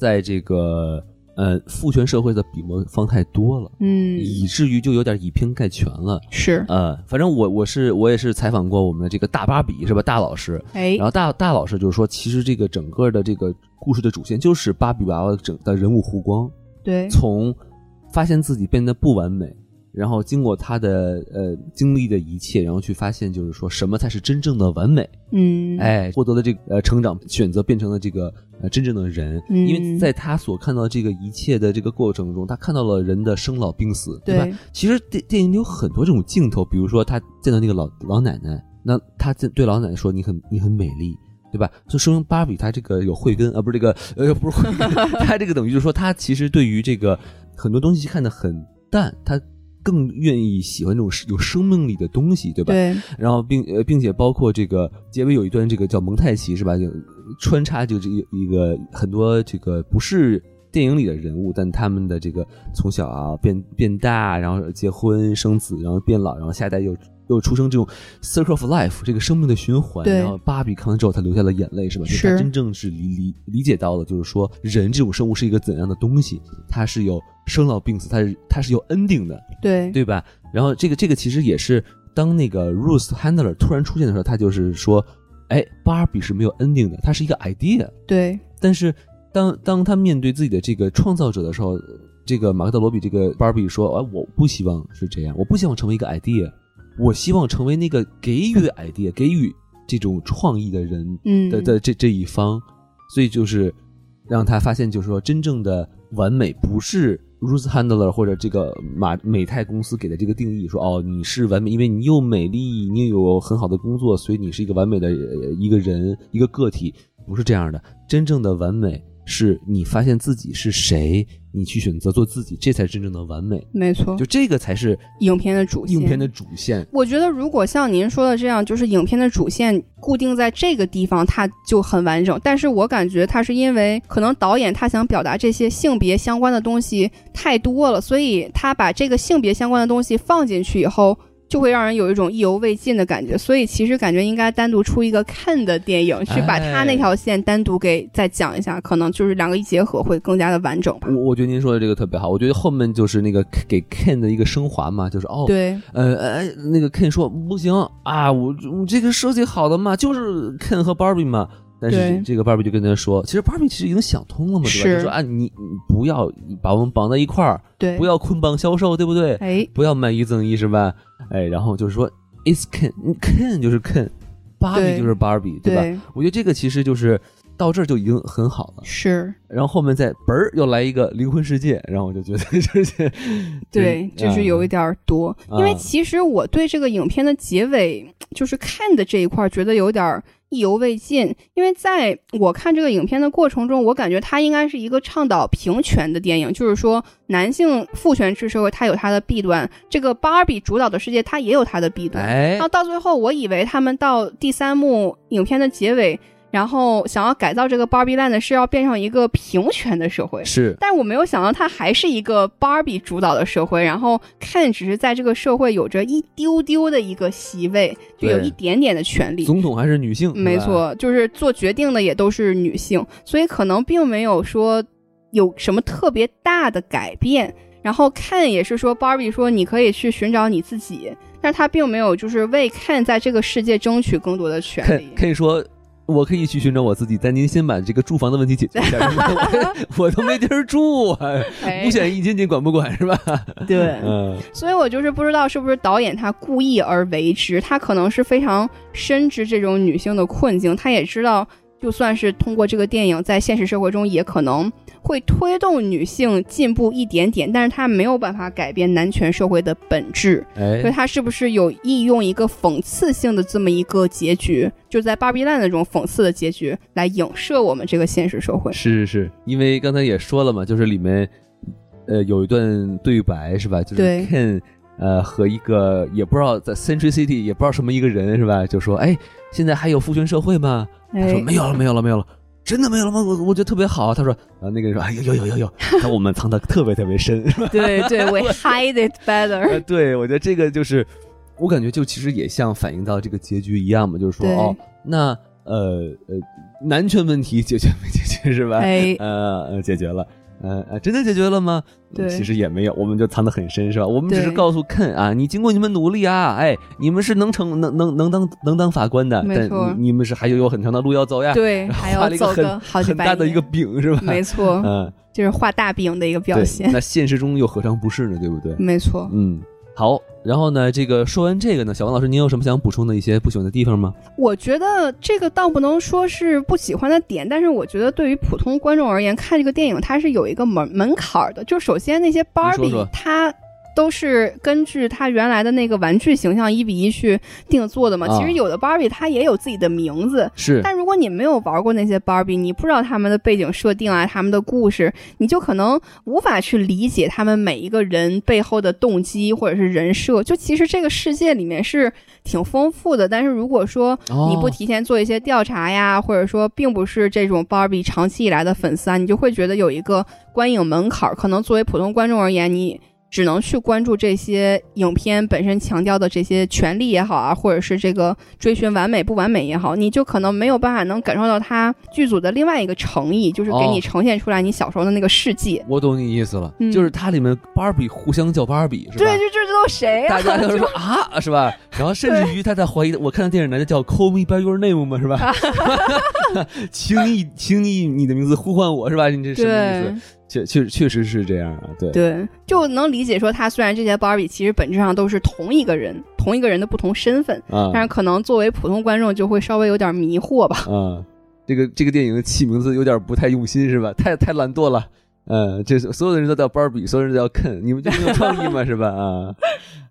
[SPEAKER 3] 在这个呃父权社会的笔墨方太多了，
[SPEAKER 1] 嗯，
[SPEAKER 3] 以至于就有点以偏概全了。
[SPEAKER 1] 是，
[SPEAKER 3] 呃，反正我我是我也是采访过我们的这个大芭比是吧，大老师，
[SPEAKER 1] 哎
[SPEAKER 3] 然，后大大老师就说，其实这个整个的这个故事的主线就是芭比娃娃整的人物弧光，
[SPEAKER 1] 对，
[SPEAKER 3] 从发现自己变得不完美，然后经过他的呃经历的一切，然后去发现就是说什么才是真正的完美。
[SPEAKER 1] 嗯，，
[SPEAKER 3] 哎，获得了这个呃成长，选择变成了这个呃真正的人，
[SPEAKER 1] 嗯
[SPEAKER 3] 因为在他所看到的这个一切的这个过程中，他看到了人的生老病死，对吧？
[SPEAKER 1] 对
[SPEAKER 3] 其实电电影里有很多这种镜头，比如说他见到那个老老奶奶，那他见对老奶奶说：“你很你很美丽。”对吧？就说明芭比她这个有慧根啊，不是这个呃，不是慧根， <laughs> 她这个等于就是说，她其实对于这个很多东西看得很淡，她更愿意喜欢这种有生命力的东西，对吧？
[SPEAKER 1] 对，
[SPEAKER 3] 然后并呃，并且包括这个结尾有一段这个叫蒙太奇是吧？就穿插就这一一个很多这个不是电影里的人物，但他们的这个从小啊变变大，然后结婚生子，然后变老，然后下一代又又出生这种 circle of life 这个生命的循环。
[SPEAKER 1] 对
[SPEAKER 3] 然后芭比看完之后，她流下了眼泪是吧？就是她真正是理理理解到了，就是说人这种生物是一个怎样的东西，它是有生老病死，它是它是有 ending 的。
[SPEAKER 1] 对，
[SPEAKER 3] 对吧？然后这个这个其实也是当那个 Ruth Handler 突然出现的时候，他就是说，哎，芭比是没有 ending 的，它是一个 idea，
[SPEAKER 1] 对，
[SPEAKER 3] 但是。当当他面对自己的这个创造者的时候，这个马克德罗比这个 Barbie 说：“啊，我不希望是这样，我不希望成为一个 idea，我希望成为那个给予 idea、给予这种创意的人
[SPEAKER 1] 嗯，
[SPEAKER 3] 的的这这一方。”所以就是让他发现，就是说真正的完美不是 Ruth Handler 或者这个马美泰公司给的这个定义，说哦你是完美，因为你又美丽，你又有很好的工作，所以你是一个完美的呃一个人一个个体，不是这样的。真正的完美是你发现自己是谁，你去选择做自己，这才是真正的完美。
[SPEAKER 1] 没错
[SPEAKER 3] 就，这个才是
[SPEAKER 1] 影片的主线。
[SPEAKER 3] 影片的主线。
[SPEAKER 1] 我觉得，如果像您说的这样，就是影片的主线固定在这个地方，它就很完整。但是我感觉它是因为可能导演他想表达这些性别相关的东西太多了，所以他把这个性别相关的东西放进去以后，就会让人有一种意犹未尽的感觉。所以其实感觉应该单独出一个看的电影，去把他那条线单独给再讲一下，可能就是两个一结合会更加的完整吧
[SPEAKER 3] 我。我觉得您说的这个特别好，我觉得后面就是那个给 Ken 的一个升华嘛，就是哦，
[SPEAKER 1] 对，
[SPEAKER 3] 呃，哎，那个 Ken 说不行啊，我我这个设计好的嘛，就是 Ken 和 Barbie 嘛。但是
[SPEAKER 1] 对
[SPEAKER 3] 这个 Barbie 就跟他说，其实 Barbie 其实已经想通了嘛，对吧？
[SPEAKER 1] 是
[SPEAKER 3] 就说啊，你你不要把我们绑在一块儿，
[SPEAKER 1] 对，
[SPEAKER 3] 不，要捆绑销售，对不对？
[SPEAKER 1] 哎，
[SPEAKER 3] 不要卖一赠一，是吧？哎，然后就是说，It's Ken，Ken 就是 Ken，Barbie
[SPEAKER 1] 对
[SPEAKER 3] 就是 Barbie，对吧？
[SPEAKER 1] 对，
[SPEAKER 3] 我觉得这个其实就是到这儿就已经很好了。
[SPEAKER 1] 是。
[SPEAKER 3] 然后后面再嘣儿又来一个灵魂世界，然后我就觉得 <laughs> 这些
[SPEAKER 1] 对，就是有一点儿多，因为
[SPEAKER 3] 啊
[SPEAKER 1] 其实我对这个影片的结尾，就是看的这一块，觉得有点儿意犹未尽。因为在我看这个影片的过程中，我感觉它应该是一个倡导平权的电影，就是说男性父权制社会它有它的弊端，这个芭比主导的世界它也有它的弊端。
[SPEAKER 3] 哎
[SPEAKER 1] 然后到最后，我以为他们到第三幕影片的结尾，然后想要改造这个 Barbie Land 是要变成一个平权的社会，
[SPEAKER 3] 是
[SPEAKER 1] 但我没有想到，它还是一个芭比主导的社会，然后 Ken 只是在这个社会有着一丢丢的一个席位，就
[SPEAKER 3] 对
[SPEAKER 1] 有一点点的权利。
[SPEAKER 3] 总统还是女性，
[SPEAKER 1] 没
[SPEAKER 3] 是吧，
[SPEAKER 1] 错，就是做决定的也都是女性，所以可能并没有说有什么特别大的改变。然后 Ken 也是说芭比说你可以去寻找你自己，但是他并没有就是为 Ken 在这个世界争取更多的权
[SPEAKER 3] 可
[SPEAKER 1] 利。
[SPEAKER 3] 可以说。我可以去寻找我自己，但您先把这个住房的问题解决一
[SPEAKER 1] <laughs>
[SPEAKER 3] 下， <laughs> 是吧我我都没地儿住啊！
[SPEAKER 1] 哎
[SPEAKER 3] 五险一金，您管不管是吧？
[SPEAKER 1] 对
[SPEAKER 3] <laughs>
[SPEAKER 1] <laughs>
[SPEAKER 3] 嗯，
[SPEAKER 1] 所以我就是不知道是不是导演他故意而为之，他可能是非常深知这种女性的困境，他也知道，就算是通过这个电影，在现实社会中也可能会推动女性进步一点点，但是他没有办法改变男权社会的本质，所以
[SPEAKER 3] 哎，
[SPEAKER 1] 他是不是有意用一个讽刺性的这么一个结局，就在芭比 land 那种讽刺的结局来影射我们这个现实社会？
[SPEAKER 3] 是是是，因为刚才也说了嘛，就是里面呃有一段对白是吧？就是
[SPEAKER 1] 对
[SPEAKER 3] Ken 呃和一个也不知道在 Century City 也不知道什么一个人是吧？就说哎，现在还有父权社会吗？他说
[SPEAKER 1] 哎，
[SPEAKER 3] 没有了，没有了，没有了。真的没有了吗？我我觉得特别好。啊他说，然后那个人说，哎，有有有有 <laughs> 有，然后我们藏的特别特别深，
[SPEAKER 1] 对对，we
[SPEAKER 3] <laughs>
[SPEAKER 1] hide it better，
[SPEAKER 3] 呃，对，我觉得这个就是，我感觉就其实也像反映到这个结局一样嘛，就是说，
[SPEAKER 1] 对
[SPEAKER 3] 哦，那呃呃，男权问题解决没解决是吧？
[SPEAKER 1] 哎，
[SPEAKER 3] 呃呃，解决了。呃呃，真的解决了吗？
[SPEAKER 1] 对
[SPEAKER 3] 其实也没有，我们就藏得很深，是吧？我们只是
[SPEAKER 1] 对
[SPEAKER 3] 告诉 Ken 啊，你经过你们努力啊，哎，你们是能成能能能当能当法官的，
[SPEAKER 1] 没
[SPEAKER 3] 但
[SPEAKER 1] 错
[SPEAKER 3] 你你们是还有有很长的路要走呀。
[SPEAKER 1] 哎对，
[SPEAKER 3] 然后
[SPEAKER 1] 还
[SPEAKER 3] 画
[SPEAKER 1] 要
[SPEAKER 3] 了一个
[SPEAKER 1] 走
[SPEAKER 3] 很
[SPEAKER 1] 好几
[SPEAKER 3] 很
[SPEAKER 1] 百
[SPEAKER 3] 大的一
[SPEAKER 1] 年
[SPEAKER 3] 个饼 <laughs> 是吧？
[SPEAKER 1] 没错，
[SPEAKER 3] 嗯，
[SPEAKER 1] 就是画大饼的一个表
[SPEAKER 3] 对
[SPEAKER 1] 现。
[SPEAKER 3] 那现实中又何尝不是呢？对不对？
[SPEAKER 1] <laughs> 没错，
[SPEAKER 3] 嗯，好。然后呢，这个说完这个呢，小王老师，您有什么想补充的一些不喜欢的地方吗？
[SPEAKER 1] 我觉得这个倒不能说是不喜欢的点，但是我觉得对于普通观众而言，看这个电影它是有一个门门槛儿的。就首先那些芭
[SPEAKER 3] 说
[SPEAKER 1] 比
[SPEAKER 3] 说，
[SPEAKER 1] 它都是根据它原来的那个玩具形象一比一去定做的嘛。
[SPEAKER 3] 啊
[SPEAKER 1] 其实有的芭比它也有自己的名字，
[SPEAKER 3] 是
[SPEAKER 1] 但如果你没有玩过那些芭比，你不知道他们的背景设定啊，他们的故事，你就可能无法去理解他们每一个人背后的动机或者是人设。就其实这个世界里面是挺丰富的，但是如果说你
[SPEAKER 3] 哦
[SPEAKER 1] 不提前做一些调查呀，或者说并不是这种芭比长期以来的粉丝啊，你就会觉得有一个观影门槛儿。可能作为普通观众而言，你只能去关注这些影片本身强调的这些权利也好啊，或者是这个追寻完美不完美也好，你就可能没有办法能感受到它剧组的另外一个诚意，就是给
[SPEAKER 3] 哦
[SPEAKER 1] 你呈现出来你小时候的那个世界。
[SPEAKER 3] 我懂你意思了，
[SPEAKER 1] 嗯
[SPEAKER 3] 就是它里面芭比互相叫芭比是吧？
[SPEAKER 1] 对，就这这都谁呀、
[SPEAKER 3] 大家都是说啊，是吧？然后甚至于他在怀疑，我看到电影来的叫《Call Me by Your Name》嘛，
[SPEAKER 1] <laughs>
[SPEAKER 3] 是吧？请你，请你以你的名字呼唤我，是吧？你这什么意
[SPEAKER 1] 对
[SPEAKER 3] 思？确确确实是这样啊，对
[SPEAKER 1] 对，就能理解说他虽然这些芭比其实本质上都是同一个人，同一个人的不同身份，
[SPEAKER 3] 啊
[SPEAKER 1] 但是可能作为普通观众就会稍微有点迷惑
[SPEAKER 3] <laughs>
[SPEAKER 1] 吧。
[SPEAKER 3] 啊，这个这个电影起名字有点不太用心，是吧？太太懒惰了。嗯，这是所有的人都叫芭比，所有人都叫 Ken，你们就没有创意嘛，是吧？啊，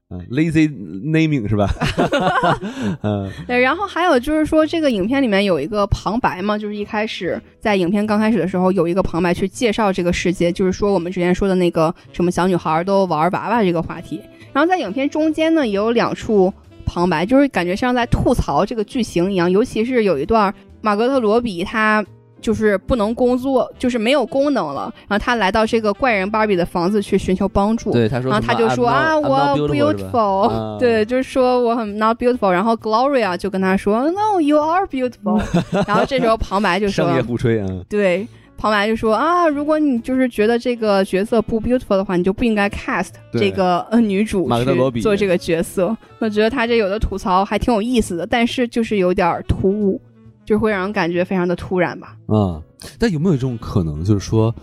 [SPEAKER 3] 啊，lazy naming 是吧？ <laughs>
[SPEAKER 1] <laughs>
[SPEAKER 3] 嗯
[SPEAKER 1] 对，然后还有就是说，这个影片里面有一个旁白嘛，就是一开始在影片刚开始的时候有一个旁白去介绍这个世界，就是说我们之前说的那个什么小女孩都玩娃娃这个话题。然后在影片中间呢，也有两处旁白，就是感觉像在吐槽这个剧情一样，尤其是有一段马格特罗比她。就是不能工作，就是没有功能了。然后她来到这个怪人芭比的房子去寻求帮助。
[SPEAKER 3] 对，他说
[SPEAKER 1] 然后
[SPEAKER 3] 什
[SPEAKER 1] 他
[SPEAKER 3] 么，
[SPEAKER 1] 就说
[SPEAKER 3] I'm
[SPEAKER 1] 啊，
[SPEAKER 3] not-
[SPEAKER 1] 我
[SPEAKER 3] I'm not beautiful，是吧
[SPEAKER 1] beautiful，、 <laughs>
[SPEAKER 3] 啊
[SPEAKER 1] 对，就是说我很 not beautiful。然后 Gloria 就跟他说，No, you are
[SPEAKER 3] <laughs>
[SPEAKER 1] beautiful 。然后这时候旁白就
[SPEAKER 3] 商业
[SPEAKER 1] 说，
[SPEAKER 3] 互吹啊。
[SPEAKER 1] <laughs> 对，旁白就说啊，如果你就是觉得这个角色不 beautiful 的话，你就不应该 cast
[SPEAKER 3] 对
[SPEAKER 1] 这个呃女主
[SPEAKER 3] 马格特罗比
[SPEAKER 1] 去做这个角色。我觉得他这有的吐槽还挺有意思的，但是就是有点儿突兀，就会让人感觉非常的突然吧。
[SPEAKER 3] 啊、但有没有一种可能，就是说，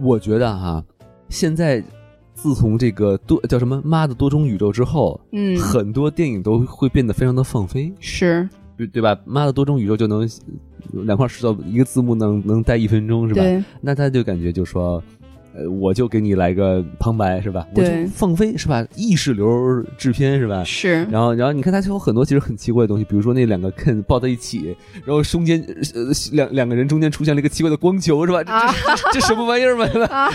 [SPEAKER 3] 我觉得哈、现在自从这个多叫什么“妈的多重宇宙”之后，
[SPEAKER 1] 嗯，
[SPEAKER 3] 很多电影都会变得非常的放飞，
[SPEAKER 1] 是
[SPEAKER 3] 对对吧？“妈的多重宇宙”就能两块石头一个字幕能能待一分钟是吧？
[SPEAKER 1] 对，
[SPEAKER 3] 那他就感觉就说。呃，我就给你来个旁白是吧？我就
[SPEAKER 1] 对
[SPEAKER 3] 放飞是吧？意识流制片是吧？
[SPEAKER 1] 是
[SPEAKER 3] 然后，然后你看它就有很多其实很奇怪的东西，比如说那两个 Ken 抱在一起，然后中间呃两两个人中间出现了一个奇怪的光球，是吧？这
[SPEAKER 1] 啊
[SPEAKER 3] 这这什么玩意儿 <laughs> 嘛？
[SPEAKER 1] 啊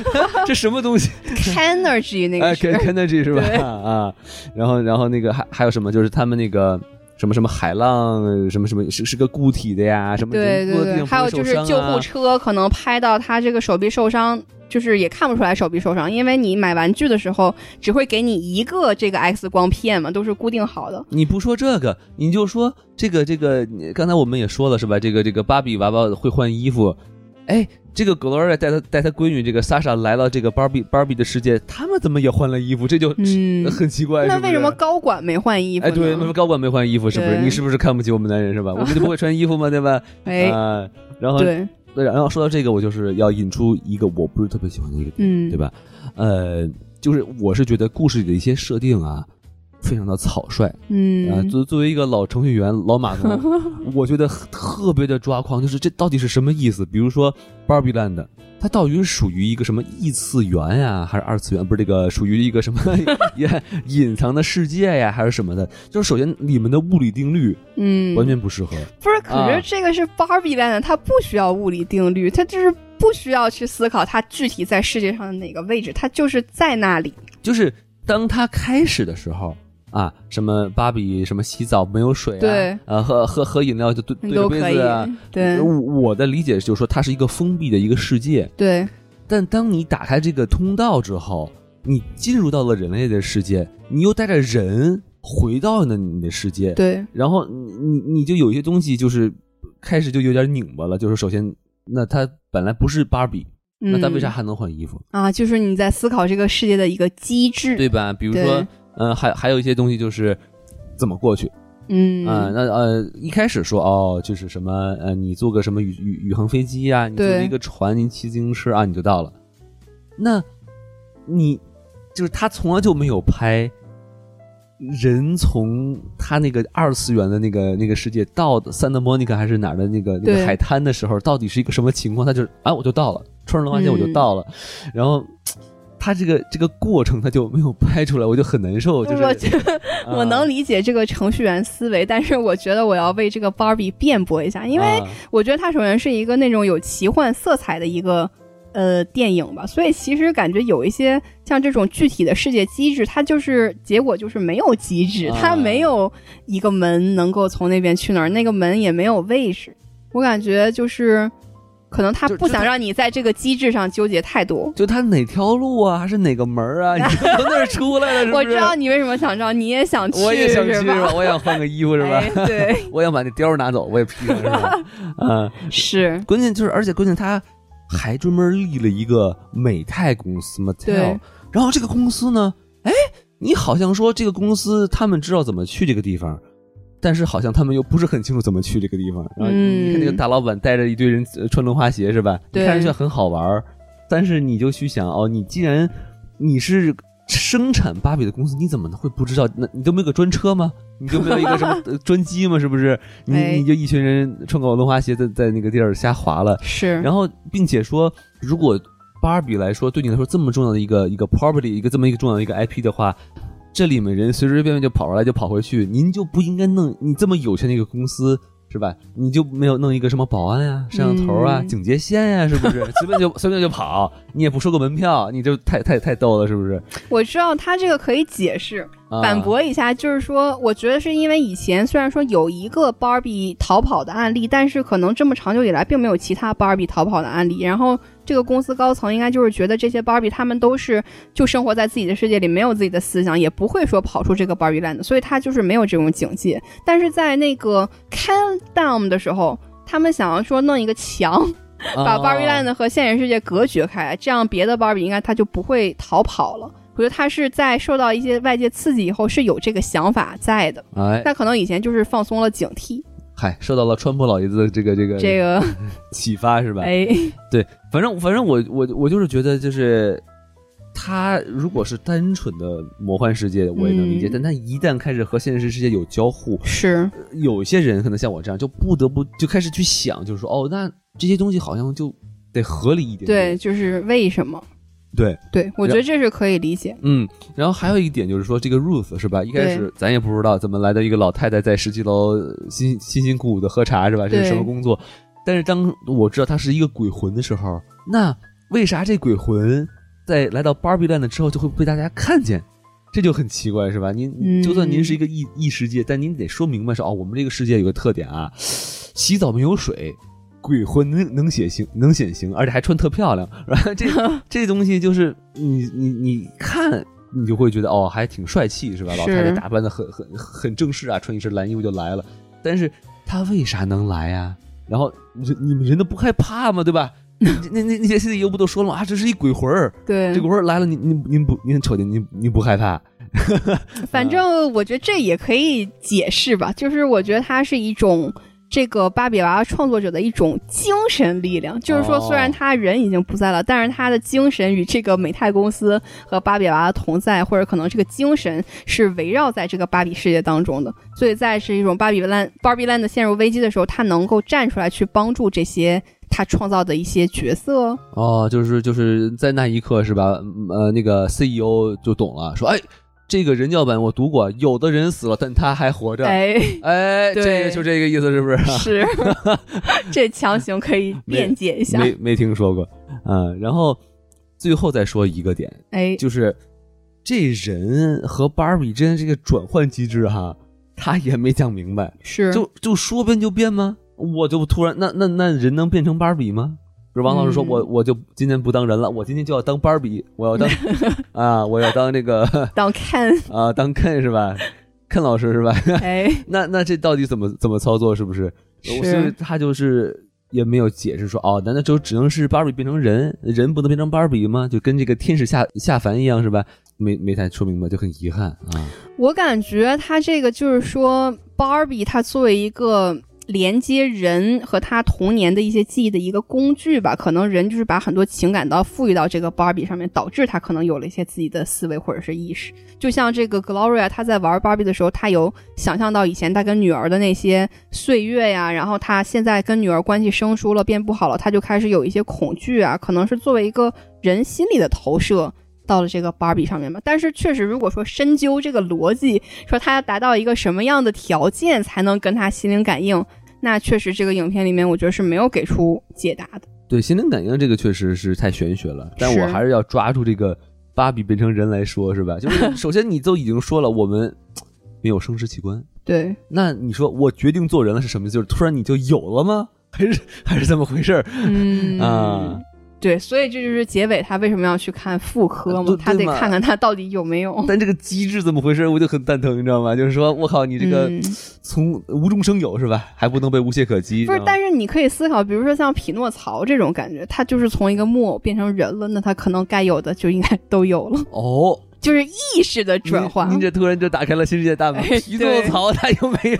[SPEAKER 3] 这什么东西？
[SPEAKER 1] <laughs> ，Energy 那
[SPEAKER 3] 哎
[SPEAKER 1] 个是。
[SPEAKER 3] ，Ken Energy 是吧？
[SPEAKER 1] 对
[SPEAKER 3] 啊，然后然后那个还还有什么？就是他们那个。什么什么海浪，呃什么什么是是个固体的呀？什么
[SPEAKER 1] 对
[SPEAKER 3] 人
[SPEAKER 1] 对
[SPEAKER 3] 落地
[SPEAKER 1] 对，
[SPEAKER 3] 上
[SPEAKER 1] 还有
[SPEAKER 3] 不
[SPEAKER 1] 就
[SPEAKER 3] 会
[SPEAKER 1] 是
[SPEAKER 3] 受伤
[SPEAKER 1] 救护
[SPEAKER 3] 啊
[SPEAKER 1] 车可能拍到他这个手臂受伤，就是也看不出来手臂受伤，因为你买玩具的时候只会给你一个这个 X 光片嘛，都是固定好的。
[SPEAKER 3] 你不说这个，你就说这个这个，你刚才我们也说了是吧？这个这个芭比娃娃会换衣服，哎，这个 Gloria 带她带她闺女这个 Sasha 来到这个芭比芭比的世界，他们怎么也换了衣服？这就、
[SPEAKER 1] 嗯，
[SPEAKER 3] <laughs> 很奇怪，
[SPEAKER 1] 那
[SPEAKER 3] 是不
[SPEAKER 1] 为
[SPEAKER 3] 是
[SPEAKER 1] 什么？高管没换衣服
[SPEAKER 3] 哎，
[SPEAKER 1] 呢？
[SPEAKER 3] 对，为什么高管没换衣服？是不是？
[SPEAKER 1] 对
[SPEAKER 3] 你是不是看不起我们男人是吧？我们就不会穿衣服吗？
[SPEAKER 1] <laughs>
[SPEAKER 3] 对吧？
[SPEAKER 1] 哎，
[SPEAKER 3] 啊然后
[SPEAKER 1] 对，
[SPEAKER 3] 然后说到这个，我就是要引出一个我不是特别喜欢的一个
[SPEAKER 1] 嗯，
[SPEAKER 3] 对吧？呃，就是我是觉得故事里的一些设定啊，非常的草率。啊，
[SPEAKER 1] 嗯，
[SPEAKER 3] 作作为一个老程序员、老码
[SPEAKER 1] <laughs>
[SPEAKER 3] 农，我觉得很特别的抓狂，就是这到底是什么意思？比如说 Barbie Land，它到底是属于一个什么异次元呀、还是二次元？不是这个属于一个
[SPEAKER 1] <laughs>
[SPEAKER 3] 什么也隐藏的世界呀、还是什么的？就是首先里面的物理定律
[SPEAKER 1] 嗯，
[SPEAKER 3] 完全不适合，
[SPEAKER 1] 不是，可
[SPEAKER 3] 啊
[SPEAKER 1] 是这个是 Barbie Land，它不需要物理定律，它就是不需要去思考它具体在世界上的哪个位置，它就是在那里。
[SPEAKER 3] 就是当它开始的时候。啊，什么芭比什么洗澡没有水啊？
[SPEAKER 1] 对
[SPEAKER 3] 啊，喝喝喝饮料就对对
[SPEAKER 1] 都
[SPEAKER 3] 着杯
[SPEAKER 1] 可以
[SPEAKER 3] 子啊。，
[SPEAKER 1] 对
[SPEAKER 3] 我我的理解就是说，它是一个封闭的一个世界，
[SPEAKER 1] 对，
[SPEAKER 3] 但当你打开这个通道之后，你进入到了人类的世界，你又带着人回到了你的世界，
[SPEAKER 1] 对，
[SPEAKER 3] 然后你你你就有一些东西就是开始就有点拧巴了，就是首先，那他本来不是芭比，那他为啥
[SPEAKER 1] 嗯
[SPEAKER 3] 还能换衣服，
[SPEAKER 1] 啊，就是你在思考这个世界的一个机制，
[SPEAKER 3] 对吧？比如说
[SPEAKER 1] 对，
[SPEAKER 3] 呃，还还有一些东西就是。怎么过去
[SPEAKER 1] 嗯，
[SPEAKER 3] 啊、那呃，一开始说哦，就是什么呃，你坐个什么宇宇宇航飞机呀、你坐
[SPEAKER 1] 对
[SPEAKER 3] 一个船，你骑自行车啊，你就到了。那你就是他从来就没有拍人从他那个二次元的那个那个世界到 Santa Monica 还是哪儿的那个那个
[SPEAKER 1] 对
[SPEAKER 3] 海滩的时候，到底是一个什么情况？他就是啊，我就到了，穿上轮滑鞋我就
[SPEAKER 1] 嗯
[SPEAKER 3] 到了，然后。他这个这个过程他就没有拍出来，我就很难受。就
[SPEAKER 1] <laughs>
[SPEAKER 3] 是啊
[SPEAKER 1] 我觉得我能理解这个程序员思维，但是我觉得我要为这个芭比辩驳一下，因为
[SPEAKER 3] 啊
[SPEAKER 1] 我觉得它首先是一个那种有奇幻色彩的一个呃电影吧，所以其实感觉有一些像这种具体的世界机制，它就是结果就是没有机制，
[SPEAKER 3] 啊
[SPEAKER 1] 它没有一个门能够从那边去哪儿，那个门也没有位置，我感觉就是。可能他
[SPEAKER 3] 就
[SPEAKER 1] 不
[SPEAKER 3] 就
[SPEAKER 1] 想
[SPEAKER 3] 他
[SPEAKER 1] 让你在这个机制上纠结太多。
[SPEAKER 3] 就他哪条路啊，还是哪个
[SPEAKER 1] <laughs>
[SPEAKER 3] 门儿啊？你从那儿出来了，是不
[SPEAKER 1] 我
[SPEAKER 3] 是？
[SPEAKER 1] 知道你为什么想知道，你也想去，
[SPEAKER 3] 我也想去
[SPEAKER 1] 是
[SPEAKER 3] 是吧？
[SPEAKER 1] 吧？
[SPEAKER 3] 我也想换个衣服是吧？
[SPEAKER 1] 哎、
[SPEAKER 3] <laughs>
[SPEAKER 1] 对，
[SPEAKER 3] 我想把那貂儿拿走，我也披上
[SPEAKER 1] <laughs>
[SPEAKER 3] 是吧？啊，
[SPEAKER 1] 是
[SPEAKER 3] 关键就是，而且关键他还专门立了一个美泰公司 Mattel，
[SPEAKER 1] 对
[SPEAKER 3] 然后这个公司呢，哎，你好像说这个公司他们知道怎么去这个地方。但是好像他们又不是很清楚怎么去这个地方。然后你看那个
[SPEAKER 1] 嗯
[SPEAKER 3] 大老板带着一堆人呃穿轮滑鞋是吧？你
[SPEAKER 1] 对
[SPEAKER 3] 看上去很好玩儿，但是你就去想哦，你既然你是生产芭比的公司，你怎么会不知道？那你都没有个专车吗？你就没有一个什
[SPEAKER 1] <laughs>
[SPEAKER 3] 么呃专机吗？是不是？你
[SPEAKER 1] 哎
[SPEAKER 3] 你就一群人穿个轮滑鞋在在那个地儿瞎滑了，
[SPEAKER 1] 是，
[SPEAKER 3] 然后并且说，如果芭比来说对你来说这么重要的一个一个 property，一个这么一个重要的一个 IP 的话。这里面人随随便便就跑出来就跑回去，您就不应该弄你这么有钱的一个公司是吧？你就没有弄一个什么保安啊、摄像头啊、
[SPEAKER 1] 嗯
[SPEAKER 3] 警戒线呀、是不是？随便就随便就跑，你也不收个门票，你这太太太逗了，是不是？
[SPEAKER 1] 我知道他这个可以解释，
[SPEAKER 3] 啊
[SPEAKER 1] 反驳一下，就是说，我觉得是因为以前虽然说有一个 Barbie 逃跑的案例，但是可能这么长久以来并没有其他 Barbie 逃跑的案例。然后这个公司高层应该就是觉得这些 Barbie 他们都是就生活在自己的世界里，没有自己的思想，也不会说跑出这个 Barbie land，所以他就是没有这种警戒。但是在那个 Countdown 的时候，他们想要说弄一个墙，把 Barbie
[SPEAKER 3] 啊
[SPEAKER 1] Land 和现实世界隔绝开来，这样别的 Barbie 应该它就不会逃跑了。我觉得他是在受到一些外界刺激以后是有这个想法在的，
[SPEAKER 3] 哎，
[SPEAKER 1] 但可能以前就是放松了警惕。
[SPEAKER 3] 嗨，受到了川普老爷子的这个这个
[SPEAKER 1] 这个
[SPEAKER 3] 启发是吧？
[SPEAKER 1] 哎，
[SPEAKER 3] 对，反正反正我我我就是觉得就是。他如果是单纯的魔幻世界，我也能理解，
[SPEAKER 1] 嗯
[SPEAKER 3] 但他一旦开始和现实世界有交互，
[SPEAKER 1] 是
[SPEAKER 3] 有些人可能像我这样，就不得不就开始去想，就是说，哦，那这些东西好像就得合理一点
[SPEAKER 1] 对，
[SPEAKER 3] 点。
[SPEAKER 1] 就是为什么？
[SPEAKER 3] 对，
[SPEAKER 1] 对我觉得这是可以理解。
[SPEAKER 3] 嗯，然后还有一点就是说，这个 Ruth 是吧？一开始咱也不知道怎么来的一个老太太在十七楼呃辛辛辛苦苦的喝茶是吧？这是
[SPEAKER 1] 对
[SPEAKER 3] 什么工作？但是当我知道她是一个鬼魂的时候，那为啥这鬼魂在来到 Barbie Land 之后就会被大家看见？这就很奇怪是吧？您
[SPEAKER 1] 嗯
[SPEAKER 3] 就算您是一个异异世界，但您得说明白是哦，我们这个世界有个特点啊，洗澡没有水。鬼魂能能显形，能显形，而且还穿特漂亮，然后 <laughs> 这这东西就是你你你看，你就会觉得哦，还挺帅气是吧？老太太
[SPEAKER 1] 是
[SPEAKER 3] 打扮的很很很正式啊，穿一身蓝衣服就来了。但是她为啥能来呀、然后人你们人都不害怕吗？对吧？那那那那些 C D U 不都说了吗？啊，这是一鬼魂儿，
[SPEAKER 1] 对
[SPEAKER 3] 这，鬼魂儿来了，您您您不您瞅见您您不害怕？
[SPEAKER 1] 反
[SPEAKER 3] 嗯
[SPEAKER 1] 正我觉得这也可以解释吧，就是我觉得它是一种。这个芭比娃娃创作者的一种精神力量，就是说，
[SPEAKER 3] 哦
[SPEAKER 1] 虽然他人已经不在了，但是他的精神与这个美泰公司和芭比娃娃同在，或者可能这个精神是围绕在这个芭比世界当中的。所以在是一种芭比 land 芭比 land 陷入危机的时候，他能够站出来去帮助这些他创造的一些角色。
[SPEAKER 3] 哦，就是就是在那一刻是吧？嗯呃，那个 C E O 就懂了，说哎，这个人教版我读过，有的人死了，但他还活着。
[SPEAKER 1] 哎，
[SPEAKER 3] <laughs> 哎，
[SPEAKER 1] 对
[SPEAKER 3] 这个就这个意思，是不是？
[SPEAKER 1] 是 <laughs> 这强行可以辩解一下。
[SPEAKER 3] 没没听说过，嗯，然后最后再说一个点，
[SPEAKER 1] 哎，
[SPEAKER 3] 就是这人和芭比之间这个转换机制哈，他也没讲明白，
[SPEAKER 1] 是
[SPEAKER 3] 就就说变就变吗？我就突然那那那人能变成芭比吗？比如王老师说
[SPEAKER 1] 嗯
[SPEAKER 3] 我、我就今天不当人了，我今天就要当芭比，我
[SPEAKER 1] <laughs>
[SPEAKER 3] 要当啊，我要当那个
[SPEAKER 1] 当看，
[SPEAKER 3] 啊当 Ken 是吧？Ken 老师是吧？ <laughs>
[SPEAKER 1] 哎，
[SPEAKER 3] 那那这到底怎么怎么操作？是不是？
[SPEAKER 1] 是
[SPEAKER 3] 我所以他就是也没有解释说，哦，难道就只能是芭比变成人，人不能变成芭比吗？就跟这个天使下下凡一样是吧？没没太说明白，就很遗憾啊。
[SPEAKER 1] 我感觉他这个就是说，Barbie 它作为一个连接人和他童年的一些记忆的一个工具吧，可能人就是把很多情感都要赋予到这个 Barbie 上面，导致他可能有了一些自己的思维或者是意识。就像这个 Gloria，她在玩 Barbie 的时候，她有想象到以前她跟女儿的那些岁月呀，然后她现在跟女儿关系生疏了，变不好了，她就开始有一些恐惧啊，可能是作为一个人心理的投射。到了这个芭比上面嘛，但是确实，如果说深究这个逻辑，说他要达到一个什么样的条件才能跟他心灵感应，那确实这个影片里面我觉得是没有给出解答的。
[SPEAKER 3] 对心灵感应这个确实是太玄学了，但我
[SPEAKER 1] 是
[SPEAKER 3] 还是要抓住这个芭比变成人来说，是吧？就
[SPEAKER 1] <laughs>
[SPEAKER 3] 是首先你都已经说了，我们没有生殖器官，
[SPEAKER 1] 对，
[SPEAKER 3] 那你说我决定做人了是什么？就是突然你就有了吗？还是还是这么回事儿
[SPEAKER 1] 嗯
[SPEAKER 3] 啊？
[SPEAKER 1] <laughs> 对，所以这就是结尾他为什么要去看妇科嘛
[SPEAKER 3] 啊对，
[SPEAKER 1] 他得
[SPEAKER 3] 对嘛
[SPEAKER 1] 看看他到底有没有。
[SPEAKER 3] 但这个机制怎么回事，我就很蛋疼，你知道吗？就是说我靠， <laughs> 你这个
[SPEAKER 1] 嗯
[SPEAKER 3] 从无中生有是吧？还不能被无懈可击，
[SPEAKER 1] 不是
[SPEAKER 3] 知道，吗
[SPEAKER 1] 但是你可以思考，比如说像匹诺曹这种感觉，他就是从一个木偶变成人了，那他可能该有的就应该都有了，
[SPEAKER 3] 哦，
[SPEAKER 1] 就是意识的转换
[SPEAKER 3] <laughs> 您。您这突然就打开了新世界大门，
[SPEAKER 1] 哎
[SPEAKER 3] 匹诺曹他有没
[SPEAKER 1] <laughs>
[SPEAKER 3] 有？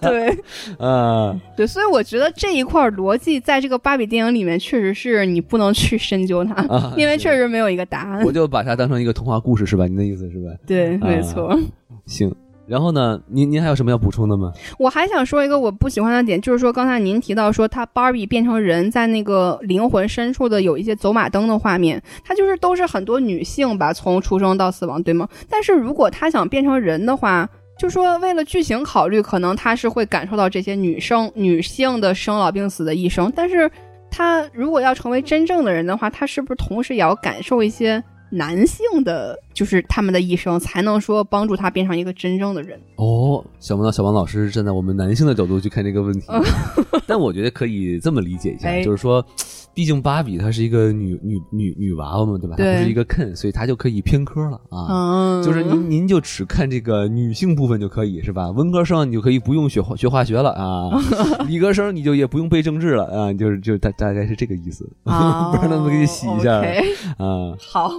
[SPEAKER 1] 对
[SPEAKER 3] 啊，
[SPEAKER 1] 对，所以我觉得这一块逻辑在这个芭比电影里面，确实是你不能去深究它，
[SPEAKER 3] <laughs> 啊
[SPEAKER 1] 因为确
[SPEAKER 3] 是
[SPEAKER 1] 实没有一个答案
[SPEAKER 3] 我。就把它当成一个童话故事是吧？您的意思是吧？
[SPEAKER 1] 对，没
[SPEAKER 3] 啊
[SPEAKER 1] 错。
[SPEAKER 3] 行，然后呢，您您还有什么要补充的吗？
[SPEAKER 1] 我还想说一个我不喜欢的点，就是说刚才您提到说他芭比变成人在那个灵魂深处的有一些走马灯的画面，他就是都是很多女性吧，从出生到死亡，对吗？但是如果他想变成人的话。就说为了剧情考虑，可能他是会感受到这些女生女性的生老病死的一生，但是他如果要成为真正的人的话，他是不是同时也要感受一些男性的，就是他们的一生，才能说帮助他变成一个真正的人？
[SPEAKER 3] 哦，想不到小王老师站在我们男性的角度去看这个问题，
[SPEAKER 1] <laughs>
[SPEAKER 3] 但我觉得可以这么理解一下，
[SPEAKER 1] 哦哎
[SPEAKER 3] 就是说，毕竟芭比她是一个女女女女娃娃嘛，对吧？
[SPEAKER 1] 对
[SPEAKER 3] 她不是一个 Ken，所以她就可以偏科了啊。
[SPEAKER 1] 嗯，
[SPEAKER 3] 就是您，您就只看这个女性部分就可以是吧？文科生你就可以不用学化学化学了
[SPEAKER 1] <laughs>
[SPEAKER 3] 啊，理科生你就也不用背政治了啊，就是就大大概是这个意思
[SPEAKER 1] <laughs> 啊，
[SPEAKER 3] <laughs> 不然能不能给你洗一下 <laughs>
[SPEAKER 1] OK，
[SPEAKER 3] 啊。
[SPEAKER 1] 好，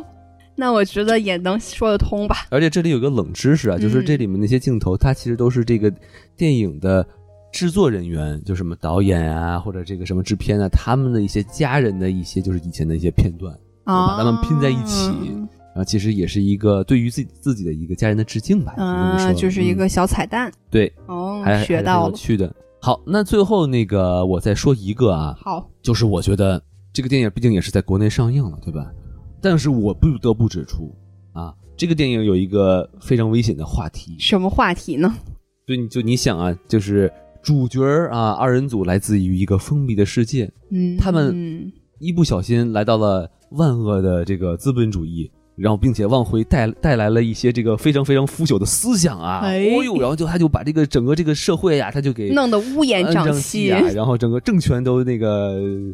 [SPEAKER 1] 那我觉得也能说得通吧。
[SPEAKER 3] 而且这里有个冷知识啊，就是
[SPEAKER 1] 嗯
[SPEAKER 3] 这里面那些镜头，它其实都是这个电影的制作人员，就什么导演啊，或者这个什么制片啊，他们的一些家人的一些，就是以前的一些片段，
[SPEAKER 1] 哦
[SPEAKER 3] 把它们拼在一起然后其实也是一个对于自己自己的一个家人的致敬吧。
[SPEAKER 1] 啊，
[SPEAKER 3] 这
[SPEAKER 1] 嗯
[SPEAKER 3] 么说
[SPEAKER 1] 就是一、
[SPEAKER 3] 嗯
[SPEAKER 1] 个小彩蛋
[SPEAKER 3] 对，
[SPEAKER 1] 哦
[SPEAKER 3] 还，
[SPEAKER 1] 学到
[SPEAKER 3] 还是很有
[SPEAKER 1] 了。
[SPEAKER 3] 趣的。好，那最后那个我再说一个啊，
[SPEAKER 1] 好，
[SPEAKER 3] 就是我觉得这个电影毕竟也是在国内上映了，对吧？但是我不得不指出啊，这个电影有一个非常危险的话题，
[SPEAKER 1] 什么话题呢？
[SPEAKER 3] 对，你就你想啊，就是主角儿啊，二人组来自于一个封闭的世界，
[SPEAKER 1] 嗯，
[SPEAKER 3] 他们
[SPEAKER 1] 嗯
[SPEAKER 3] 一不小心来到了万恶的这个资本主义。然后，并且往回带带来了一些这个非常非常腐朽的思想啊，
[SPEAKER 1] 哎
[SPEAKER 3] 哦呦，然后就他就把这个整个这个社会呀、他就给
[SPEAKER 1] 弄得乌烟
[SPEAKER 3] 瘴
[SPEAKER 1] 瘴
[SPEAKER 3] 气啊，然后整个政权都那个，
[SPEAKER 1] 嗯，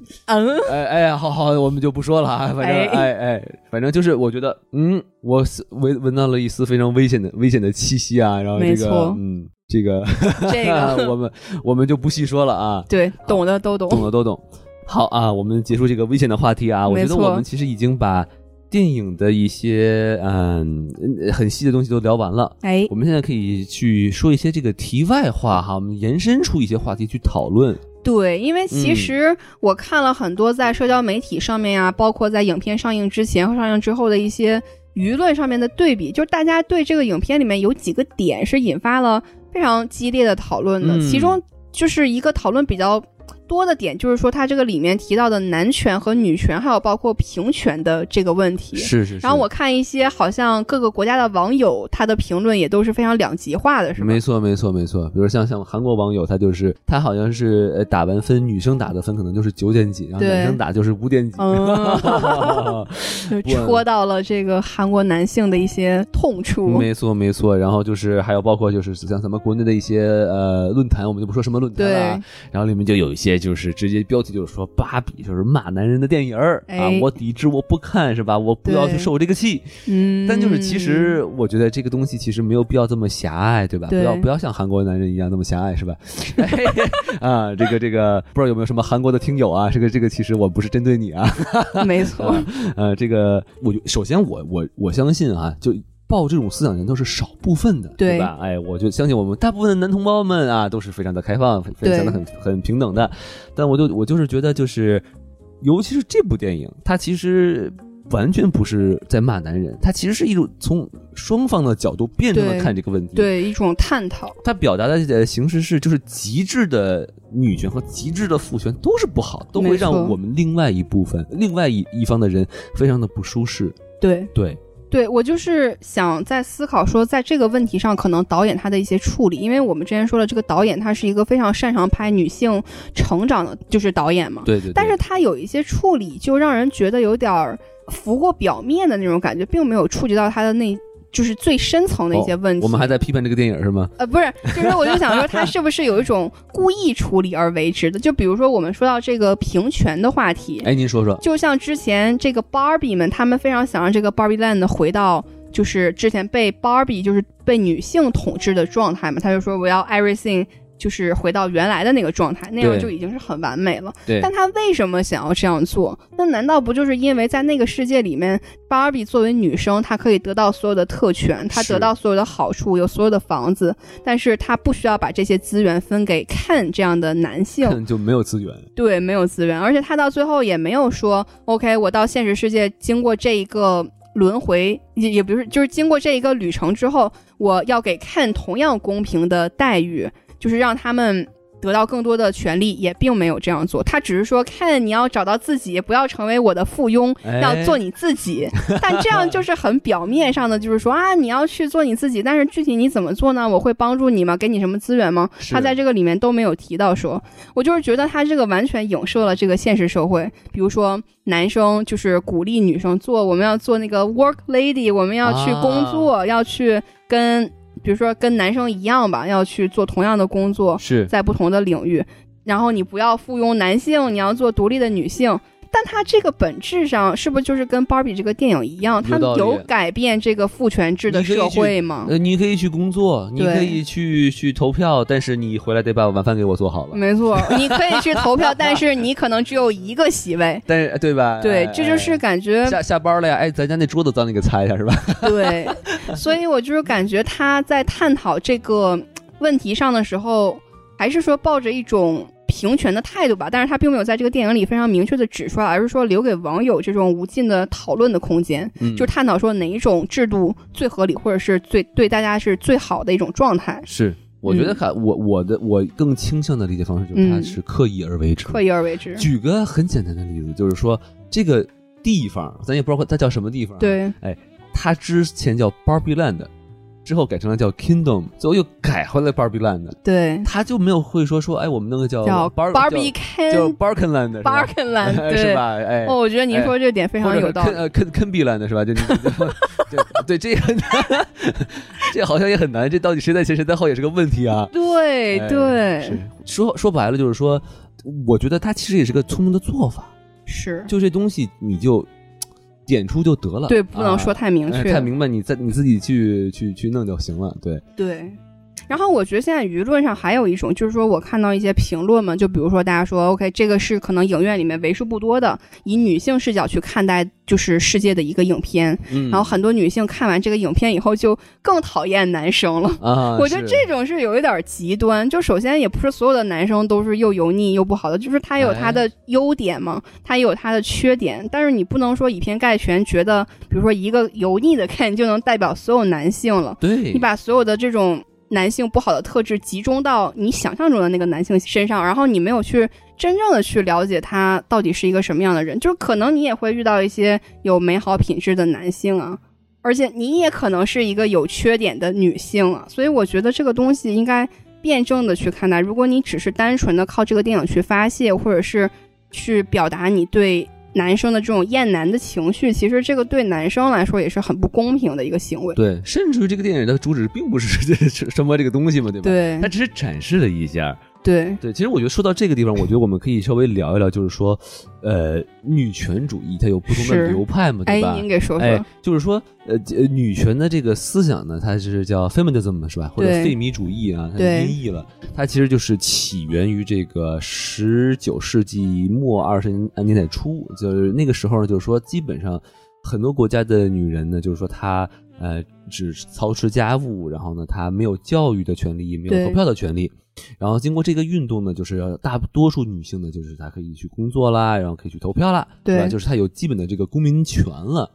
[SPEAKER 3] 哎哎呀，好好，我们就不说了啊，反正
[SPEAKER 1] 哎
[SPEAKER 3] 哎哎，反正就是我觉得，嗯，我是闻闻到了一丝非常危险的危险的气息啊，然后
[SPEAKER 1] 没
[SPEAKER 3] 这个
[SPEAKER 1] 错
[SPEAKER 3] 嗯，这个
[SPEAKER 1] 这
[SPEAKER 3] <laughs>
[SPEAKER 1] 个
[SPEAKER 3] 我们我们就不细说了啊，
[SPEAKER 1] 对，懂的都
[SPEAKER 3] 懂
[SPEAKER 1] 懂。
[SPEAKER 3] 的都懂。好啊，我们结束这个危险的话题啊，我
[SPEAKER 1] 没
[SPEAKER 3] 觉得
[SPEAKER 1] 错
[SPEAKER 3] 我们其实已经把电影的一些嗯呃很细的东西都聊完了。
[SPEAKER 1] 哎，
[SPEAKER 3] 我们现在可以去说一些这个题外话哈，我们延伸出一些话题去讨论。
[SPEAKER 1] 对，因为其
[SPEAKER 3] 嗯
[SPEAKER 1] 实我看了很多在社交媒体上面啊，包括在影片上映之前和上映之后的一些舆论上面的对比，就是大家对这个影片里面有几个点是引发了非常激烈的讨论的，
[SPEAKER 3] 嗯
[SPEAKER 1] 其中就是一个讨论比较。多的点就是说，它这个里面提到的男权和女权，还有包括平权的这个问题。
[SPEAKER 3] 是是是。
[SPEAKER 1] 然后我看一些好像各个国家的网友，他的评论也都是非常两极化的，是吗？
[SPEAKER 3] 没错没错没错，比如像像韩国网友，他就是呃他好像是呃打完分，女生打的分可能就是九点几，然后
[SPEAKER 1] 对
[SPEAKER 3] 男生打就是五点几。
[SPEAKER 1] 嗯就 <laughs> 戳到了这个韩国男性的一些痛处。
[SPEAKER 3] <laughs> 没错，没错。然后就是还有包括就是像咱们国内的一些呃论坛，我们就不说什么论坛了啊。然后里面就有一些就是直接标题就是说芭比就是骂男人的电影儿、啊
[SPEAKER 1] 哎，
[SPEAKER 3] 我抵制，我不看是吧？我不要去
[SPEAKER 1] 对
[SPEAKER 3] 受这个气。
[SPEAKER 1] 嗯，
[SPEAKER 3] 但就是其实我觉得这个东西其实没有必要这么狭隘，对吧？
[SPEAKER 1] 对
[SPEAKER 3] 不要不要像韩国男人一样那么狭隘，是吧？ <laughs> 啊，这个这个不知道有没有什么韩国的听友啊？这个这个其实我不是针对你啊。
[SPEAKER 1] <laughs> 没错，
[SPEAKER 3] 呃，这个我就首先我我我相信啊，就抱这种思想的人都是少部分的，对
[SPEAKER 1] 对
[SPEAKER 3] 吧？哎，我就相信我们大部分的男同胞们啊，都是非常的开放，非
[SPEAKER 1] 对
[SPEAKER 3] 常的很很平等的。但我就我就是觉得，就是尤其是这部电影，它其实。完全不是在骂男人，它其实是一种从双方的角度辩证的
[SPEAKER 1] 对
[SPEAKER 3] 看这个问题。，
[SPEAKER 1] 对一种探讨。
[SPEAKER 3] 它表达的呃形式是，就是极致的女权和极致的父权都是不好，都会
[SPEAKER 1] 没
[SPEAKER 3] 让
[SPEAKER 1] 错
[SPEAKER 3] 我们另外一部分、另外一一方的人非常的不舒适。
[SPEAKER 1] 对，
[SPEAKER 3] 对，
[SPEAKER 1] 对我就是想在思考说，在这个问题上，可能导演他的一些处理，因为我们之前说了，这个导演他是一个非常擅长拍女性成长的，就是导演嘛。
[SPEAKER 3] 对对对。
[SPEAKER 1] 但是他有一些处理，就让人觉得有点儿浮过表面的那种感觉，并没有触及到他的内就是最深层的一些问题。
[SPEAKER 3] 哦我们还在批判这个电影是吗？
[SPEAKER 1] 呃，不是，就是我就想说，他是不是有一种故意处理而为之的？就比如说我们说到这个平权的话题，
[SPEAKER 3] 哎，您说说，
[SPEAKER 1] 就像之前这个 Barbie 们，他们非常想让这个 Barbie Land 回到就是之前被 Barbie 就是被女性统治的状态嘛，他就说我要 everything 就是回到原来的那个状态，那样
[SPEAKER 3] 对
[SPEAKER 1] 就已经是很完美了。
[SPEAKER 3] 对
[SPEAKER 1] 但他为什么想要这样做？那难道不就是因为在那个世界里面，芭比作为女生，她可以得到所有的特权，她
[SPEAKER 3] 是
[SPEAKER 1] 得到所有的好处，有所有的房子，但是她不需要把这些资源分给 Ken 这样的男性？
[SPEAKER 3] 看 <laughs> 就没有资源，
[SPEAKER 1] 对，没有资源，而且他到最后也没有说，OK，我到现实世界经过这一个轮回，也也不是，就是经过这一个旅程之后，我要给 Ken 同样公平的待遇，就是让他们。得到更多的权利，也并没有这样做。他只是说，Ken，你要找到自己，不要成为我的附庸，
[SPEAKER 3] 哎
[SPEAKER 1] <laughs> 要做你自己。但这样就是很表面上的，就是说啊，你要去做你自己，但是具体你怎么做呢？我会帮助你吗？给你什么资源吗？
[SPEAKER 3] 哎是
[SPEAKER 1] 他在这个里面都没有提到说，我就是觉得他这个完全影射了这个现实社会，比如说男生就是鼓励女生做，我们要做那个 work lady，我们要去工作，
[SPEAKER 3] 啊
[SPEAKER 1] 要去跟比如说跟男生一样吧，要去做同样的工作，
[SPEAKER 3] 是
[SPEAKER 1] 在不同的领域，然后你不要附庸男性，你要做独立的女性。但它这个本质上是不是就是跟芭比这个电影一样，它
[SPEAKER 3] 有道理
[SPEAKER 1] 有改变这个父权制的
[SPEAKER 3] 你可以
[SPEAKER 1] 社
[SPEAKER 3] 去
[SPEAKER 1] 会吗？
[SPEAKER 3] 呃，你可以去工作，你
[SPEAKER 1] 对
[SPEAKER 3] 可以去去投票，但是你回来得把晚饭给我做好了，
[SPEAKER 1] 没
[SPEAKER 3] <laughs>
[SPEAKER 1] 错，你可以去投票，但是你可能只有一个席
[SPEAKER 3] <laughs>
[SPEAKER 1] 位。
[SPEAKER 3] 但是对吧？
[SPEAKER 1] 对
[SPEAKER 3] 哎，
[SPEAKER 1] 这就是感觉
[SPEAKER 3] <laughs> 哎下下班了呀，哎，咱家那桌子脏，你给擦一下是吧？
[SPEAKER 1] 对，所以我就是感觉他在探讨这个问题上的时候，还是说抱着一种平权的态度吧，但是他并没有在这个电影里非常明确的指出来，而是说留给网友这种无尽的讨论的空间，
[SPEAKER 3] 嗯
[SPEAKER 1] 就探讨说哪一种制度最合理，或者是最对大家是最好的一种状态，
[SPEAKER 3] 是，我觉得看我我的我更倾向的理解方式就是他
[SPEAKER 1] 嗯
[SPEAKER 3] 是刻意而为之。
[SPEAKER 1] 刻意而为之。
[SPEAKER 3] 举个很简单的例子，就是说这个地方，咱也不知道它叫什么地方，，啊
[SPEAKER 1] 对，
[SPEAKER 3] 它之前叫 Barbie Land，之后改成了叫 Kingdom，最后又改回来 Barbie Land，
[SPEAKER 1] 对，
[SPEAKER 3] 他就没有会说说，哎，我们那个叫
[SPEAKER 1] 叫
[SPEAKER 3] Bar
[SPEAKER 1] Barbie
[SPEAKER 3] 叫 <laughs>
[SPEAKER 1] Ken
[SPEAKER 3] 叫 Barkenland 是
[SPEAKER 1] b a r
[SPEAKER 3] 吧
[SPEAKER 1] k e n
[SPEAKER 3] <laughs>
[SPEAKER 1] l a n
[SPEAKER 3] 是
[SPEAKER 1] 对。
[SPEAKER 3] 吧？哎。
[SPEAKER 1] 哦，我觉得您说这点非
[SPEAKER 3] 或
[SPEAKER 1] 常
[SPEAKER 3] 者
[SPEAKER 1] 有
[SPEAKER 3] 是
[SPEAKER 1] 道理
[SPEAKER 3] 坑。呃坑坑 B 烂的是吧？就你对 <laughs> 对，这也很难，这好像也很难，这到底谁在前谁在后也是个问题啊。
[SPEAKER 1] 对
[SPEAKER 3] 哎是
[SPEAKER 1] 对，
[SPEAKER 3] 说说白了就是说，我觉得他其实也是个聪明的做法，
[SPEAKER 1] 是，
[SPEAKER 3] 就这东西你就点出就得了，
[SPEAKER 1] 对，不能
[SPEAKER 3] 啊
[SPEAKER 1] 说太明
[SPEAKER 3] 哎
[SPEAKER 1] 确，
[SPEAKER 3] 太明白，你在你自己去去去弄就行了。对，
[SPEAKER 1] 对。然后我觉得现在舆论上还有一种，就是说我看到一些评论嘛，就比如说大家说，OK，这个是可能影院里面为数不多的以女性视角去看待就是世界的一个影片，
[SPEAKER 3] 嗯，
[SPEAKER 1] <laughs> 然后很多女性看完这个影片以后就更讨厌男生了。
[SPEAKER 3] 啊，
[SPEAKER 1] 我觉得
[SPEAKER 3] 是
[SPEAKER 1] 这种是有一点极端。就首先也不是所有的男生都是又油腻又不好的，就是他有他的优点嘛，他也有他的缺点。但是你不能说以偏概全，觉得比如说一个油腻的 <laughs> Ken 就能代表所有男性了。
[SPEAKER 3] 对，
[SPEAKER 1] 你把所有的这种男性不好的特质集中到你想象中的那个男性身上，然后你没有去真正的去了解他到底是一个什么样的人，就是可能你也会遇到一些有美好品质的男性啊，而且你也可能是一个有缺点的女性啊，所以我觉得这个东西应该辩证的去看待。如果你只是单纯的靠这个电影去发泄，或者是去表达你对。男生的这种厌男的情绪，其实这个对男生来说也是很不公平的一个行为。
[SPEAKER 3] 对，甚至于这个电影的主旨并不是 <laughs> 这是什么这个东西嘛，对吧？，
[SPEAKER 1] 对
[SPEAKER 3] 它只是展示了一下。
[SPEAKER 1] 对，
[SPEAKER 3] 对，其实我觉得说到这个地方，我觉得我们可以稍微聊一聊，就是说，呃，女权主义它有不同的
[SPEAKER 1] 是
[SPEAKER 3] 流派嘛，对
[SPEAKER 1] 哎，
[SPEAKER 3] 吧？
[SPEAKER 1] 您给说说，
[SPEAKER 3] 哎，就是说，呃，呃女权的这个思想呢，它是叫 feminism 是吧，或者
[SPEAKER 1] 对
[SPEAKER 3] 费米主义啊，它
[SPEAKER 1] 对
[SPEAKER 3] 音译了，它其实就是起源于这个十九世纪末二十年代初，就是那个时候呢，就是说基本上很多国家的女人呢，就是说她呃只操持家务，然后呢她没有教育的权利，也没
[SPEAKER 1] 对
[SPEAKER 3] 有投票的权利。然后经过这个运动呢，就是大多数女性呢，就是她可以去工作啦，然后可以去投票啦，
[SPEAKER 1] 对
[SPEAKER 3] 吧？就是她有基本的这个公民权了。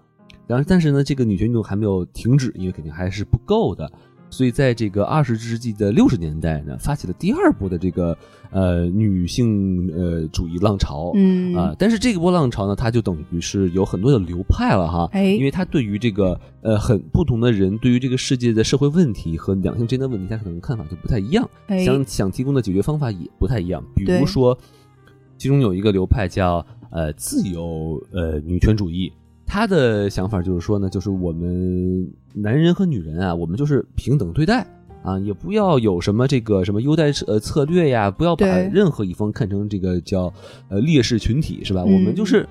[SPEAKER 3] 然后，但是呢，这个女权运动还没有停止，因为肯定还是不够的。所以，在这个二十世纪的六十年代呢，发起了第二波的这个呃女性呃主义浪潮。
[SPEAKER 1] 嗯
[SPEAKER 3] 啊、但是这波浪潮呢，它就等于是有很多的流派了哈，
[SPEAKER 1] 哎
[SPEAKER 3] 因为它对于这个呃很不同的人，对于这个世界的社会问题和两性之间的问题，它可能看法就不太一样，
[SPEAKER 1] 哎，
[SPEAKER 3] 想想提供的解决方法也不太一样。比
[SPEAKER 1] 对
[SPEAKER 3] 如说，其中有一个流派叫呃自由呃女权主义，他的想法就是说呢，就是我们男人和女人啊，我们就是平等对待啊，也不要有什么这个什么优待呃策略呀，不要把
[SPEAKER 1] 对
[SPEAKER 3] 任何一方看成这个叫呃劣势群体是吧？
[SPEAKER 1] 嗯
[SPEAKER 3] 我们就是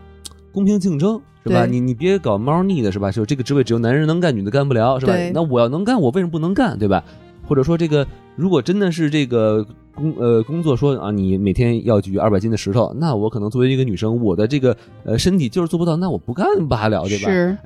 [SPEAKER 3] 公平竞争是吧？
[SPEAKER 1] 对
[SPEAKER 3] 你你别搞猫腻的是吧？就这个职位只有男人能干，女的干不了是吧
[SPEAKER 1] 对？
[SPEAKER 3] 那我要能干，我为什么不能干对吧？或者说这个如果真的是这个工呃工作说啊，你每天要举二百斤的石头，那我可能作为一个女生，我的这个呃身体就是做不到，那我不干罢了，对吧？
[SPEAKER 1] 是，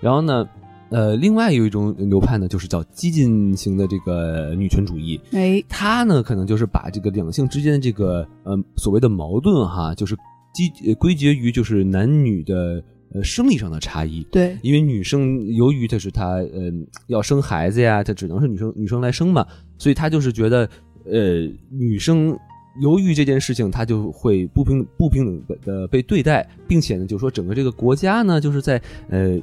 [SPEAKER 3] 然后呢，呃，另外有一种流派呢，就是叫激进型的这个女权主义，
[SPEAKER 1] 哎，
[SPEAKER 3] 它呢可能就是把这个两性之间的这个呃所谓的矛盾哈，就是基呃归结于就是男女的呃生理上的差异。
[SPEAKER 1] 对，
[SPEAKER 3] 因为女生由于她是她呃要生孩子呀，她只能是女生女生来生嘛，所以她就是觉得呃女生由于这件事情，她就会不平不平等的被对待，并且呢，就是说整个这个国家呢，就是在呃。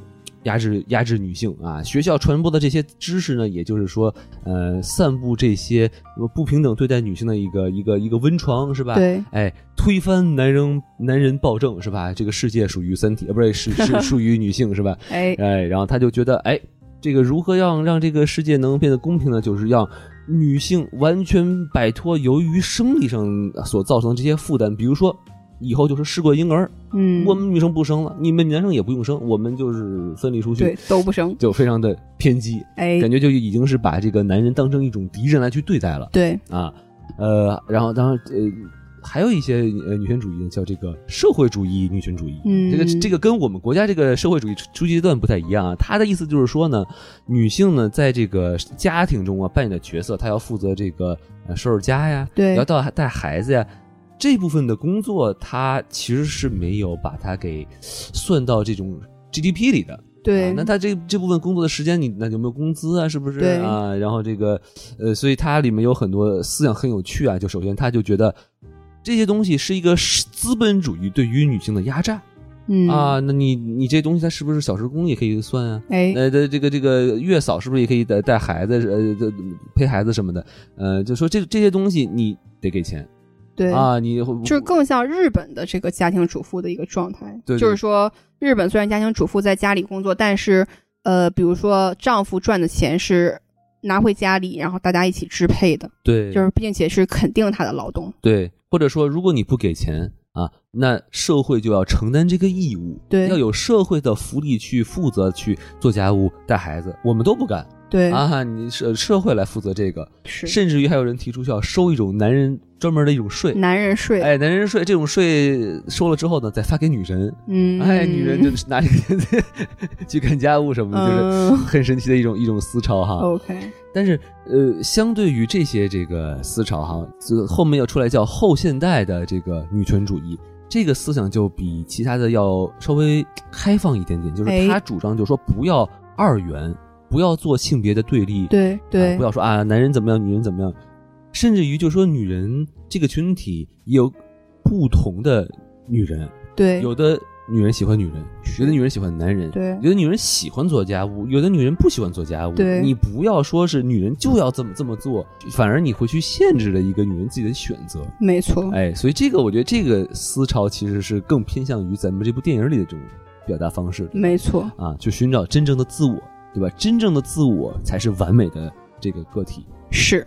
[SPEAKER 3] 压制压制女性啊，学校传播的这些知识呢，也就是说，呃，散布这些呃不平等对待女性的一个一个一个温床是吧？
[SPEAKER 1] 对，
[SPEAKER 3] 哎，推翻男人男人暴政是吧？这个世界属于三体，呃，不是是是属于女性是吧？
[SPEAKER 1] 哎，
[SPEAKER 3] 哎，然后他就觉得，哎，这个如何让让这个世界能变得公平呢？就是让女性完全摆脱由于生理上所造成的这些负担，比如说。以后就是试管婴儿，
[SPEAKER 1] 嗯，
[SPEAKER 3] 我们女生不生了，你们男生也不用生，我们就是分离出
[SPEAKER 1] 对
[SPEAKER 3] 去，
[SPEAKER 1] 都不生，
[SPEAKER 3] 就非常的偏激，
[SPEAKER 1] 哎，
[SPEAKER 3] 感觉就已经是把这个男人当成一种敌人来去对待了。
[SPEAKER 1] 对，
[SPEAKER 3] 啊，呃，然后当然呃，还有一些呃女权主义呢，叫这个社会主义女权主义。
[SPEAKER 1] 嗯，
[SPEAKER 3] 这个这个跟我们国家这个社会主义初初级阶段不太一样啊，他的意思就是说呢，女性呢在这个家庭中啊扮演的角色，她要负责这个呃收拾家呀，
[SPEAKER 1] 对
[SPEAKER 3] 要带带孩子呀，这部分的工作，她其实是没有把它给算到这种 GDP 里的。啊
[SPEAKER 1] 对，
[SPEAKER 3] 那他这这部分工作的时间，你那有没有工资啊？是不是
[SPEAKER 1] 对
[SPEAKER 3] 啊？然后这个，呃，所以它里面有很多思想很有趣啊。就首先他就觉得这些东西是一个是资本主义对于女性的压榨、
[SPEAKER 1] 嗯
[SPEAKER 3] 啊。，那你你这东西它是不是小时工也可以算啊？
[SPEAKER 1] 哎，
[SPEAKER 3] 呃，这这个这个月嫂是不是也可以带带孩子呃这陪孩子什么的？呃，就说这这些东西你得给钱
[SPEAKER 1] 对，
[SPEAKER 3] 啊，你
[SPEAKER 1] 就是更像日本的这个家庭主妇的一个状态。
[SPEAKER 3] 对对
[SPEAKER 1] 就是说，日本虽然家庭主妇在家里工作，但是呃，比如说丈夫赚的钱是拿回家里，然后大家一起支配的，
[SPEAKER 3] 对
[SPEAKER 1] 就是并且是肯定他的劳动。
[SPEAKER 3] 对，或者说，如果你不给钱啊，那社会就要承担这个义务，
[SPEAKER 1] 对
[SPEAKER 3] 要有社会的福利去负责去做家务、带孩子，我们都不干
[SPEAKER 1] 对，
[SPEAKER 3] 啊，你社社会来负责这个，
[SPEAKER 1] 是
[SPEAKER 3] 甚至于还有人提出要收一种男人专门的一种税，
[SPEAKER 1] 男人睡，
[SPEAKER 3] 哎，男人税这种税收了之后呢，再发给女人，
[SPEAKER 1] 嗯，
[SPEAKER 3] 哎，女人就是拿这个 <laughs> 去干家务什么的，就是
[SPEAKER 1] 嗯哦
[SPEAKER 3] 很神奇的一种一种思潮哈。
[SPEAKER 1] ，OK，
[SPEAKER 3] 但是，呃，相对于这些这个思潮哈，自后面要出来叫后现代的这个女权主义，这个思想就比其他的要稍微开放一点点，就是
[SPEAKER 1] 哎
[SPEAKER 3] 他主张就说不要二元，不要做性别的对立，
[SPEAKER 1] 对
[SPEAKER 3] 啊
[SPEAKER 1] 对
[SPEAKER 3] 不，要说啊男人怎么样，女人怎么样，甚至于就说女人这个群体也有不同的女人，啊
[SPEAKER 1] 对
[SPEAKER 3] 有的女人喜欢女人，有的女人喜欢男人，
[SPEAKER 1] 对
[SPEAKER 3] 有的女人喜欢做家务，有的女人不喜欢做家务。
[SPEAKER 1] 对
[SPEAKER 3] 你不要说是女人就要这么这么做，反而你会去限制了一个女人自己的选择。
[SPEAKER 1] 没错，
[SPEAKER 3] 哎，所以这个我觉得这个思潮其实是更偏向于咱们这部电影里的这种表达方式
[SPEAKER 1] 没错，
[SPEAKER 3] 啊，去寻找真正的自我，对吧？真正的自我才是完美的这个个体。
[SPEAKER 1] 是，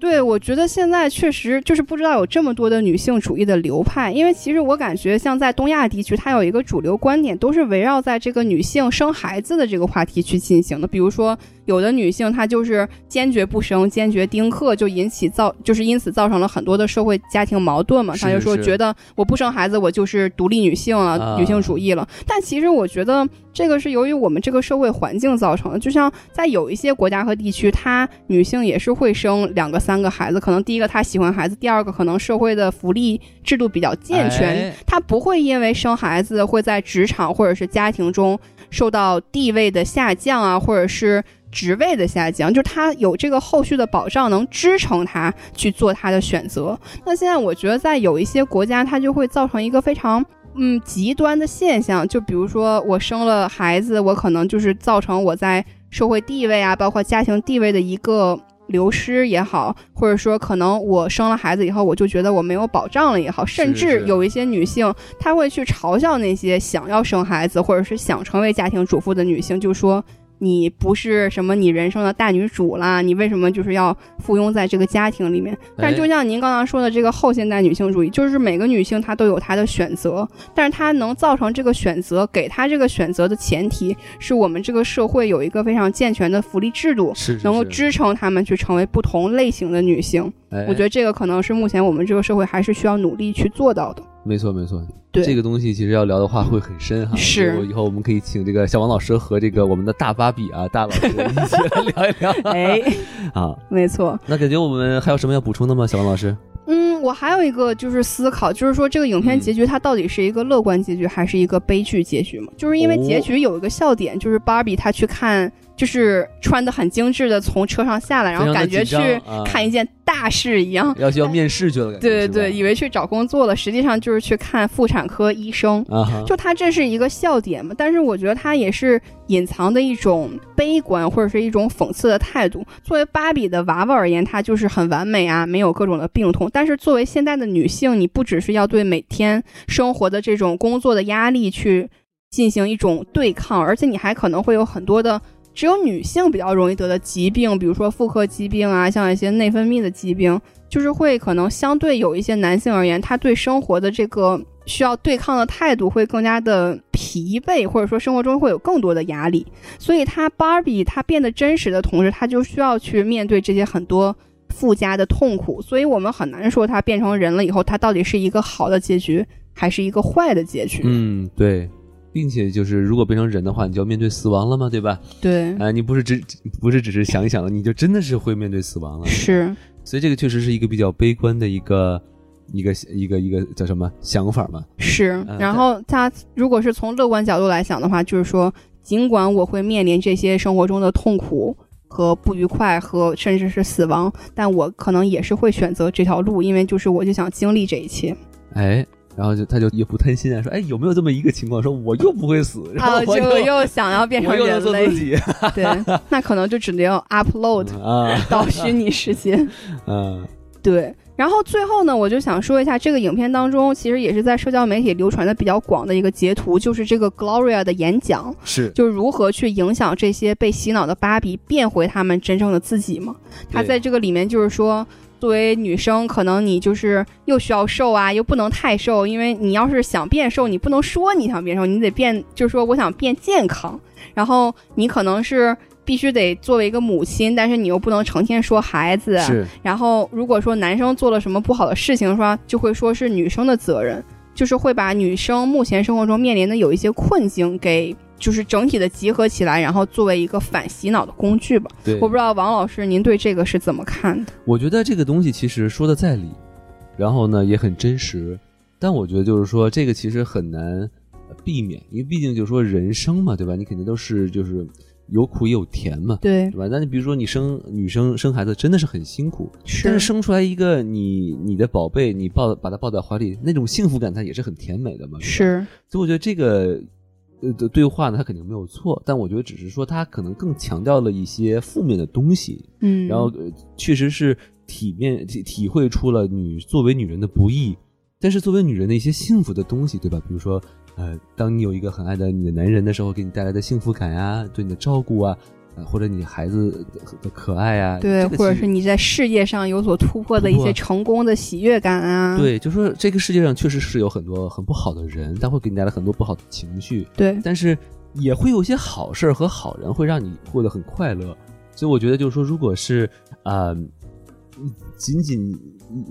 [SPEAKER 1] 对，我觉得现在确实就是不知道有这么多的女性主义的流派，因为其实我感觉像在东亚地区，它有一个主流观点，都是围绕在这个女性生孩子的这个话题去进行的。比如说，有的女性她就是坚决不生，坚决丁克，就引起造，就是因此造成了很多的社会家庭矛盾嘛。
[SPEAKER 3] 是
[SPEAKER 1] 她就是说
[SPEAKER 3] 是
[SPEAKER 1] 觉得我不生孩子，我就是独立女性了，
[SPEAKER 3] 啊
[SPEAKER 1] 女性主义了。但其实我觉得这个是由于我们这个社会环境造成的。就像在有一些国家和地区，她女性也是会生两个、三个孩子，可能第一个她喜欢孩子，第二个可能社会的福利制度比较健全，
[SPEAKER 3] 哎
[SPEAKER 1] 她不会因为生孩子会在职场或者是家庭中受到地位的下降啊，或者是职位的下降，就是她有这个后续的保障，能支撑她去做她的选择。那现在我觉得，在有一些国家，它就会造成一个非常。嗯，极端的现象，就比如说我生了孩子，我可能就是造成我在社会地位啊，包括家庭地位的一个流失也好，或者说可能我生了孩子以后，我就觉得我没有保障了也好，甚
[SPEAKER 3] 是
[SPEAKER 1] 至有一些女性，她会去嘲笑那些想要生孩子或者是想成为家庭主妇的女性，就说。你不是什么你人生的大女主啦，你为什么就是要附庸在这个家庭里面？
[SPEAKER 3] 哎
[SPEAKER 1] 但就像您刚刚说的，这个后现代女性主义，就是每个女性她都有她的选择，但是她能造成这个选择，给她这个选择的前提是我们这个社会有一个非常健全的福利制度，
[SPEAKER 3] 是哎
[SPEAKER 1] 能够，支撑她们去成为不同类型的女性。我觉得
[SPEAKER 3] 得
[SPEAKER 1] 这个可能是目前我们这个社会还是需要努力去做到的。
[SPEAKER 3] 没错没错。
[SPEAKER 1] 对
[SPEAKER 3] <laughs> 这个东西其实要聊的话会很深哈。
[SPEAKER 1] 是
[SPEAKER 3] 所以我以后我们可以请这个小王老师和这个我们的大芭比啊大老师一起来聊一聊
[SPEAKER 1] <laughs> 哎，
[SPEAKER 3] 啊。
[SPEAKER 1] 没错。
[SPEAKER 3] 那感觉我们还有什么要补充的吗？小王老师？
[SPEAKER 1] 嗯，我还有一个就是思考，就是说这个影片结局它到底是一个乐观结局还是一个悲剧结局嘛？就是因为
[SPEAKER 3] 哦
[SPEAKER 1] 结局有一个笑点，就是芭比她去看，就是穿的很精致的从车上下来，然后
[SPEAKER 3] 非常地
[SPEAKER 1] 感觉
[SPEAKER 3] 紧
[SPEAKER 1] 去
[SPEAKER 3] 张啊
[SPEAKER 1] 看一件大事一样。
[SPEAKER 3] 要去要面试去了，感觉
[SPEAKER 1] 对对
[SPEAKER 3] 是吧
[SPEAKER 1] 对，以为去找工作了，实际上就是去看妇产科医生。
[SPEAKER 3] 啊哈，
[SPEAKER 1] 就它这是一个笑点嘛，但是我觉得它也是隐藏的一种悲观或者是一种讽刺的态度。作为芭比的娃娃而言，她就是很完美啊，没有各种的病痛。但是作为现代的女性，你不只是要对每天生活的这种工作的压力去进行一种对抗，而且你还可能会有很多的。只有女性比较容易得的疾病，比如说妇科疾病啊，像一些内分泌的疾病，就是会可能相对有一些男性而言，他对生活的这个需要对抗的态度会更加的疲惫，或者说生活中会有更多的压力。所以他 Barbie 他变得真实的同时，他就需要去面对这些很多附加的痛苦。所以我们很难说他变成人了以后，他到底是一个好的结局还是一个坏的结局。
[SPEAKER 3] 嗯，对，并且就是如果变成人的话，你就要面对死亡了嘛，对吧？
[SPEAKER 1] 对
[SPEAKER 3] 啊、，你不是只不是只是想一想了，你就真的是会面对死亡了。
[SPEAKER 1] 是
[SPEAKER 3] 所以这个确实是一个比较悲观的一个一个一个一个叫什么想法嘛？
[SPEAKER 1] 是
[SPEAKER 3] 嗯。
[SPEAKER 1] 然后他如果是从乐观角度来想的话，就是说，尽管我会面临这些生活中的痛苦。和不愉快和呃甚至是死亡，但我可能也是会选择这条路，因为就是我就想经历这一切。
[SPEAKER 3] 哎，然后就他就也不贪心啊，说哎有没有这么一个情况，说我又不会死， <laughs> 然后
[SPEAKER 1] 啊，
[SPEAKER 3] 我
[SPEAKER 1] 就
[SPEAKER 3] 又、
[SPEAKER 1] 又想要变成
[SPEAKER 3] 我又能
[SPEAKER 1] 人
[SPEAKER 3] 做
[SPEAKER 1] 类
[SPEAKER 3] 自，己
[SPEAKER 1] 对，
[SPEAKER 3] <laughs>
[SPEAKER 1] 那可能就只能 upload
[SPEAKER 3] 啊
[SPEAKER 1] 到虚拟世界。
[SPEAKER 3] 啊
[SPEAKER 1] 对，然后最后呢，我就想说一下这个影片当中，其实也是在社交媒体流传的比较广的一个截图，就是这个 Gloria 的演讲，
[SPEAKER 3] 是。
[SPEAKER 1] 就如何去影响这些被洗脑的芭比变回他们真正的自己嘛。她
[SPEAKER 3] 对
[SPEAKER 1] 在这个里面就是说。作为女生，可能你就是又需要瘦啊，又不能太瘦，因为你要是想变瘦，你不能说你想变瘦，你得变，就是说我想变健康。然后你可能是必须得作为一个母亲，但是你又不能成天说孩子，啊
[SPEAKER 3] 是，
[SPEAKER 1] 然后如果说男生做了什么不好的事情的话，就会说是女生的责任，就是会把女生目前生活中面临的有一些困境给。就是整体的集合起来，然后作为一个反洗脑的工具吧。
[SPEAKER 3] 对，
[SPEAKER 1] 我不知道王老师您对这个是怎么看的？
[SPEAKER 3] 我觉得这个东西其实说的在理，然后呢也很真实，但我觉得就是说这个其实很难呃避免，因为毕竟就是说人生嘛，对吧？你肯定都是就是有苦也有甜嘛，
[SPEAKER 1] 对
[SPEAKER 3] 对，吧？那你比如说你生女生生孩子真的是很辛苦，但
[SPEAKER 1] 是
[SPEAKER 3] 是生出来一个你你的宝贝，你抱把她抱在怀里，那种幸福感它也是很甜美的嘛，对吧
[SPEAKER 1] 是，
[SPEAKER 3] 所以我觉得这个呃的对话呢，它肯定没有错，但我觉得只是说它可能更强调了一些负面的东西，
[SPEAKER 1] 嗯，
[SPEAKER 3] 然后、呃确实是体面体体会出了女作为女人的不易，但是作为女人的一些幸福的东西，对吧？比如说，呃，当你有一个很爱的你的男人的时候，给你带来的幸福感啊，对你的照顾啊，呃、或者你孩子的的可爱啊，
[SPEAKER 1] 对，
[SPEAKER 3] 这个其实
[SPEAKER 1] 或者是你在事业上有所突破的一
[SPEAKER 3] 突破
[SPEAKER 1] 些成功的喜悦感啊，
[SPEAKER 3] 对，就说这个世界上确实是有很多很不好的人，他会给你带来很多不好的情绪，
[SPEAKER 1] 对
[SPEAKER 3] 但是也会有一些好事儿和好人，会让你过得很快乐。所以我觉得就是说，如果是呃，仅仅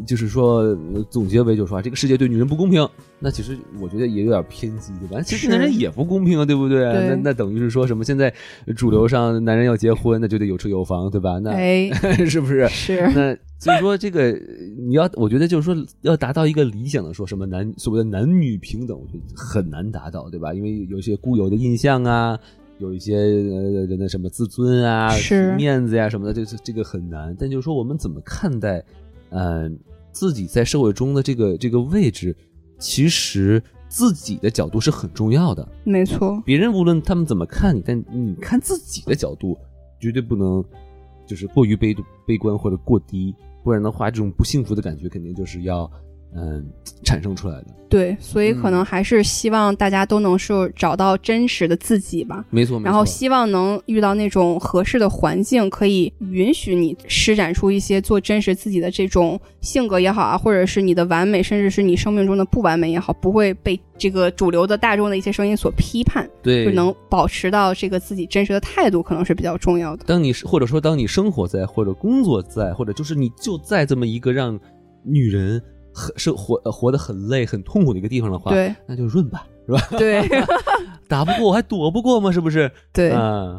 [SPEAKER 3] 就是说呃总结为就是说啊这个世界对女人不公平，那其实我觉得也有点偏激，对吧？其实
[SPEAKER 1] 是
[SPEAKER 3] 男人也不公平啊，对不对？
[SPEAKER 1] 对
[SPEAKER 3] 那那等于是说什么？现在主流上男人要结婚，那就得有车有房，对吧？那、
[SPEAKER 1] 哎，
[SPEAKER 3] <laughs> 是不是？ <laughs>
[SPEAKER 1] <laughs> 是，
[SPEAKER 3] 那所以说，这个呃你要，我觉得就是说，要达到一个理想的说什么男所谓的男女平等，我觉得很难达到，对吧？因为有一些固有的印象啊，有一些呃人的什么自尊啊、
[SPEAKER 1] 是
[SPEAKER 3] 面子呀、什么的，这这这个很难。但就是说，我们怎么看待，嗯、自己在社会中的这个这个位置，其实自己的角度是很重要的。
[SPEAKER 1] 没错，
[SPEAKER 3] 别人无论他们怎么看你，但你看自己的角度，绝对不能就是过于悲悲观或者过低，不然的话，这种不幸福的感觉肯定就是要嗯产生出来的。
[SPEAKER 1] 对，所以可
[SPEAKER 3] 嗯
[SPEAKER 1] 能还是希望大家都能是找到真实的自己吧。
[SPEAKER 3] 没错，没错
[SPEAKER 1] 然后希望能遇到那种合适的环境，可以允许你施展出一些做真实自己的这种性格也好啊，或者是你的完美，甚至是你生命中的不完美也好，不会被这个主流的大众的一些声音所批判，
[SPEAKER 3] 对
[SPEAKER 1] 就能保持到这个自己真实的态度，可能是比较重要的。
[SPEAKER 3] 当你是或者说当你生活在或者工作在或者就是你就在这么一个让女人很生活呃活得很累很痛苦的一个地方的话，
[SPEAKER 1] 对 <laughs>
[SPEAKER 3] 那就润吧，是吧？
[SPEAKER 1] 对
[SPEAKER 3] 打不过我还躲不过吗？是不是？
[SPEAKER 1] 对，
[SPEAKER 3] 嗯，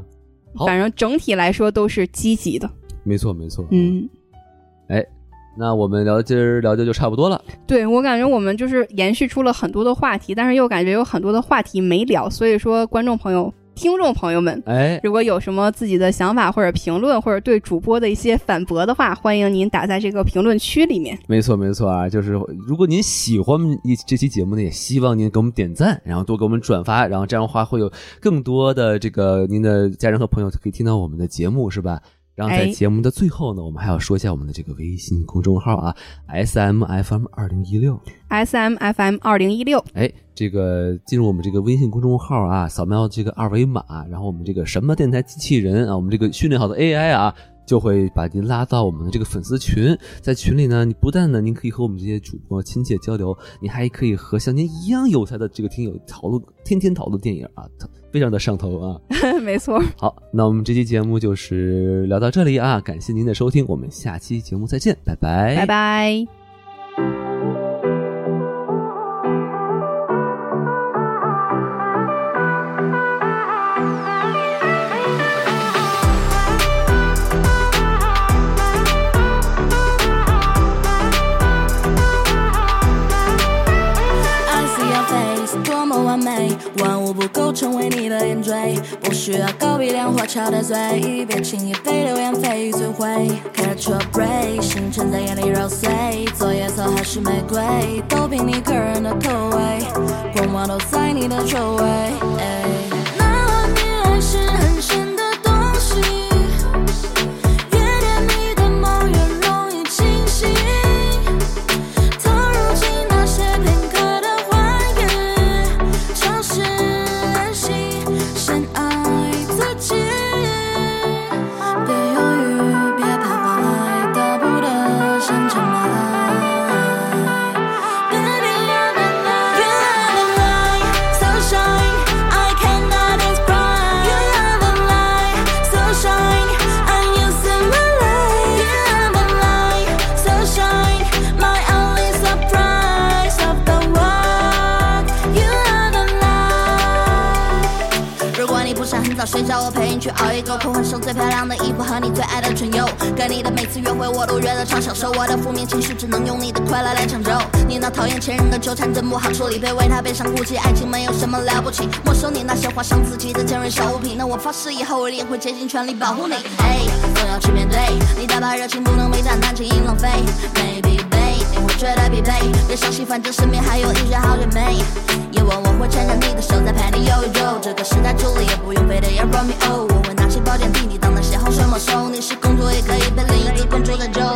[SPEAKER 3] 好
[SPEAKER 1] 反正整体来说都是积极的。
[SPEAKER 3] 没错没错。，
[SPEAKER 1] 嗯，
[SPEAKER 3] 那我们聊今儿聊的就差不多了。
[SPEAKER 1] 对我感觉我们就是延续出了很多的话题，但是又感觉有很多的话题没聊，所以说观众朋友、听众朋友们。
[SPEAKER 3] 哎，
[SPEAKER 1] 如果有什么自己的想法或者评论，或者对主播的一些反驳的话，欢迎您打在这个评论区里面。
[SPEAKER 3] 没错没错啊，就是如果您喜欢一这期节目呢，也希望您给我们点赞，然后多给我们转发，然后这样的话会有更多的这个您的家人和朋友可以听到我们的节目，是吧？然后在
[SPEAKER 1] 哎
[SPEAKER 3] 节目的最后呢，我们还要说一下我们的这个微信公众号啊，S M F M 二零一六。
[SPEAKER 1] S M F M 二零一六，
[SPEAKER 3] 哎，这个进入我们这个微信公众号啊，扫描这个二维码，然后我们这个什么电台机器人啊，我们这个训练好的 AI 啊，就会把您拉到我们的这个粉丝群。在群里呢，你不但呢，您可以和我们这些主播亲切交流，你还可以和像您一样有才的这个听友讨论，天天讨论电影啊，非常的上头啊。
[SPEAKER 1] <laughs> 没错。
[SPEAKER 3] 好，那我们这期节目就是聊到这里啊，感谢您的收听，我们下期节目再见，拜拜，
[SPEAKER 1] 拜。拜。
[SPEAKER 4] I see your face，多么完美，万物不够成为你的眼缀，不需要高鼻梁或翘的嘴，别轻易被流言蜚语摧毁。Catch a break，星辰在眼里揉碎，做野草还是玫瑰，都凭你个人的口味，光芒都在你的周围。哎
[SPEAKER 2] 那和你爱是很深的东西，越甜蜜的梦越容易清醒，投入进那些片刻的欢愉，尝试练习深爱自己。
[SPEAKER 4] 别犹豫，别徘徊，大步的向前迈。
[SPEAKER 2] Baby, you're the light. You are the light, so shine. I cannot explain. You are the light, so shine. I use my light. You are the light, so shine. My only surprise of the world. You are the light.
[SPEAKER 4] 如果你不想很早睡觉，我陪你去熬一个空换上最漂亮的衣服和你最爱的唇釉。跟你的每次约会，我都觉得超享受。我的负面情绪只能用你的快乐来抢救。你那讨厌前任的纠缠真不好处理，别为他悲伤哭泣，爱情没有什么了不起。没收你那些划伤自己的尖锐小物品，那我发誓以后我一定会竭尽全力保护你。哎，总要去面对，你大把热情不能为淡淡情意浪费。Maybe babe，你哎会觉得疲惫，别伤心，反正身边还有一些好姐妹。夜晚我会牵着你的手在陪你悠一悠，这个时代助理也不用非得要 Romeo。我会拿起宝剑替你挡那些洪水猛兽，你是公主也可以被另一个公主拯救。